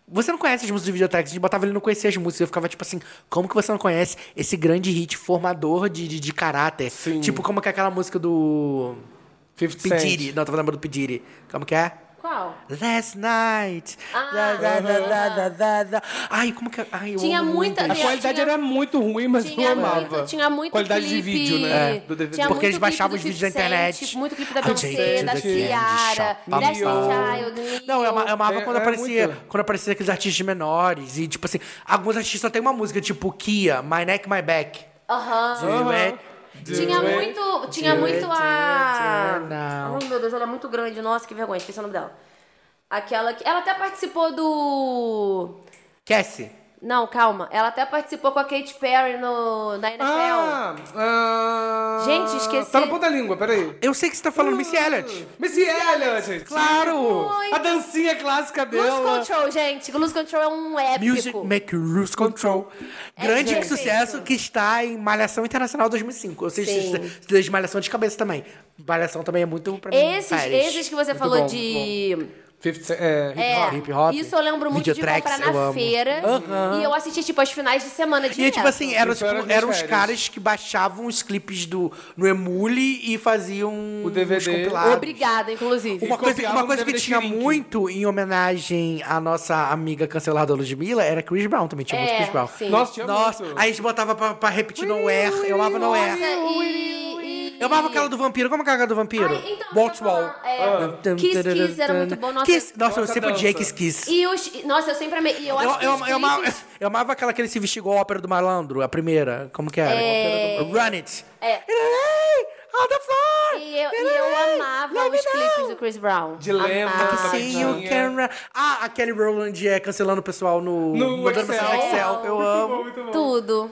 S1: Você não conhece as músicas de Videotex? A gente botava ele não conhecia as músicas. Eu ficava tipo assim, como que você não conhece esse grande hit formador de, de, de caráter?
S2: Sim.
S1: Tipo, como que é aquela música do...
S2: 50 Cent.
S1: Pediri. Não, tava lembrando do Pediri. Como que é?
S3: Qual?
S1: Last night.
S3: Ah,
S1: Da, da, da, da, da, da, da. Ai, como que. é? Ai, eu
S3: Tinha
S1: amo
S3: muita-
S1: muito.
S2: A
S3: Tinha-
S2: qualidade
S3: tinha-
S2: era muito ruim, mas
S3: Tinha
S2: eu amava.
S3: muito, tinha muito
S2: Qualidade
S3: clipe,
S2: de vídeo, né?
S3: É.
S2: do DVD.
S3: Tinha
S1: Porque
S3: muito
S1: eles baixavam os
S3: clipe do
S1: vídeos da
S3: 50
S1: internet.
S3: Cent, muito clipe da
S1: Ah, gente,
S3: Beyoncé, da
S1: the candy
S3: Ciara,
S1: shop,
S3: Destiny
S1: babá.
S3: Child,
S1: Não, eu ama- eu amava
S2: É,
S1: quando
S2: é
S1: aparecia.
S2: muito.
S1: Quando aparecia aqueles artistas menores. E, tipo assim, alguns artistas só tem uma música, tipo Kia, My Neck, My Back.
S3: Aham.
S1: Do you
S2: Aham.
S1: it?
S3: Tinha
S2: Do it,
S3: muito, tinha muito
S1: do it
S3: a.
S1: now.
S3: Ai, meu Deus, ela é muito grande. Nossa, que vergonha, esqueci o nome dela. Aquela que. Ela até participou do.
S1: Cassie.
S3: Não, calma. Ela até participou com a Katy Perry no, na NFL.
S2: Ah, ah,
S3: Gente, esqueci.
S2: Tá na ponta da língua, peraí.
S1: Eu sei que você tá falando Missy
S2: Uhum.
S1: Elliott.
S2: Missy Elliott, gente.
S1: Claro!
S2: A dancinha clássica
S3: Lose
S2: dela.
S3: Control, gente. Lose Control é um épico.
S1: Music Make You Lose Control.
S3: É
S1: Grande
S3: perfeito.
S1: sucesso que está em Malhação Internacional 2005. Eu sei que
S3: Sim.
S1: vocês vocês de Malhação de cabeça também. Malhação também é muito pra mim.
S3: Esses,
S1: férias.
S3: esses que você
S2: Muito
S3: falou
S2: bom,
S3: de.
S2: 50 Cent, é, hip
S3: É,
S2: hop.
S1: hip hop,
S3: isso eu lembro muito
S1: videotracks,
S3: de
S1: eu
S3: comprar na
S1: amo.
S3: feira. E eu assisti, tipo, aos finais de semana direto.
S1: E é tipo assim, eram,
S2: Isso era
S1: tipo,
S2: nas
S1: eram os
S2: férias.
S1: caras que baixavam os clipes do, no Emule e faziam
S2: O DVD.
S1: os compilados.
S3: Obrigada, inclusive.
S1: Uma
S2: E
S1: coisa,
S2: copiavam
S1: uma coisa que
S2: DVD
S1: tinha
S2: Shirink.
S1: muito em homenagem à nossa amiga cancelada Ludmilla era Chris Brown também. Tinha muito
S3: É,
S1: Chris Brown.
S3: sim.
S2: Nossa, tinha
S1: Nossa,
S2: muito.
S1: aí a gente botava pra, pra repetir no Air. Eu amava no Air.
S3: Nossa, É, e- e-
S1: Eu amava aquela do vampiro. Como é aquela do vampiro?
S3: Ai, então,
S1: Wall
S3: deixa
S1: to
S3: eu
S1: Wall.
S3: falar. É, Kiss Kiss era muito bom. Nossa,
S1: Kiss. Nossa, eu
S2: Ah. Nossa,
S1: sempre odiei
S2: dança.
S1: Kiss Kiss.
S3: E os, e- nossa, eu sempre amei. E eu
S1: Eu,
S3: acho que
S1: eu,
S3: os
S1: eu amava,
S3: clipes-
S1: eu amava aquela que ele se vestiu igual a ópera do malandro, a primeira. Como que era?
S3: É.
S1: Run It.
S3: É.
S1: In LA, on the floor.
S3: E eu,
S1: in
S3: e eu
S1: LA,
S3: amava
S1: let me
S3: os
S1: know.
S3: clipes do Chris Brown.
S2: Dilema,
S1: Ah,
S3: Amava.
S2: que
S1: Sim,
S2: Tadinha.
S1: you can run. Ah, a Kelly Rowland é cancelando o pessoal no...
S2: No
S1: botando o pessoal no
S2: Excel.
S1: Excel. Eu
S2: Muito
S1: amo.
S2: bom, muito bom.
S3: Tudo.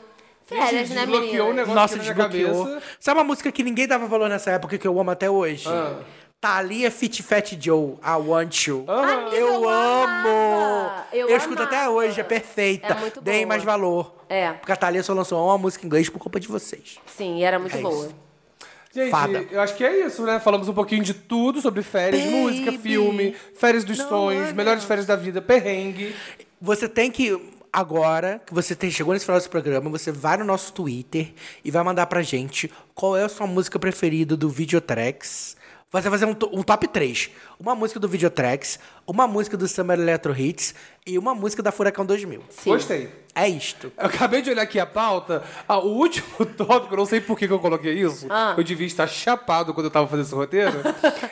S3: Férias,
S2: Gente,
S3: né,
S2: desbloqueou
S3: menina?
S2: o negócio.
S1: Nossa,
S2: que na
S1: desbloqueou.
S2: cabeça.
S1: Sabe uma música que ninguém dava valor nessa época que eu amo até hoje?
S2: Ah.
S1: Thalia Fit Fat Joe, I Want You.
S3: Amiga,
S1: Ah, Eu,
S3: eu
S1: amo!
S3: amava.
S1: Eu, escuto
S3: amava.
S1: até hoje, é perfeita.
S3: É muito
S1: Deem
S3: boa.
S1: mais valor.
S3: É.
S1: Porque a Thalia só lançou uma música em inglês por culpa de vocês.
S3: Sim, era muito
S1: É
S3: boa.
S1: isso.
S2: Gente,
S1: Fada.
S2: eu acho que é isso, né? Falamos um pouquinho de tudo sobre férias,
S1: Baby.
S2: música, filme, férias dos
S1: Não,
S2: sonhos,
S1: olha.
S2: melhores férias da vida, perrengue.
S1: Você tem que. Agora que você tem- chegou nesse final desse programa, você vai no nosso Twitter e vai mandar pra gente qual é a sua música preferida do Videotracks. Você vai fazer um, to- um top 3. Uma música do Videotracks, uma música do Summer Electro Hits e uma música da Furacão 2000.
S3: Sim.
S2: Gostei.
S1: É isto.
S2: Eu acabei de olhar aqui a pauta. Ah, o último tópico, eu não sei por que, que eu coloquei isso.
S3: Ah.
S2: Eu devia estar chapado quando eu tava fazendo esse roteiro.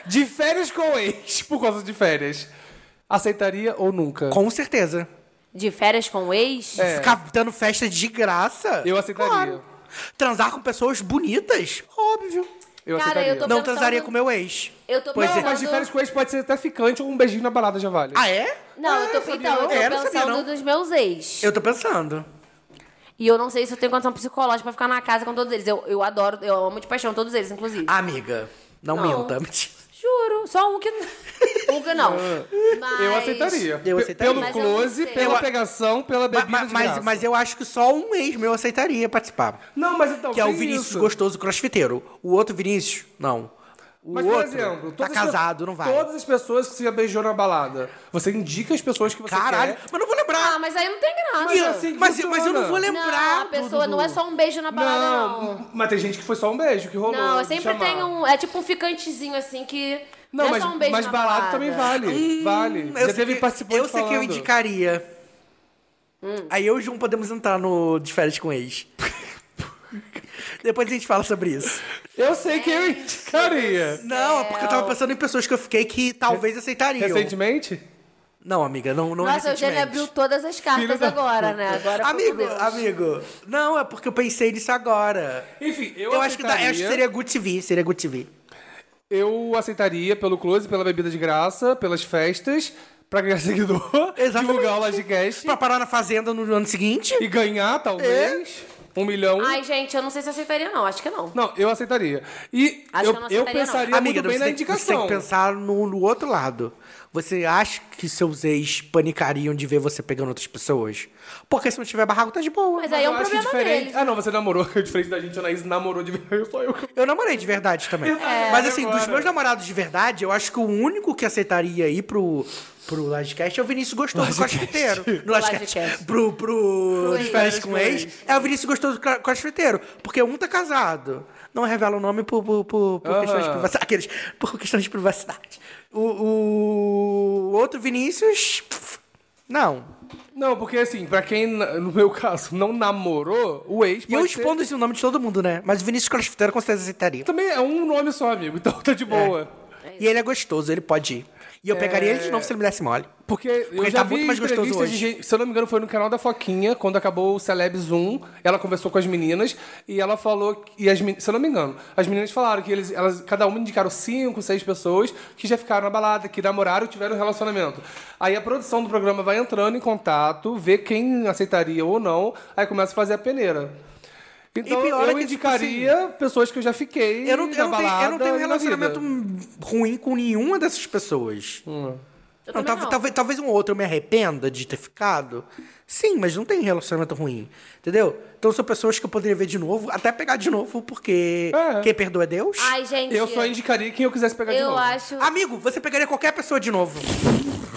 S2: de férias com o ex, por causa de férias. Aceitaria ou nunca?
S1: Com certeza.
S3: De férias com o ex?
S1: Ficar dando festa de graça.
S2: É. Eu aceitaria.
S1: Claro. Transar com pessoas bonitas. Óbvio.
S2: Eu
S3: Cara,
S2: aceitaria.
S3: eu tô-
S1: Não
S3: pensando-
S1: transaria com meu ex.
S3: Eu tô
S1: Pois
S2: Não,
S1: é.
S3: pensando-
S2: mas de férias com ex pode ser até ficante ou um beijinho na balada já vale.
S1: Ah, é?
S3: Não, eu
S2: É,
S3: tô,
S2: sabia
S3: então, eu
S2: não?
S3: tô
S1: É, não
S3: pensando
S1: sabia não.
S3: dos meus ex.
S1: Eu tô pensando.
S3: E eu não sei se eu tenho condição psicológica pra ficar na casa com todos eles. Eu, eu adoro, eu amo de paixão todos eles, inclusive.
S1: Ah. Amiga, não,
S3: Não.
S1: minta. Mentira.
S3: Juro, só um que. Um que não. Mas...
S2: Eu aceitaria.
S1: Eu
S2: Pe-
S1: aceitaria.
S2: Pelo
S3: Mas eu não
S2: close,
S3: sei.
S2: pela
S1: Eu-
S2: pegação, pela
S1: Ma-
S2: bebida
S1: ma-
S2: de
S1: Mas,
S2: graça.
S1: mas eu acho que só um ex meu aceitaria participar.
S2: Não, mas então,
S1: Que é o
S2: tem
S1: Vinícius
S2: isso.
S1: Gostoso Crossfiteiro. O outro Vinícius, não. O
S2: Mas,
S1: outro
S2: por exemplo,
S1: tá
S2: todas as-
S1: casado, não vai.
S2: Todas as pessoas que você já beijou na balada, você indica as pessoas que você
S1: Caralho,
S2: quer.
S1: mas não vou lembrar.
S3: Ah, mas aí não tem graça.
S1: mas,
S2: assim que
S1: mas, mas eu não
S2: funciona.
S1: vou lembrar.
S3: Não, a pessoa
S1: do-
S3: não é só um beijo na balada, não. Não,
S2: Não, mas tem gente que foi só um beijo que rolou.
S3: eu
S2: de
S3: sempre
S2: chamar.
S3: tenho um. É tipo um ficantezinho assim que.
S2: Não,
S3: é
S2: mas,
S3: só um beijo
S2: mas
S3: na
S2: balada
S3: balada
S2: também vale. vale.
S1: Hum,
S2: Já
S1: sei
S2: teve
S1: que-
S2: participante
S1: Eu sei que eu
S2: falando.
S1: indicaria.
S3: Hum.
S1: Aí eu e o João podemos entrar no de férias com ex. Depois a gente fala sobre isso.
S2: Eu sei que
S3: É.
S2: eu indicaria.
S1: Não, é porque eu tava pensando em pessoas que eu fiquei que talvez aceitariam.
S2: Recentemente?
S1: Não, amiga, não, não é
S3: Nossa, o Eugênio
S1: recentemente.
S3: abriu todas as cartas
S2: da
S3: agora, né? Agora foi
S1: Amigo,
S3: com Deus.
S1: amigo. Não, é porque eu pensei nisso agora.
S2: Enfim, eu,
S1: Eu, acho, que dá- eu acho que seria Good TV, seria Good TV.
S2: Eu aceitaria pelo close, pela bebida de graça, pelas festas, pra ganhar seguidor, divulgar o Lodcast
S1: Pra parar na fazenda no ano seguinte?
S2: e ganhar, talvez,
S1: É.
S2: um milhão.
S3: Ai, gente, eu não sei se aceitaria, não. Acho que não.
S2: Não, eu aceitaria. E
S3: Acho
S2: eu,
S3: que eu não
S2: eu
S3: aceitaria, não.
S2: pensaria
S1: Amiga,
S2: muito
S1: você,
S2: bem na
S1: tem, você tem
S2: indicação.
S1: que pensar no, no outro lado. Você acha que seus ex panicariam de ver você pegando outras pessoas? Porque se não tiver barraco, tá de boa.
S3: Mas aí é um
S2: Eu acho que
S3: problema
S2: diferente.
S3: deles.
S1: né?
S2: Ah, não, você namorou. Diferente da gente, a Anaís namorou de verdade. Só eu que
S1: Eu namorei de verdade também. Mas assim, dos
S2: agora.
S1: meus namorados de verdade, eu acho que o único que aceitaria ir pro, pro Lodcast é o Vinícius Gostoso do Crossfiteiro. No Lodcast.
S3: Lodcast.
S1: é Pro, pro,
S3: Pro
S1: de
S3: ex.
S1: férias com ex. É o Vinícius Gostoso do Cro- Crossfiteiro. Porque um tá casado. Não revela o nome por, por, por, por
S2: Aham.
S1: questões de privacidade. Aqueles, por questões de privacidade. O, o outro Vinícius. pff, Não.
S2: Não, porque assim, pra quem, na- no meu caso, não namorou, o ex
S1: E eu
S2: pode ser-
S1: expondo esse nome de todo mundo, né? Mas o Vinícius Crossfiteiro com certeza aceitaria.
S2: Também é um nome só, amigo, então
S1: É.
S2: tá de boa.
S1: E ele é gostoso, ele pode ir. E eu pegaria ele de novo se ele me desse mole.
S2: Porque eu
S1: ele
S2: já
S1: tá
S2: vi
S1: muito mais gostoso
S2: entrevista de
S1: hoje.
S2: gente, se eu não me engano, foi no canal da Foquinha, quando acabou o Celeb Zoom, ela conversou com as meninas e ela falou, que- e as, men- se eu não me engano, as meninas falaram que eles, elas, cada uma indicaram cinco, seis pessoas que já ficaram na balada, que namoraram e tiveram um relacionamento. Aí a produção do programa vai entrando em contato, vê quem aceitaria ou não, aí começa a fazer a peneira. Então,
S1: E pior é
S2: eu
S1: que, tipo
S2: indicaria pessoas que eu já fiquei
S1: Eu não,
S2: na
S1: eu não tenho,
S2: balada
S1: eu não tenho
S2: e na
S1: relacionamento
S2: vida.
S1: ruim com nenhuma dessas pessoas.
S3: Eu
S1: Não,
S3: também
S1: talvez-
S3: não.
S1: Talvez, talvez um outro eu me arrependa de ter ficado. Sim, mas não tem relacionamento ruim. Entendeu? Então são pessoas que eu poderia ver de novo, até pegar de novo, porque
S2: É.
S1: quem perdoa é Deus.
S3: Ai, gente.
S2: Eu só indicaria quem eu quisesse pegar de
S3: Eu
S2: novo.
S3: acho.
S1: Amigo, você pegaria qualquer pessoa de novo.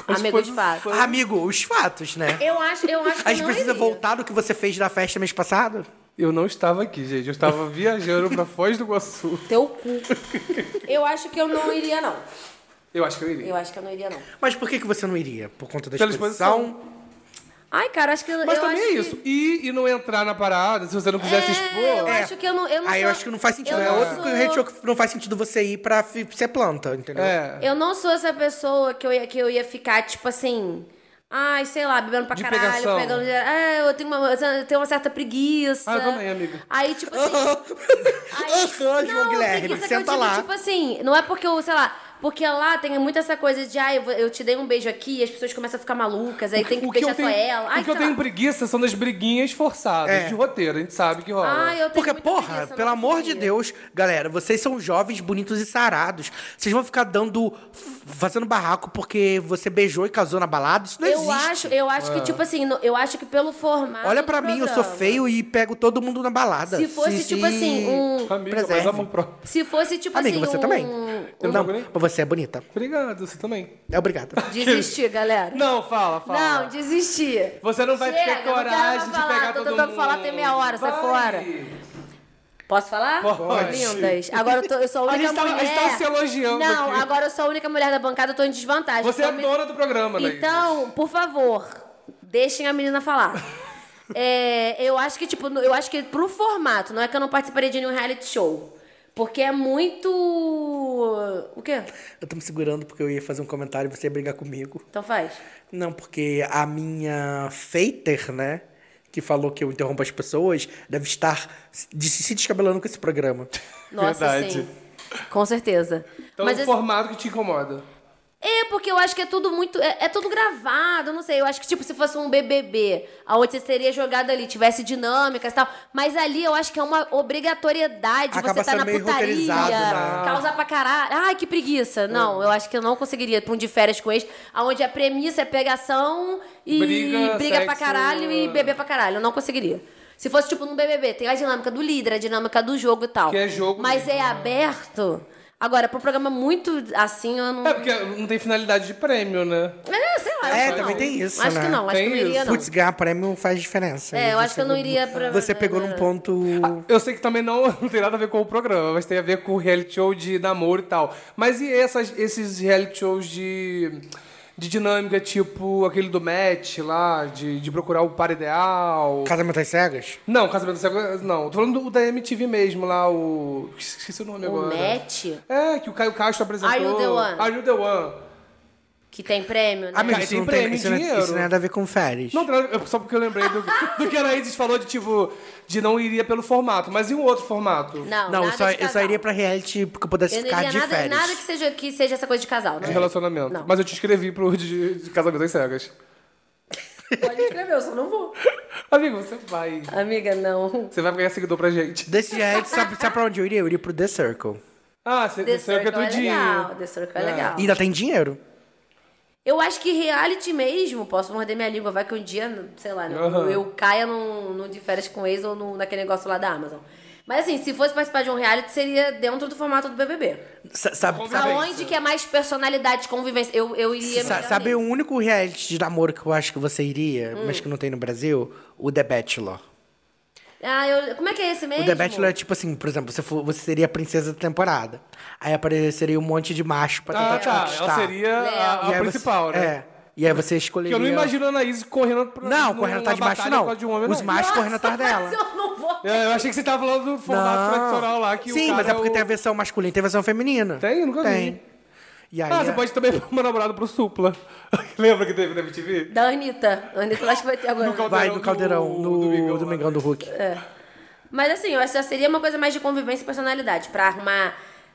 S3: Amigo é de fato.
S1: Amigo, os fatos, né?
S3: Eu acho, eu acho que.
S1: A gente
S3: não
S1: precisa
S3: iria.
S1: voltar do que você fez na festa mês passado?
S2: Eu não estava aqui, gente. Eu estava viajando pra Foz do Iguaçu.
S3: Teu cu. eu acho que eu não iria, não.
S2: Eu acho que eu iria.
S3: Eu acho que eu não iria, não.
S1: Mas por que, que você não iria? Por conta da
S2: Pela
S1: exposição?
S2: exposição.
S3: Ai, cara, acho que eu
S2: Mas
S3: eu
S2: também
S3: acho
S2: é
S3: que-
S2: isso. Ir e não entrar na parada, se você não quiser se expor.
S3: É, eu
S1: É.
S3: acho que eu não. Eu não
S1: Aí
S3: sou-
S1: eu acho que não faz sentido.
S3: eu
S1: É
S3: não
S1: outro
S3: sou-
S1: reality show que não faz sentido você ir pra fi- ser planta, entendeu?
S2: É.
S3: Eu não sou essa pessoa que eu ia, que eu ia ficar, tipo assim. Ai, sei lá, bebendo pra
S2: De
S3: caralho,
S2: pegação.
S3: pegando. É, eu tenho uma, eu tenho uma certa preguiça.
S2: Ah, eu também, amiga.
S3: Aí, tipo assim.
S1: Aham, Ah, João Guilherme,
S3: preguiça que eu
S1: senta
S3: digo,
S1: lá.
S3: Tipo assim, não é porque eu, sei lá, porque lá tem muito essa coisa de, ai, eu vou- eu te dei um beijo aqui e as pessoas começam a ficar malucas, aí tem que beijar só ela. Ai, tá.
S2: o que eu
S3: sei
S2: tenho
S3: lá.
S2: preguiça são das briguinhas forçadas,
S1: É.
S2: de roteiro. A gente sabe que rola.
S3: Ai, eu tenho
S1: Porque,
S3: muita
S1: porra,
S3: preguiça,
S1: pelo
S3: não
S1: amor de
S3: conseguiria.
S1: Deus, galera, vocês são jovens, bonitos e sarados. Vocês vão ficar dando. f- fazendo barraco porque você beijou e casou na balada? Isso não
S3: eu
S1: existe. Ah.
S3: acho, eu acho que, tipo assim, no- eu acho que pelo formato.
S1: Olha
S3: do
S1: pra mim, eu sou
S3: programa,
S1: feio e pego todo mundo na balada.
S3: Se fosse, tipo assim, um-
S2: Amiga, mas
S1: preserve.
S2: amor próprio.
S3: Se fosse, tipo
S1: Amiga,
S3: assim.
S1: você
S3: um-
S1: também.
S2: Eu
S1: não,
S2: não jogo nem?
S1: mas você é bonita.
S2: Obrigado, você também.
S1: É obrigada.
S3: Desistir, galera.
S2: Não, fala, fala.
S3: Não, desistir.
S2: Você não vai
S3: Chega,
S2: ter
S3: não quero mais
S2: coragem de
S3: falar,
S2: pegar
S3: tô
S2: todo
S3: tentando
S2: mundo.
S3: falar tem meia hora, sai
S2: Vai.
S3: fora. Posso falar?
S2: Pode.
S3: Lindas. Agora eu, tô- eu sou a
S2: A
S3: única
S2: gente tá- a
S3: mulher.
S2: gente tá se elogiando
S3: Não,
S2: aqui.
S3: agora eu sou a única mulher da bancada, eu tô em desvantagem.
S2: Você é
S3: Então
S2: a
S3: me-
S2: dona do programa, né?
S3: Então, por favor, deixem a menina falar. É, eu acho que, tipo, no- eu acho que pro formato, não é que eu não participaria de nenhum reality show. Porque é muito. O quê?
S1: Eu tô me segurando porque eu ia fazer um comentário e você ia brigar comigo.
S3: Então faz.
S1: Não, porque a minha feiter, né? Que falou que eu interrompo as pessoas, deve estar se se descabelando com esse programa.
S3: Nossa,
S2: Verdade.
S3: sim. Com certeza.
S2: Então,
S3: Mas
S2: o
S3: assim,
S2: formato que te incomoda.
S3: É, porque eu acho que é tudo muito. É, é tudo gravado, eu não sei. Eu acho que, tipo, se fosse um BBB, aonde você seria jogado ali, tivesse dinâmicas e tal. Mas ali eu acho que é uma obrigatoriedade
S1: Acaba
S3: você tá
S1: sendo
S3: na
S1: meio
S3: putaria.
S1: roteirizado, né?
S3: Causar pra caralho. Ai, que preguiça. Não, eu acho que eu não conseguiria pra um de férias com ex, aonde a premissa é pegação e
S2: Briga,
S3: briga, pra
S2: sexo,
S3: caralho e
S2: é.
S3: beber pra caralho. Eu não conseguiria. Se fosse, tipo, num BBB, tem a dinâmica do líder, a dinâmica do jogo e tal.
S2: Que é jogo
S3: Mas
S2: mesmo,
S3: é aberto. Agora, pra um programa muito assim, eu não.
S2: É porque não tem finalidade de prêmio, né?
S3: É, sei lá. eu
S1: É,
S3: acho que
S1: também
S3: não.
S1: tem isso,
S3: Acho
S1: né?
S3: que não, acho
S2: Tem
S3: que eu não iria,
S2: isso.
S3: não.
S1: Putz, ganhar prêmio faz diferença.
S3: É, eu
S1: Você-
S3: acho que eu não iria pra-
S1: Você pegou num ponto.
S2: Eu sei que também não, não tem nada a ver com o programa, mas tem a ver com o reality show de namoro e tal. Mas e essas- esses reality shows de, de dinâmica, tipo aquele do match lá, de, de procurar o par ideal?
S1: Casamento às cegas?
S2: Não, casamento cego, não. Tô falando do da MTV mesmo lá, o... Esqueci o nome
S3: O
S2: agora.
S3: match?
S2: É, que o Caio Castro apresentou.
S3: Are You The One?
S2: Are You The One.
S3: Que tem prêmio, né?
S1: Amigo, Ah, isso
S2: tem
S1: não, tem,
S2: prêmio,
S1: isso, não, é-
S2: dinheiro.
S1: isso não tem nada a ver com férias.
S2: Não, tem nada a ver- só porque eu lembrei do, do que a Anaídes falou de tipo, de não iria pelo formato, mas e um outro formato?
S3: Não,
S1: Não, eu
S3: nada
S1: só,
S3: de
S1: eu só
S3: casal.
S1: iria pra reality porque eu pudesse
S3: Eu não
S1: ficar
S3: iria
S1: de
S3: nada,
S1: férias.
S3: nada que seja, que seja essa coisa de casal, né?
S2: De relacionamento.
S3: Não.
S2: Mas eu te inscrevi pro de, de casamento às cegas.
S3: Pode escrever, eu só não vou.
S2: Amigo, você vai.
S3: Amiga, não.
S2: Você vai ganhar seguidor pra gente.
S1: Desse reality, sabe, sabe pra onde eu iria? Eu iria pro The Circle.
S2: Ah, você
S3: The
S2: você é que é
S3: Circle é
S2: tudinho.
S3: legal, The Circle é legal.
S1: E ainda tem dinheiro.
S3: Eu acho que reality mesmo, posso morder minha língua, vai que um dia, sei lá, né,
S2: Aham.
S3: eu caia num, num de férias com ex ou no, naquele negócio lá da Amazon. Mas assim, se fosse participar de um reality, seria dentro do formato do BBB.
S1: Sa- Sabe,
S2: Convivência.
S1: sabe,
S3: Aonde que é mais personalidade, convivência, eu, eu iria
S1: sa-
S3: é melhor Hum.
S1: sabe
S3: nesse.
S1: o único reality de namoro que eu acho que você iria, mas que não tem no Brasil? O The Bachelor.
S3: Ah, eu, como é que é esse mesmo?
S1: um- O The Bachelor é tipo assim, por exemplo, você, for- você seria a princesa da temporada. Aí apareceria um monte de macho pra tentar
S2: Ah,
S1: te
S2: tá.
S1: conquistar.
S2: Ela seria a,
S1: E
S2: a
S1: aí você-
S2: principal, né?
S1: É. E aí você escolheria...
S2: Que eu não imagino a Anaís correndo pra
S1: Não,
S2: numa
S1: correndo atrás de macho,
S2: batalha por
S1: não.
S2: causa de um homem,
S1: Os
S2: não.
S1: machos
S3: Nossa,
S1: correndo atrás dela.
S3: Mas eu não vou.
S2: É, Eu achei que você tava falando do formato
S1: Não.
S2: tradicional lá que o
S1: Sim,
S2: cara
S1: mas é porque
S2: o-
S1: tem a versão masculina e tem a versão feminina.
S2: Tem? Eu nunca vi.
S1: Tem. E aí,
S2: Ah,
S1: é-
S2: você pode também pôr uma namorada pro Supla. Lembra que teve na MTV?
S3: Da Anitta. A Anitta eu acho que vai ter agora.
S2: Nunca-
S1: Vai no Caldeirão,
S2: do-
S1: no
S2: do Mingau
S1: Domingão
S2: lá,
S1: do, Mingão do Hulk.
S3: Mas assim, eu acho que seria uma coisa mais de convivência e personalidade. Pra arrumar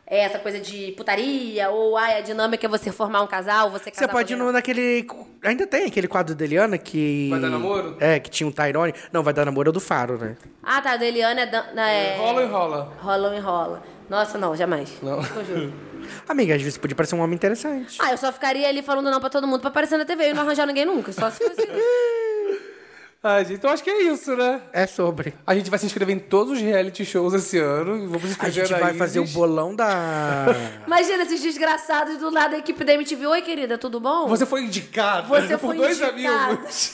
S3: é, essa coisa de putaria, ou ai, a dinâmica é você formar um casal, você casar
S1: Você pode ir
S3: com
S1: no,
S3: alguém.
S1: naquele. Ainda tem aquele quadro da Eliana que.
S2: Vai dar namoro?
S1: É, que tinha um Tyrone. Não, vai dar namoro é o do Faro, né?
S3: Ah, tá. A da Eliana é... dan- na- é...
S2: Rola e rola.
S3: Rola ou enrola. Nossa, não, jamais. Não. Juro.
S1: Amiga, às vezes podia parecer um homem interessante.
S3: Ah, eu só ficaria ali falando não pra todo mundo pra aparecer na TV e não arranjar ninguém nunca. Só se fosse isso.
S2: Ah, gente, então acho que é isso, né?
S1: É sobre.
S2: A gente vai se inscrever em todos os reality shows esse ano. e Vamos
S1: A
S2: inscrever
S1: gente vai
S2: Anaíses.
S1: fazer o bolão da.
S3: Imagina esses desgraçados do lado da equipe da MTV. Oi, querida, tudo bom?
S2: Você foi indicado né?
S3: Você
S2: por
S3: foi
S2: dois
S3: indicado.
S2: amigos.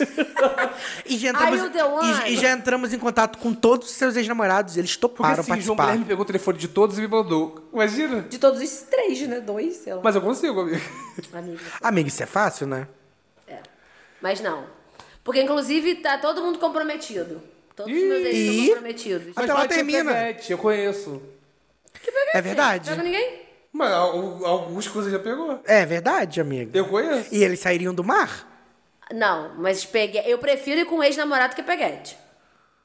S1: E já
S3: Are
S1: entramos,
S3: you the one?
S1: e, e já entramos em contato com todos os seus ex-namorados. Eles
S2: Porque
S1: toparam
S2: assim, João
S1: participar.
S2: Guilherme pegou o telefone de todos e me mandou. Imagina.
S3: De todos os três, né? Dois, sei lá.
S2: Mas eu consigo, amigo.
S3: Amiga.
S1: Amiga, isso é fácil, né?
S3: Mas não. Porque, inclusive, tá todo mundo comprometido. Todos os
S2: Ih, Tá
S3: meus ex
S1: e-
S3: estão comprometidos.
S1: Até lá
S2: Mas tinha
S1: termina.
S2: Pevete, Eu conheço.
S1: É verdade.
S3: Joga Tá ninguém?
S2: Mas al- alguns que você já pegou.
S1: É verdade, amiga.
S2: Eu conheço.
S1: E eles sairiam do mar?
S3: Não, mas pegue... eu prefiro ir com um ex-namorado que peguete.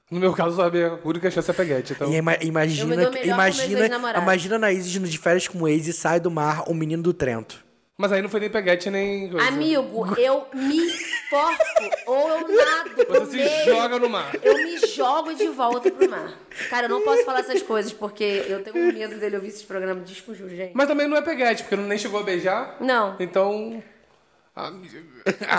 S2: No meu caso, a minha única chance é peguete, então.
S1: E ima-
S3: Eu me dou
S1: imagina,
S3: melhor com meus
S1: imagina,
S3: ex-namorados.
S1: imagina a Naís indo de férias com o ex e sai do mar o menino do Trento.
S2: Mas aí não foi nem peguete, nem coisa.
S3: Amigo, eu me forco ou eu nado pro
S2: Você se
S3: meio.
S2: joga no mar.
S3: Eu me jogo de volta pro mar. Cara, eu não posso falar essas coisas porque eu tenho medo dele ouvir esses programas de disco Ju, gente.
S2: Mas também não é peguete, porque nem chegou a beijar.
S3: Não.
S2: Então. Amiga.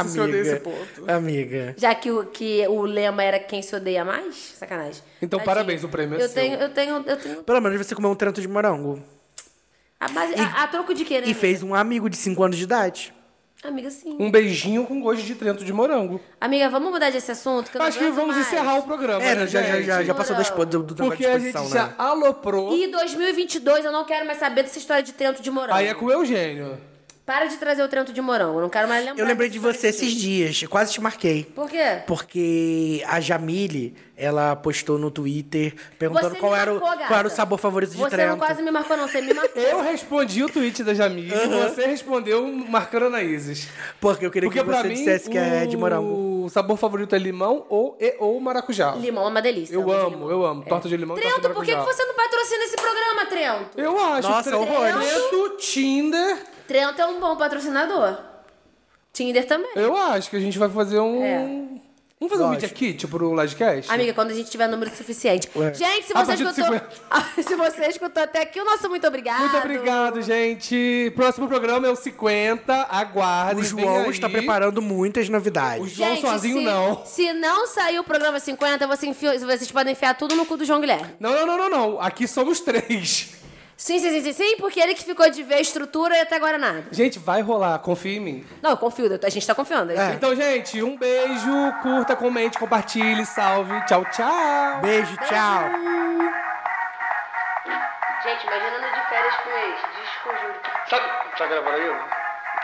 S2: Você se odeia
S1: Amiga,
S2: esse ponto.
S1: amiga.
S3: Já que o, que o lema era quem se odeia mais? Sacanagem.
S2: Então, parabéns, o prêmio é
S3: eu
S2: seu.
S3: tenho, eu tenho, eu tenho.
S1: Pelo menos você comeu um trento de morango.
S3: A, base, a, a troco de quê, né?
S1: E
S3: amiga?
S1: fez um amigo de 5 anos de idade.
S3: Amiga, sim.
S2: Um beijinho com gosto de trento de morango.
S3: Amiga, vamos mudar desse assunto? eu não
S2: Acho que
S3: aguento
S2: vamos
S3: mais.
S2: encerrar o programa.
S1: É,
S2: né,
S1: já, já,
S2: gente?
S1: já, já passou da expo, do, do negócio
S2: Porque
S1: de
S2: a gente
S1: exposição,
S2: já
S1: né?
S2: aloprou.
S3: E 2022 eu não quero mais saber dessa história de Trento de Morango.
S2: Aí é com o Eugênio.
S3: Para de trazer o Trento de Morango, eu não quero mais lembrar.
S1: Eu lembrei de
S3: dessa
S1: você
S3: história
S1: esses dias, eu quase te marquei.
S3: Por quê?
S1: Porque a Jamile, ela postou no Twitter perguntando
S3: me
S1: qual, era, o,
S3: marcou, gata.
S1: qual era o sabor favorito de
S3: Você
S1: Trento.
S3: não quase me marcou, não. Você me marcou.
S2: Eu respondi o tweet da Jamile e você respondeu marcando Anaíses.
S1: Porque eu queria
S2: Porque
S1: que
S2: pra
S1: você
S2: mim,
S1: dissesse que é de morango.
S2: o sabor favorito é limão ou, e, ou maracujá.
S3: Limão é uma delícia.
S2: Eu
S3: amo de
S2: amo,
S3: limão.
S2: eu amo. Torta de limão e torta de
S3: Trento, por que que
S2: maracujá.
S3: você não patrocina esse programa, Trento?
S2: Eu acho.
S1: Nossa,
S2: Tre-
S1: horrores.
S2: Trento, Tinder.
S3: Trento é um bom patrocinador. Tinder também.
S2: Eu acho que a gente vai fazer um...
S3: É.
S2: Vamos fazer um
S1: Lógico.
S2: media kit pro Livecast?
S3: Amiga, quando a gente tiver número suficiente.
S1: Ué.
S3: Gente, se
S2: É. A
S3: você,
S2: partir de
S3: escutou, Ah, se você escutou até aqui, o nosso muito obrigado.
S2: Muito obrigado, gente. Próximo programa é o 50. Aguardem.
S1: O
S2: vem
S1: João
S2: aí.
S1: está preparando muitas novidades.
S2: O João sozinho,
S3: se,
S2: não.
S3: Se não sair o programa 50, você enfia- vocês podem enfiar tudo no cu do João Guilherme.
S2: Não, não, não, não, não. Aqui somos três.
S3: Sim, sim, sim, sim, sim, porque ele que ficou de ver a estrutura e até agora nada.
S2: Gente, vai rolar. Confia em mim.
S3: Não, eu confio, eu tô- a gente tá confiando.
S1: É.
S2: Então, gente, um beijo. Curta, comente, compartilhe, salve. Tchau, tchau.
S1: Beijo, tchau.
S3: Gente, imagina no de férias com ex, desconjuro.
S7: Sabe, tá gravando aí?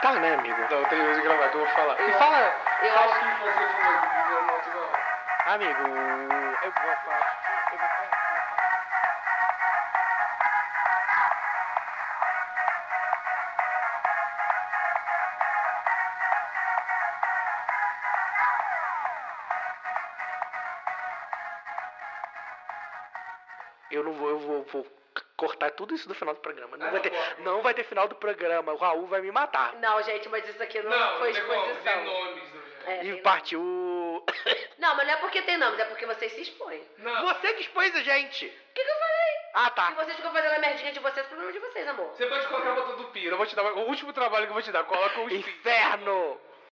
S7: Tá, né, amigo? Não, eu tenho medo de gravar, que eu vou falar. e fala... Eu acho que você Amigo, eu vou falar... Eu vou falar...
S1: Eu não vou, eu vou, vou cortar tudo isso do final do programa. Não, vai, ter, não vai ter final do programa. O Raul vai me matar.
S3: Não, gente, mas isso aqui não, foi
S7: é
S3: exposição.
S2: nomes. né?
S3: É, tem
S1: e
S3: nome.
S1: partiu. o-
S3: Não, mas não é porque tem nomes, é porque vocês se expõem.
S1: Você que expôs a gente.
S3: O que, que eu falei?
S1: Ah,
S3: Se
S1: tá.
S3: vocês ficam fazendo a merdinha de vocês, é problema de vocês, amor.
S2: Você pode colocar a bota do Pira. Eu vou te dar o último trabalho que eu vou te dar. Coloca o
S1: Inferno!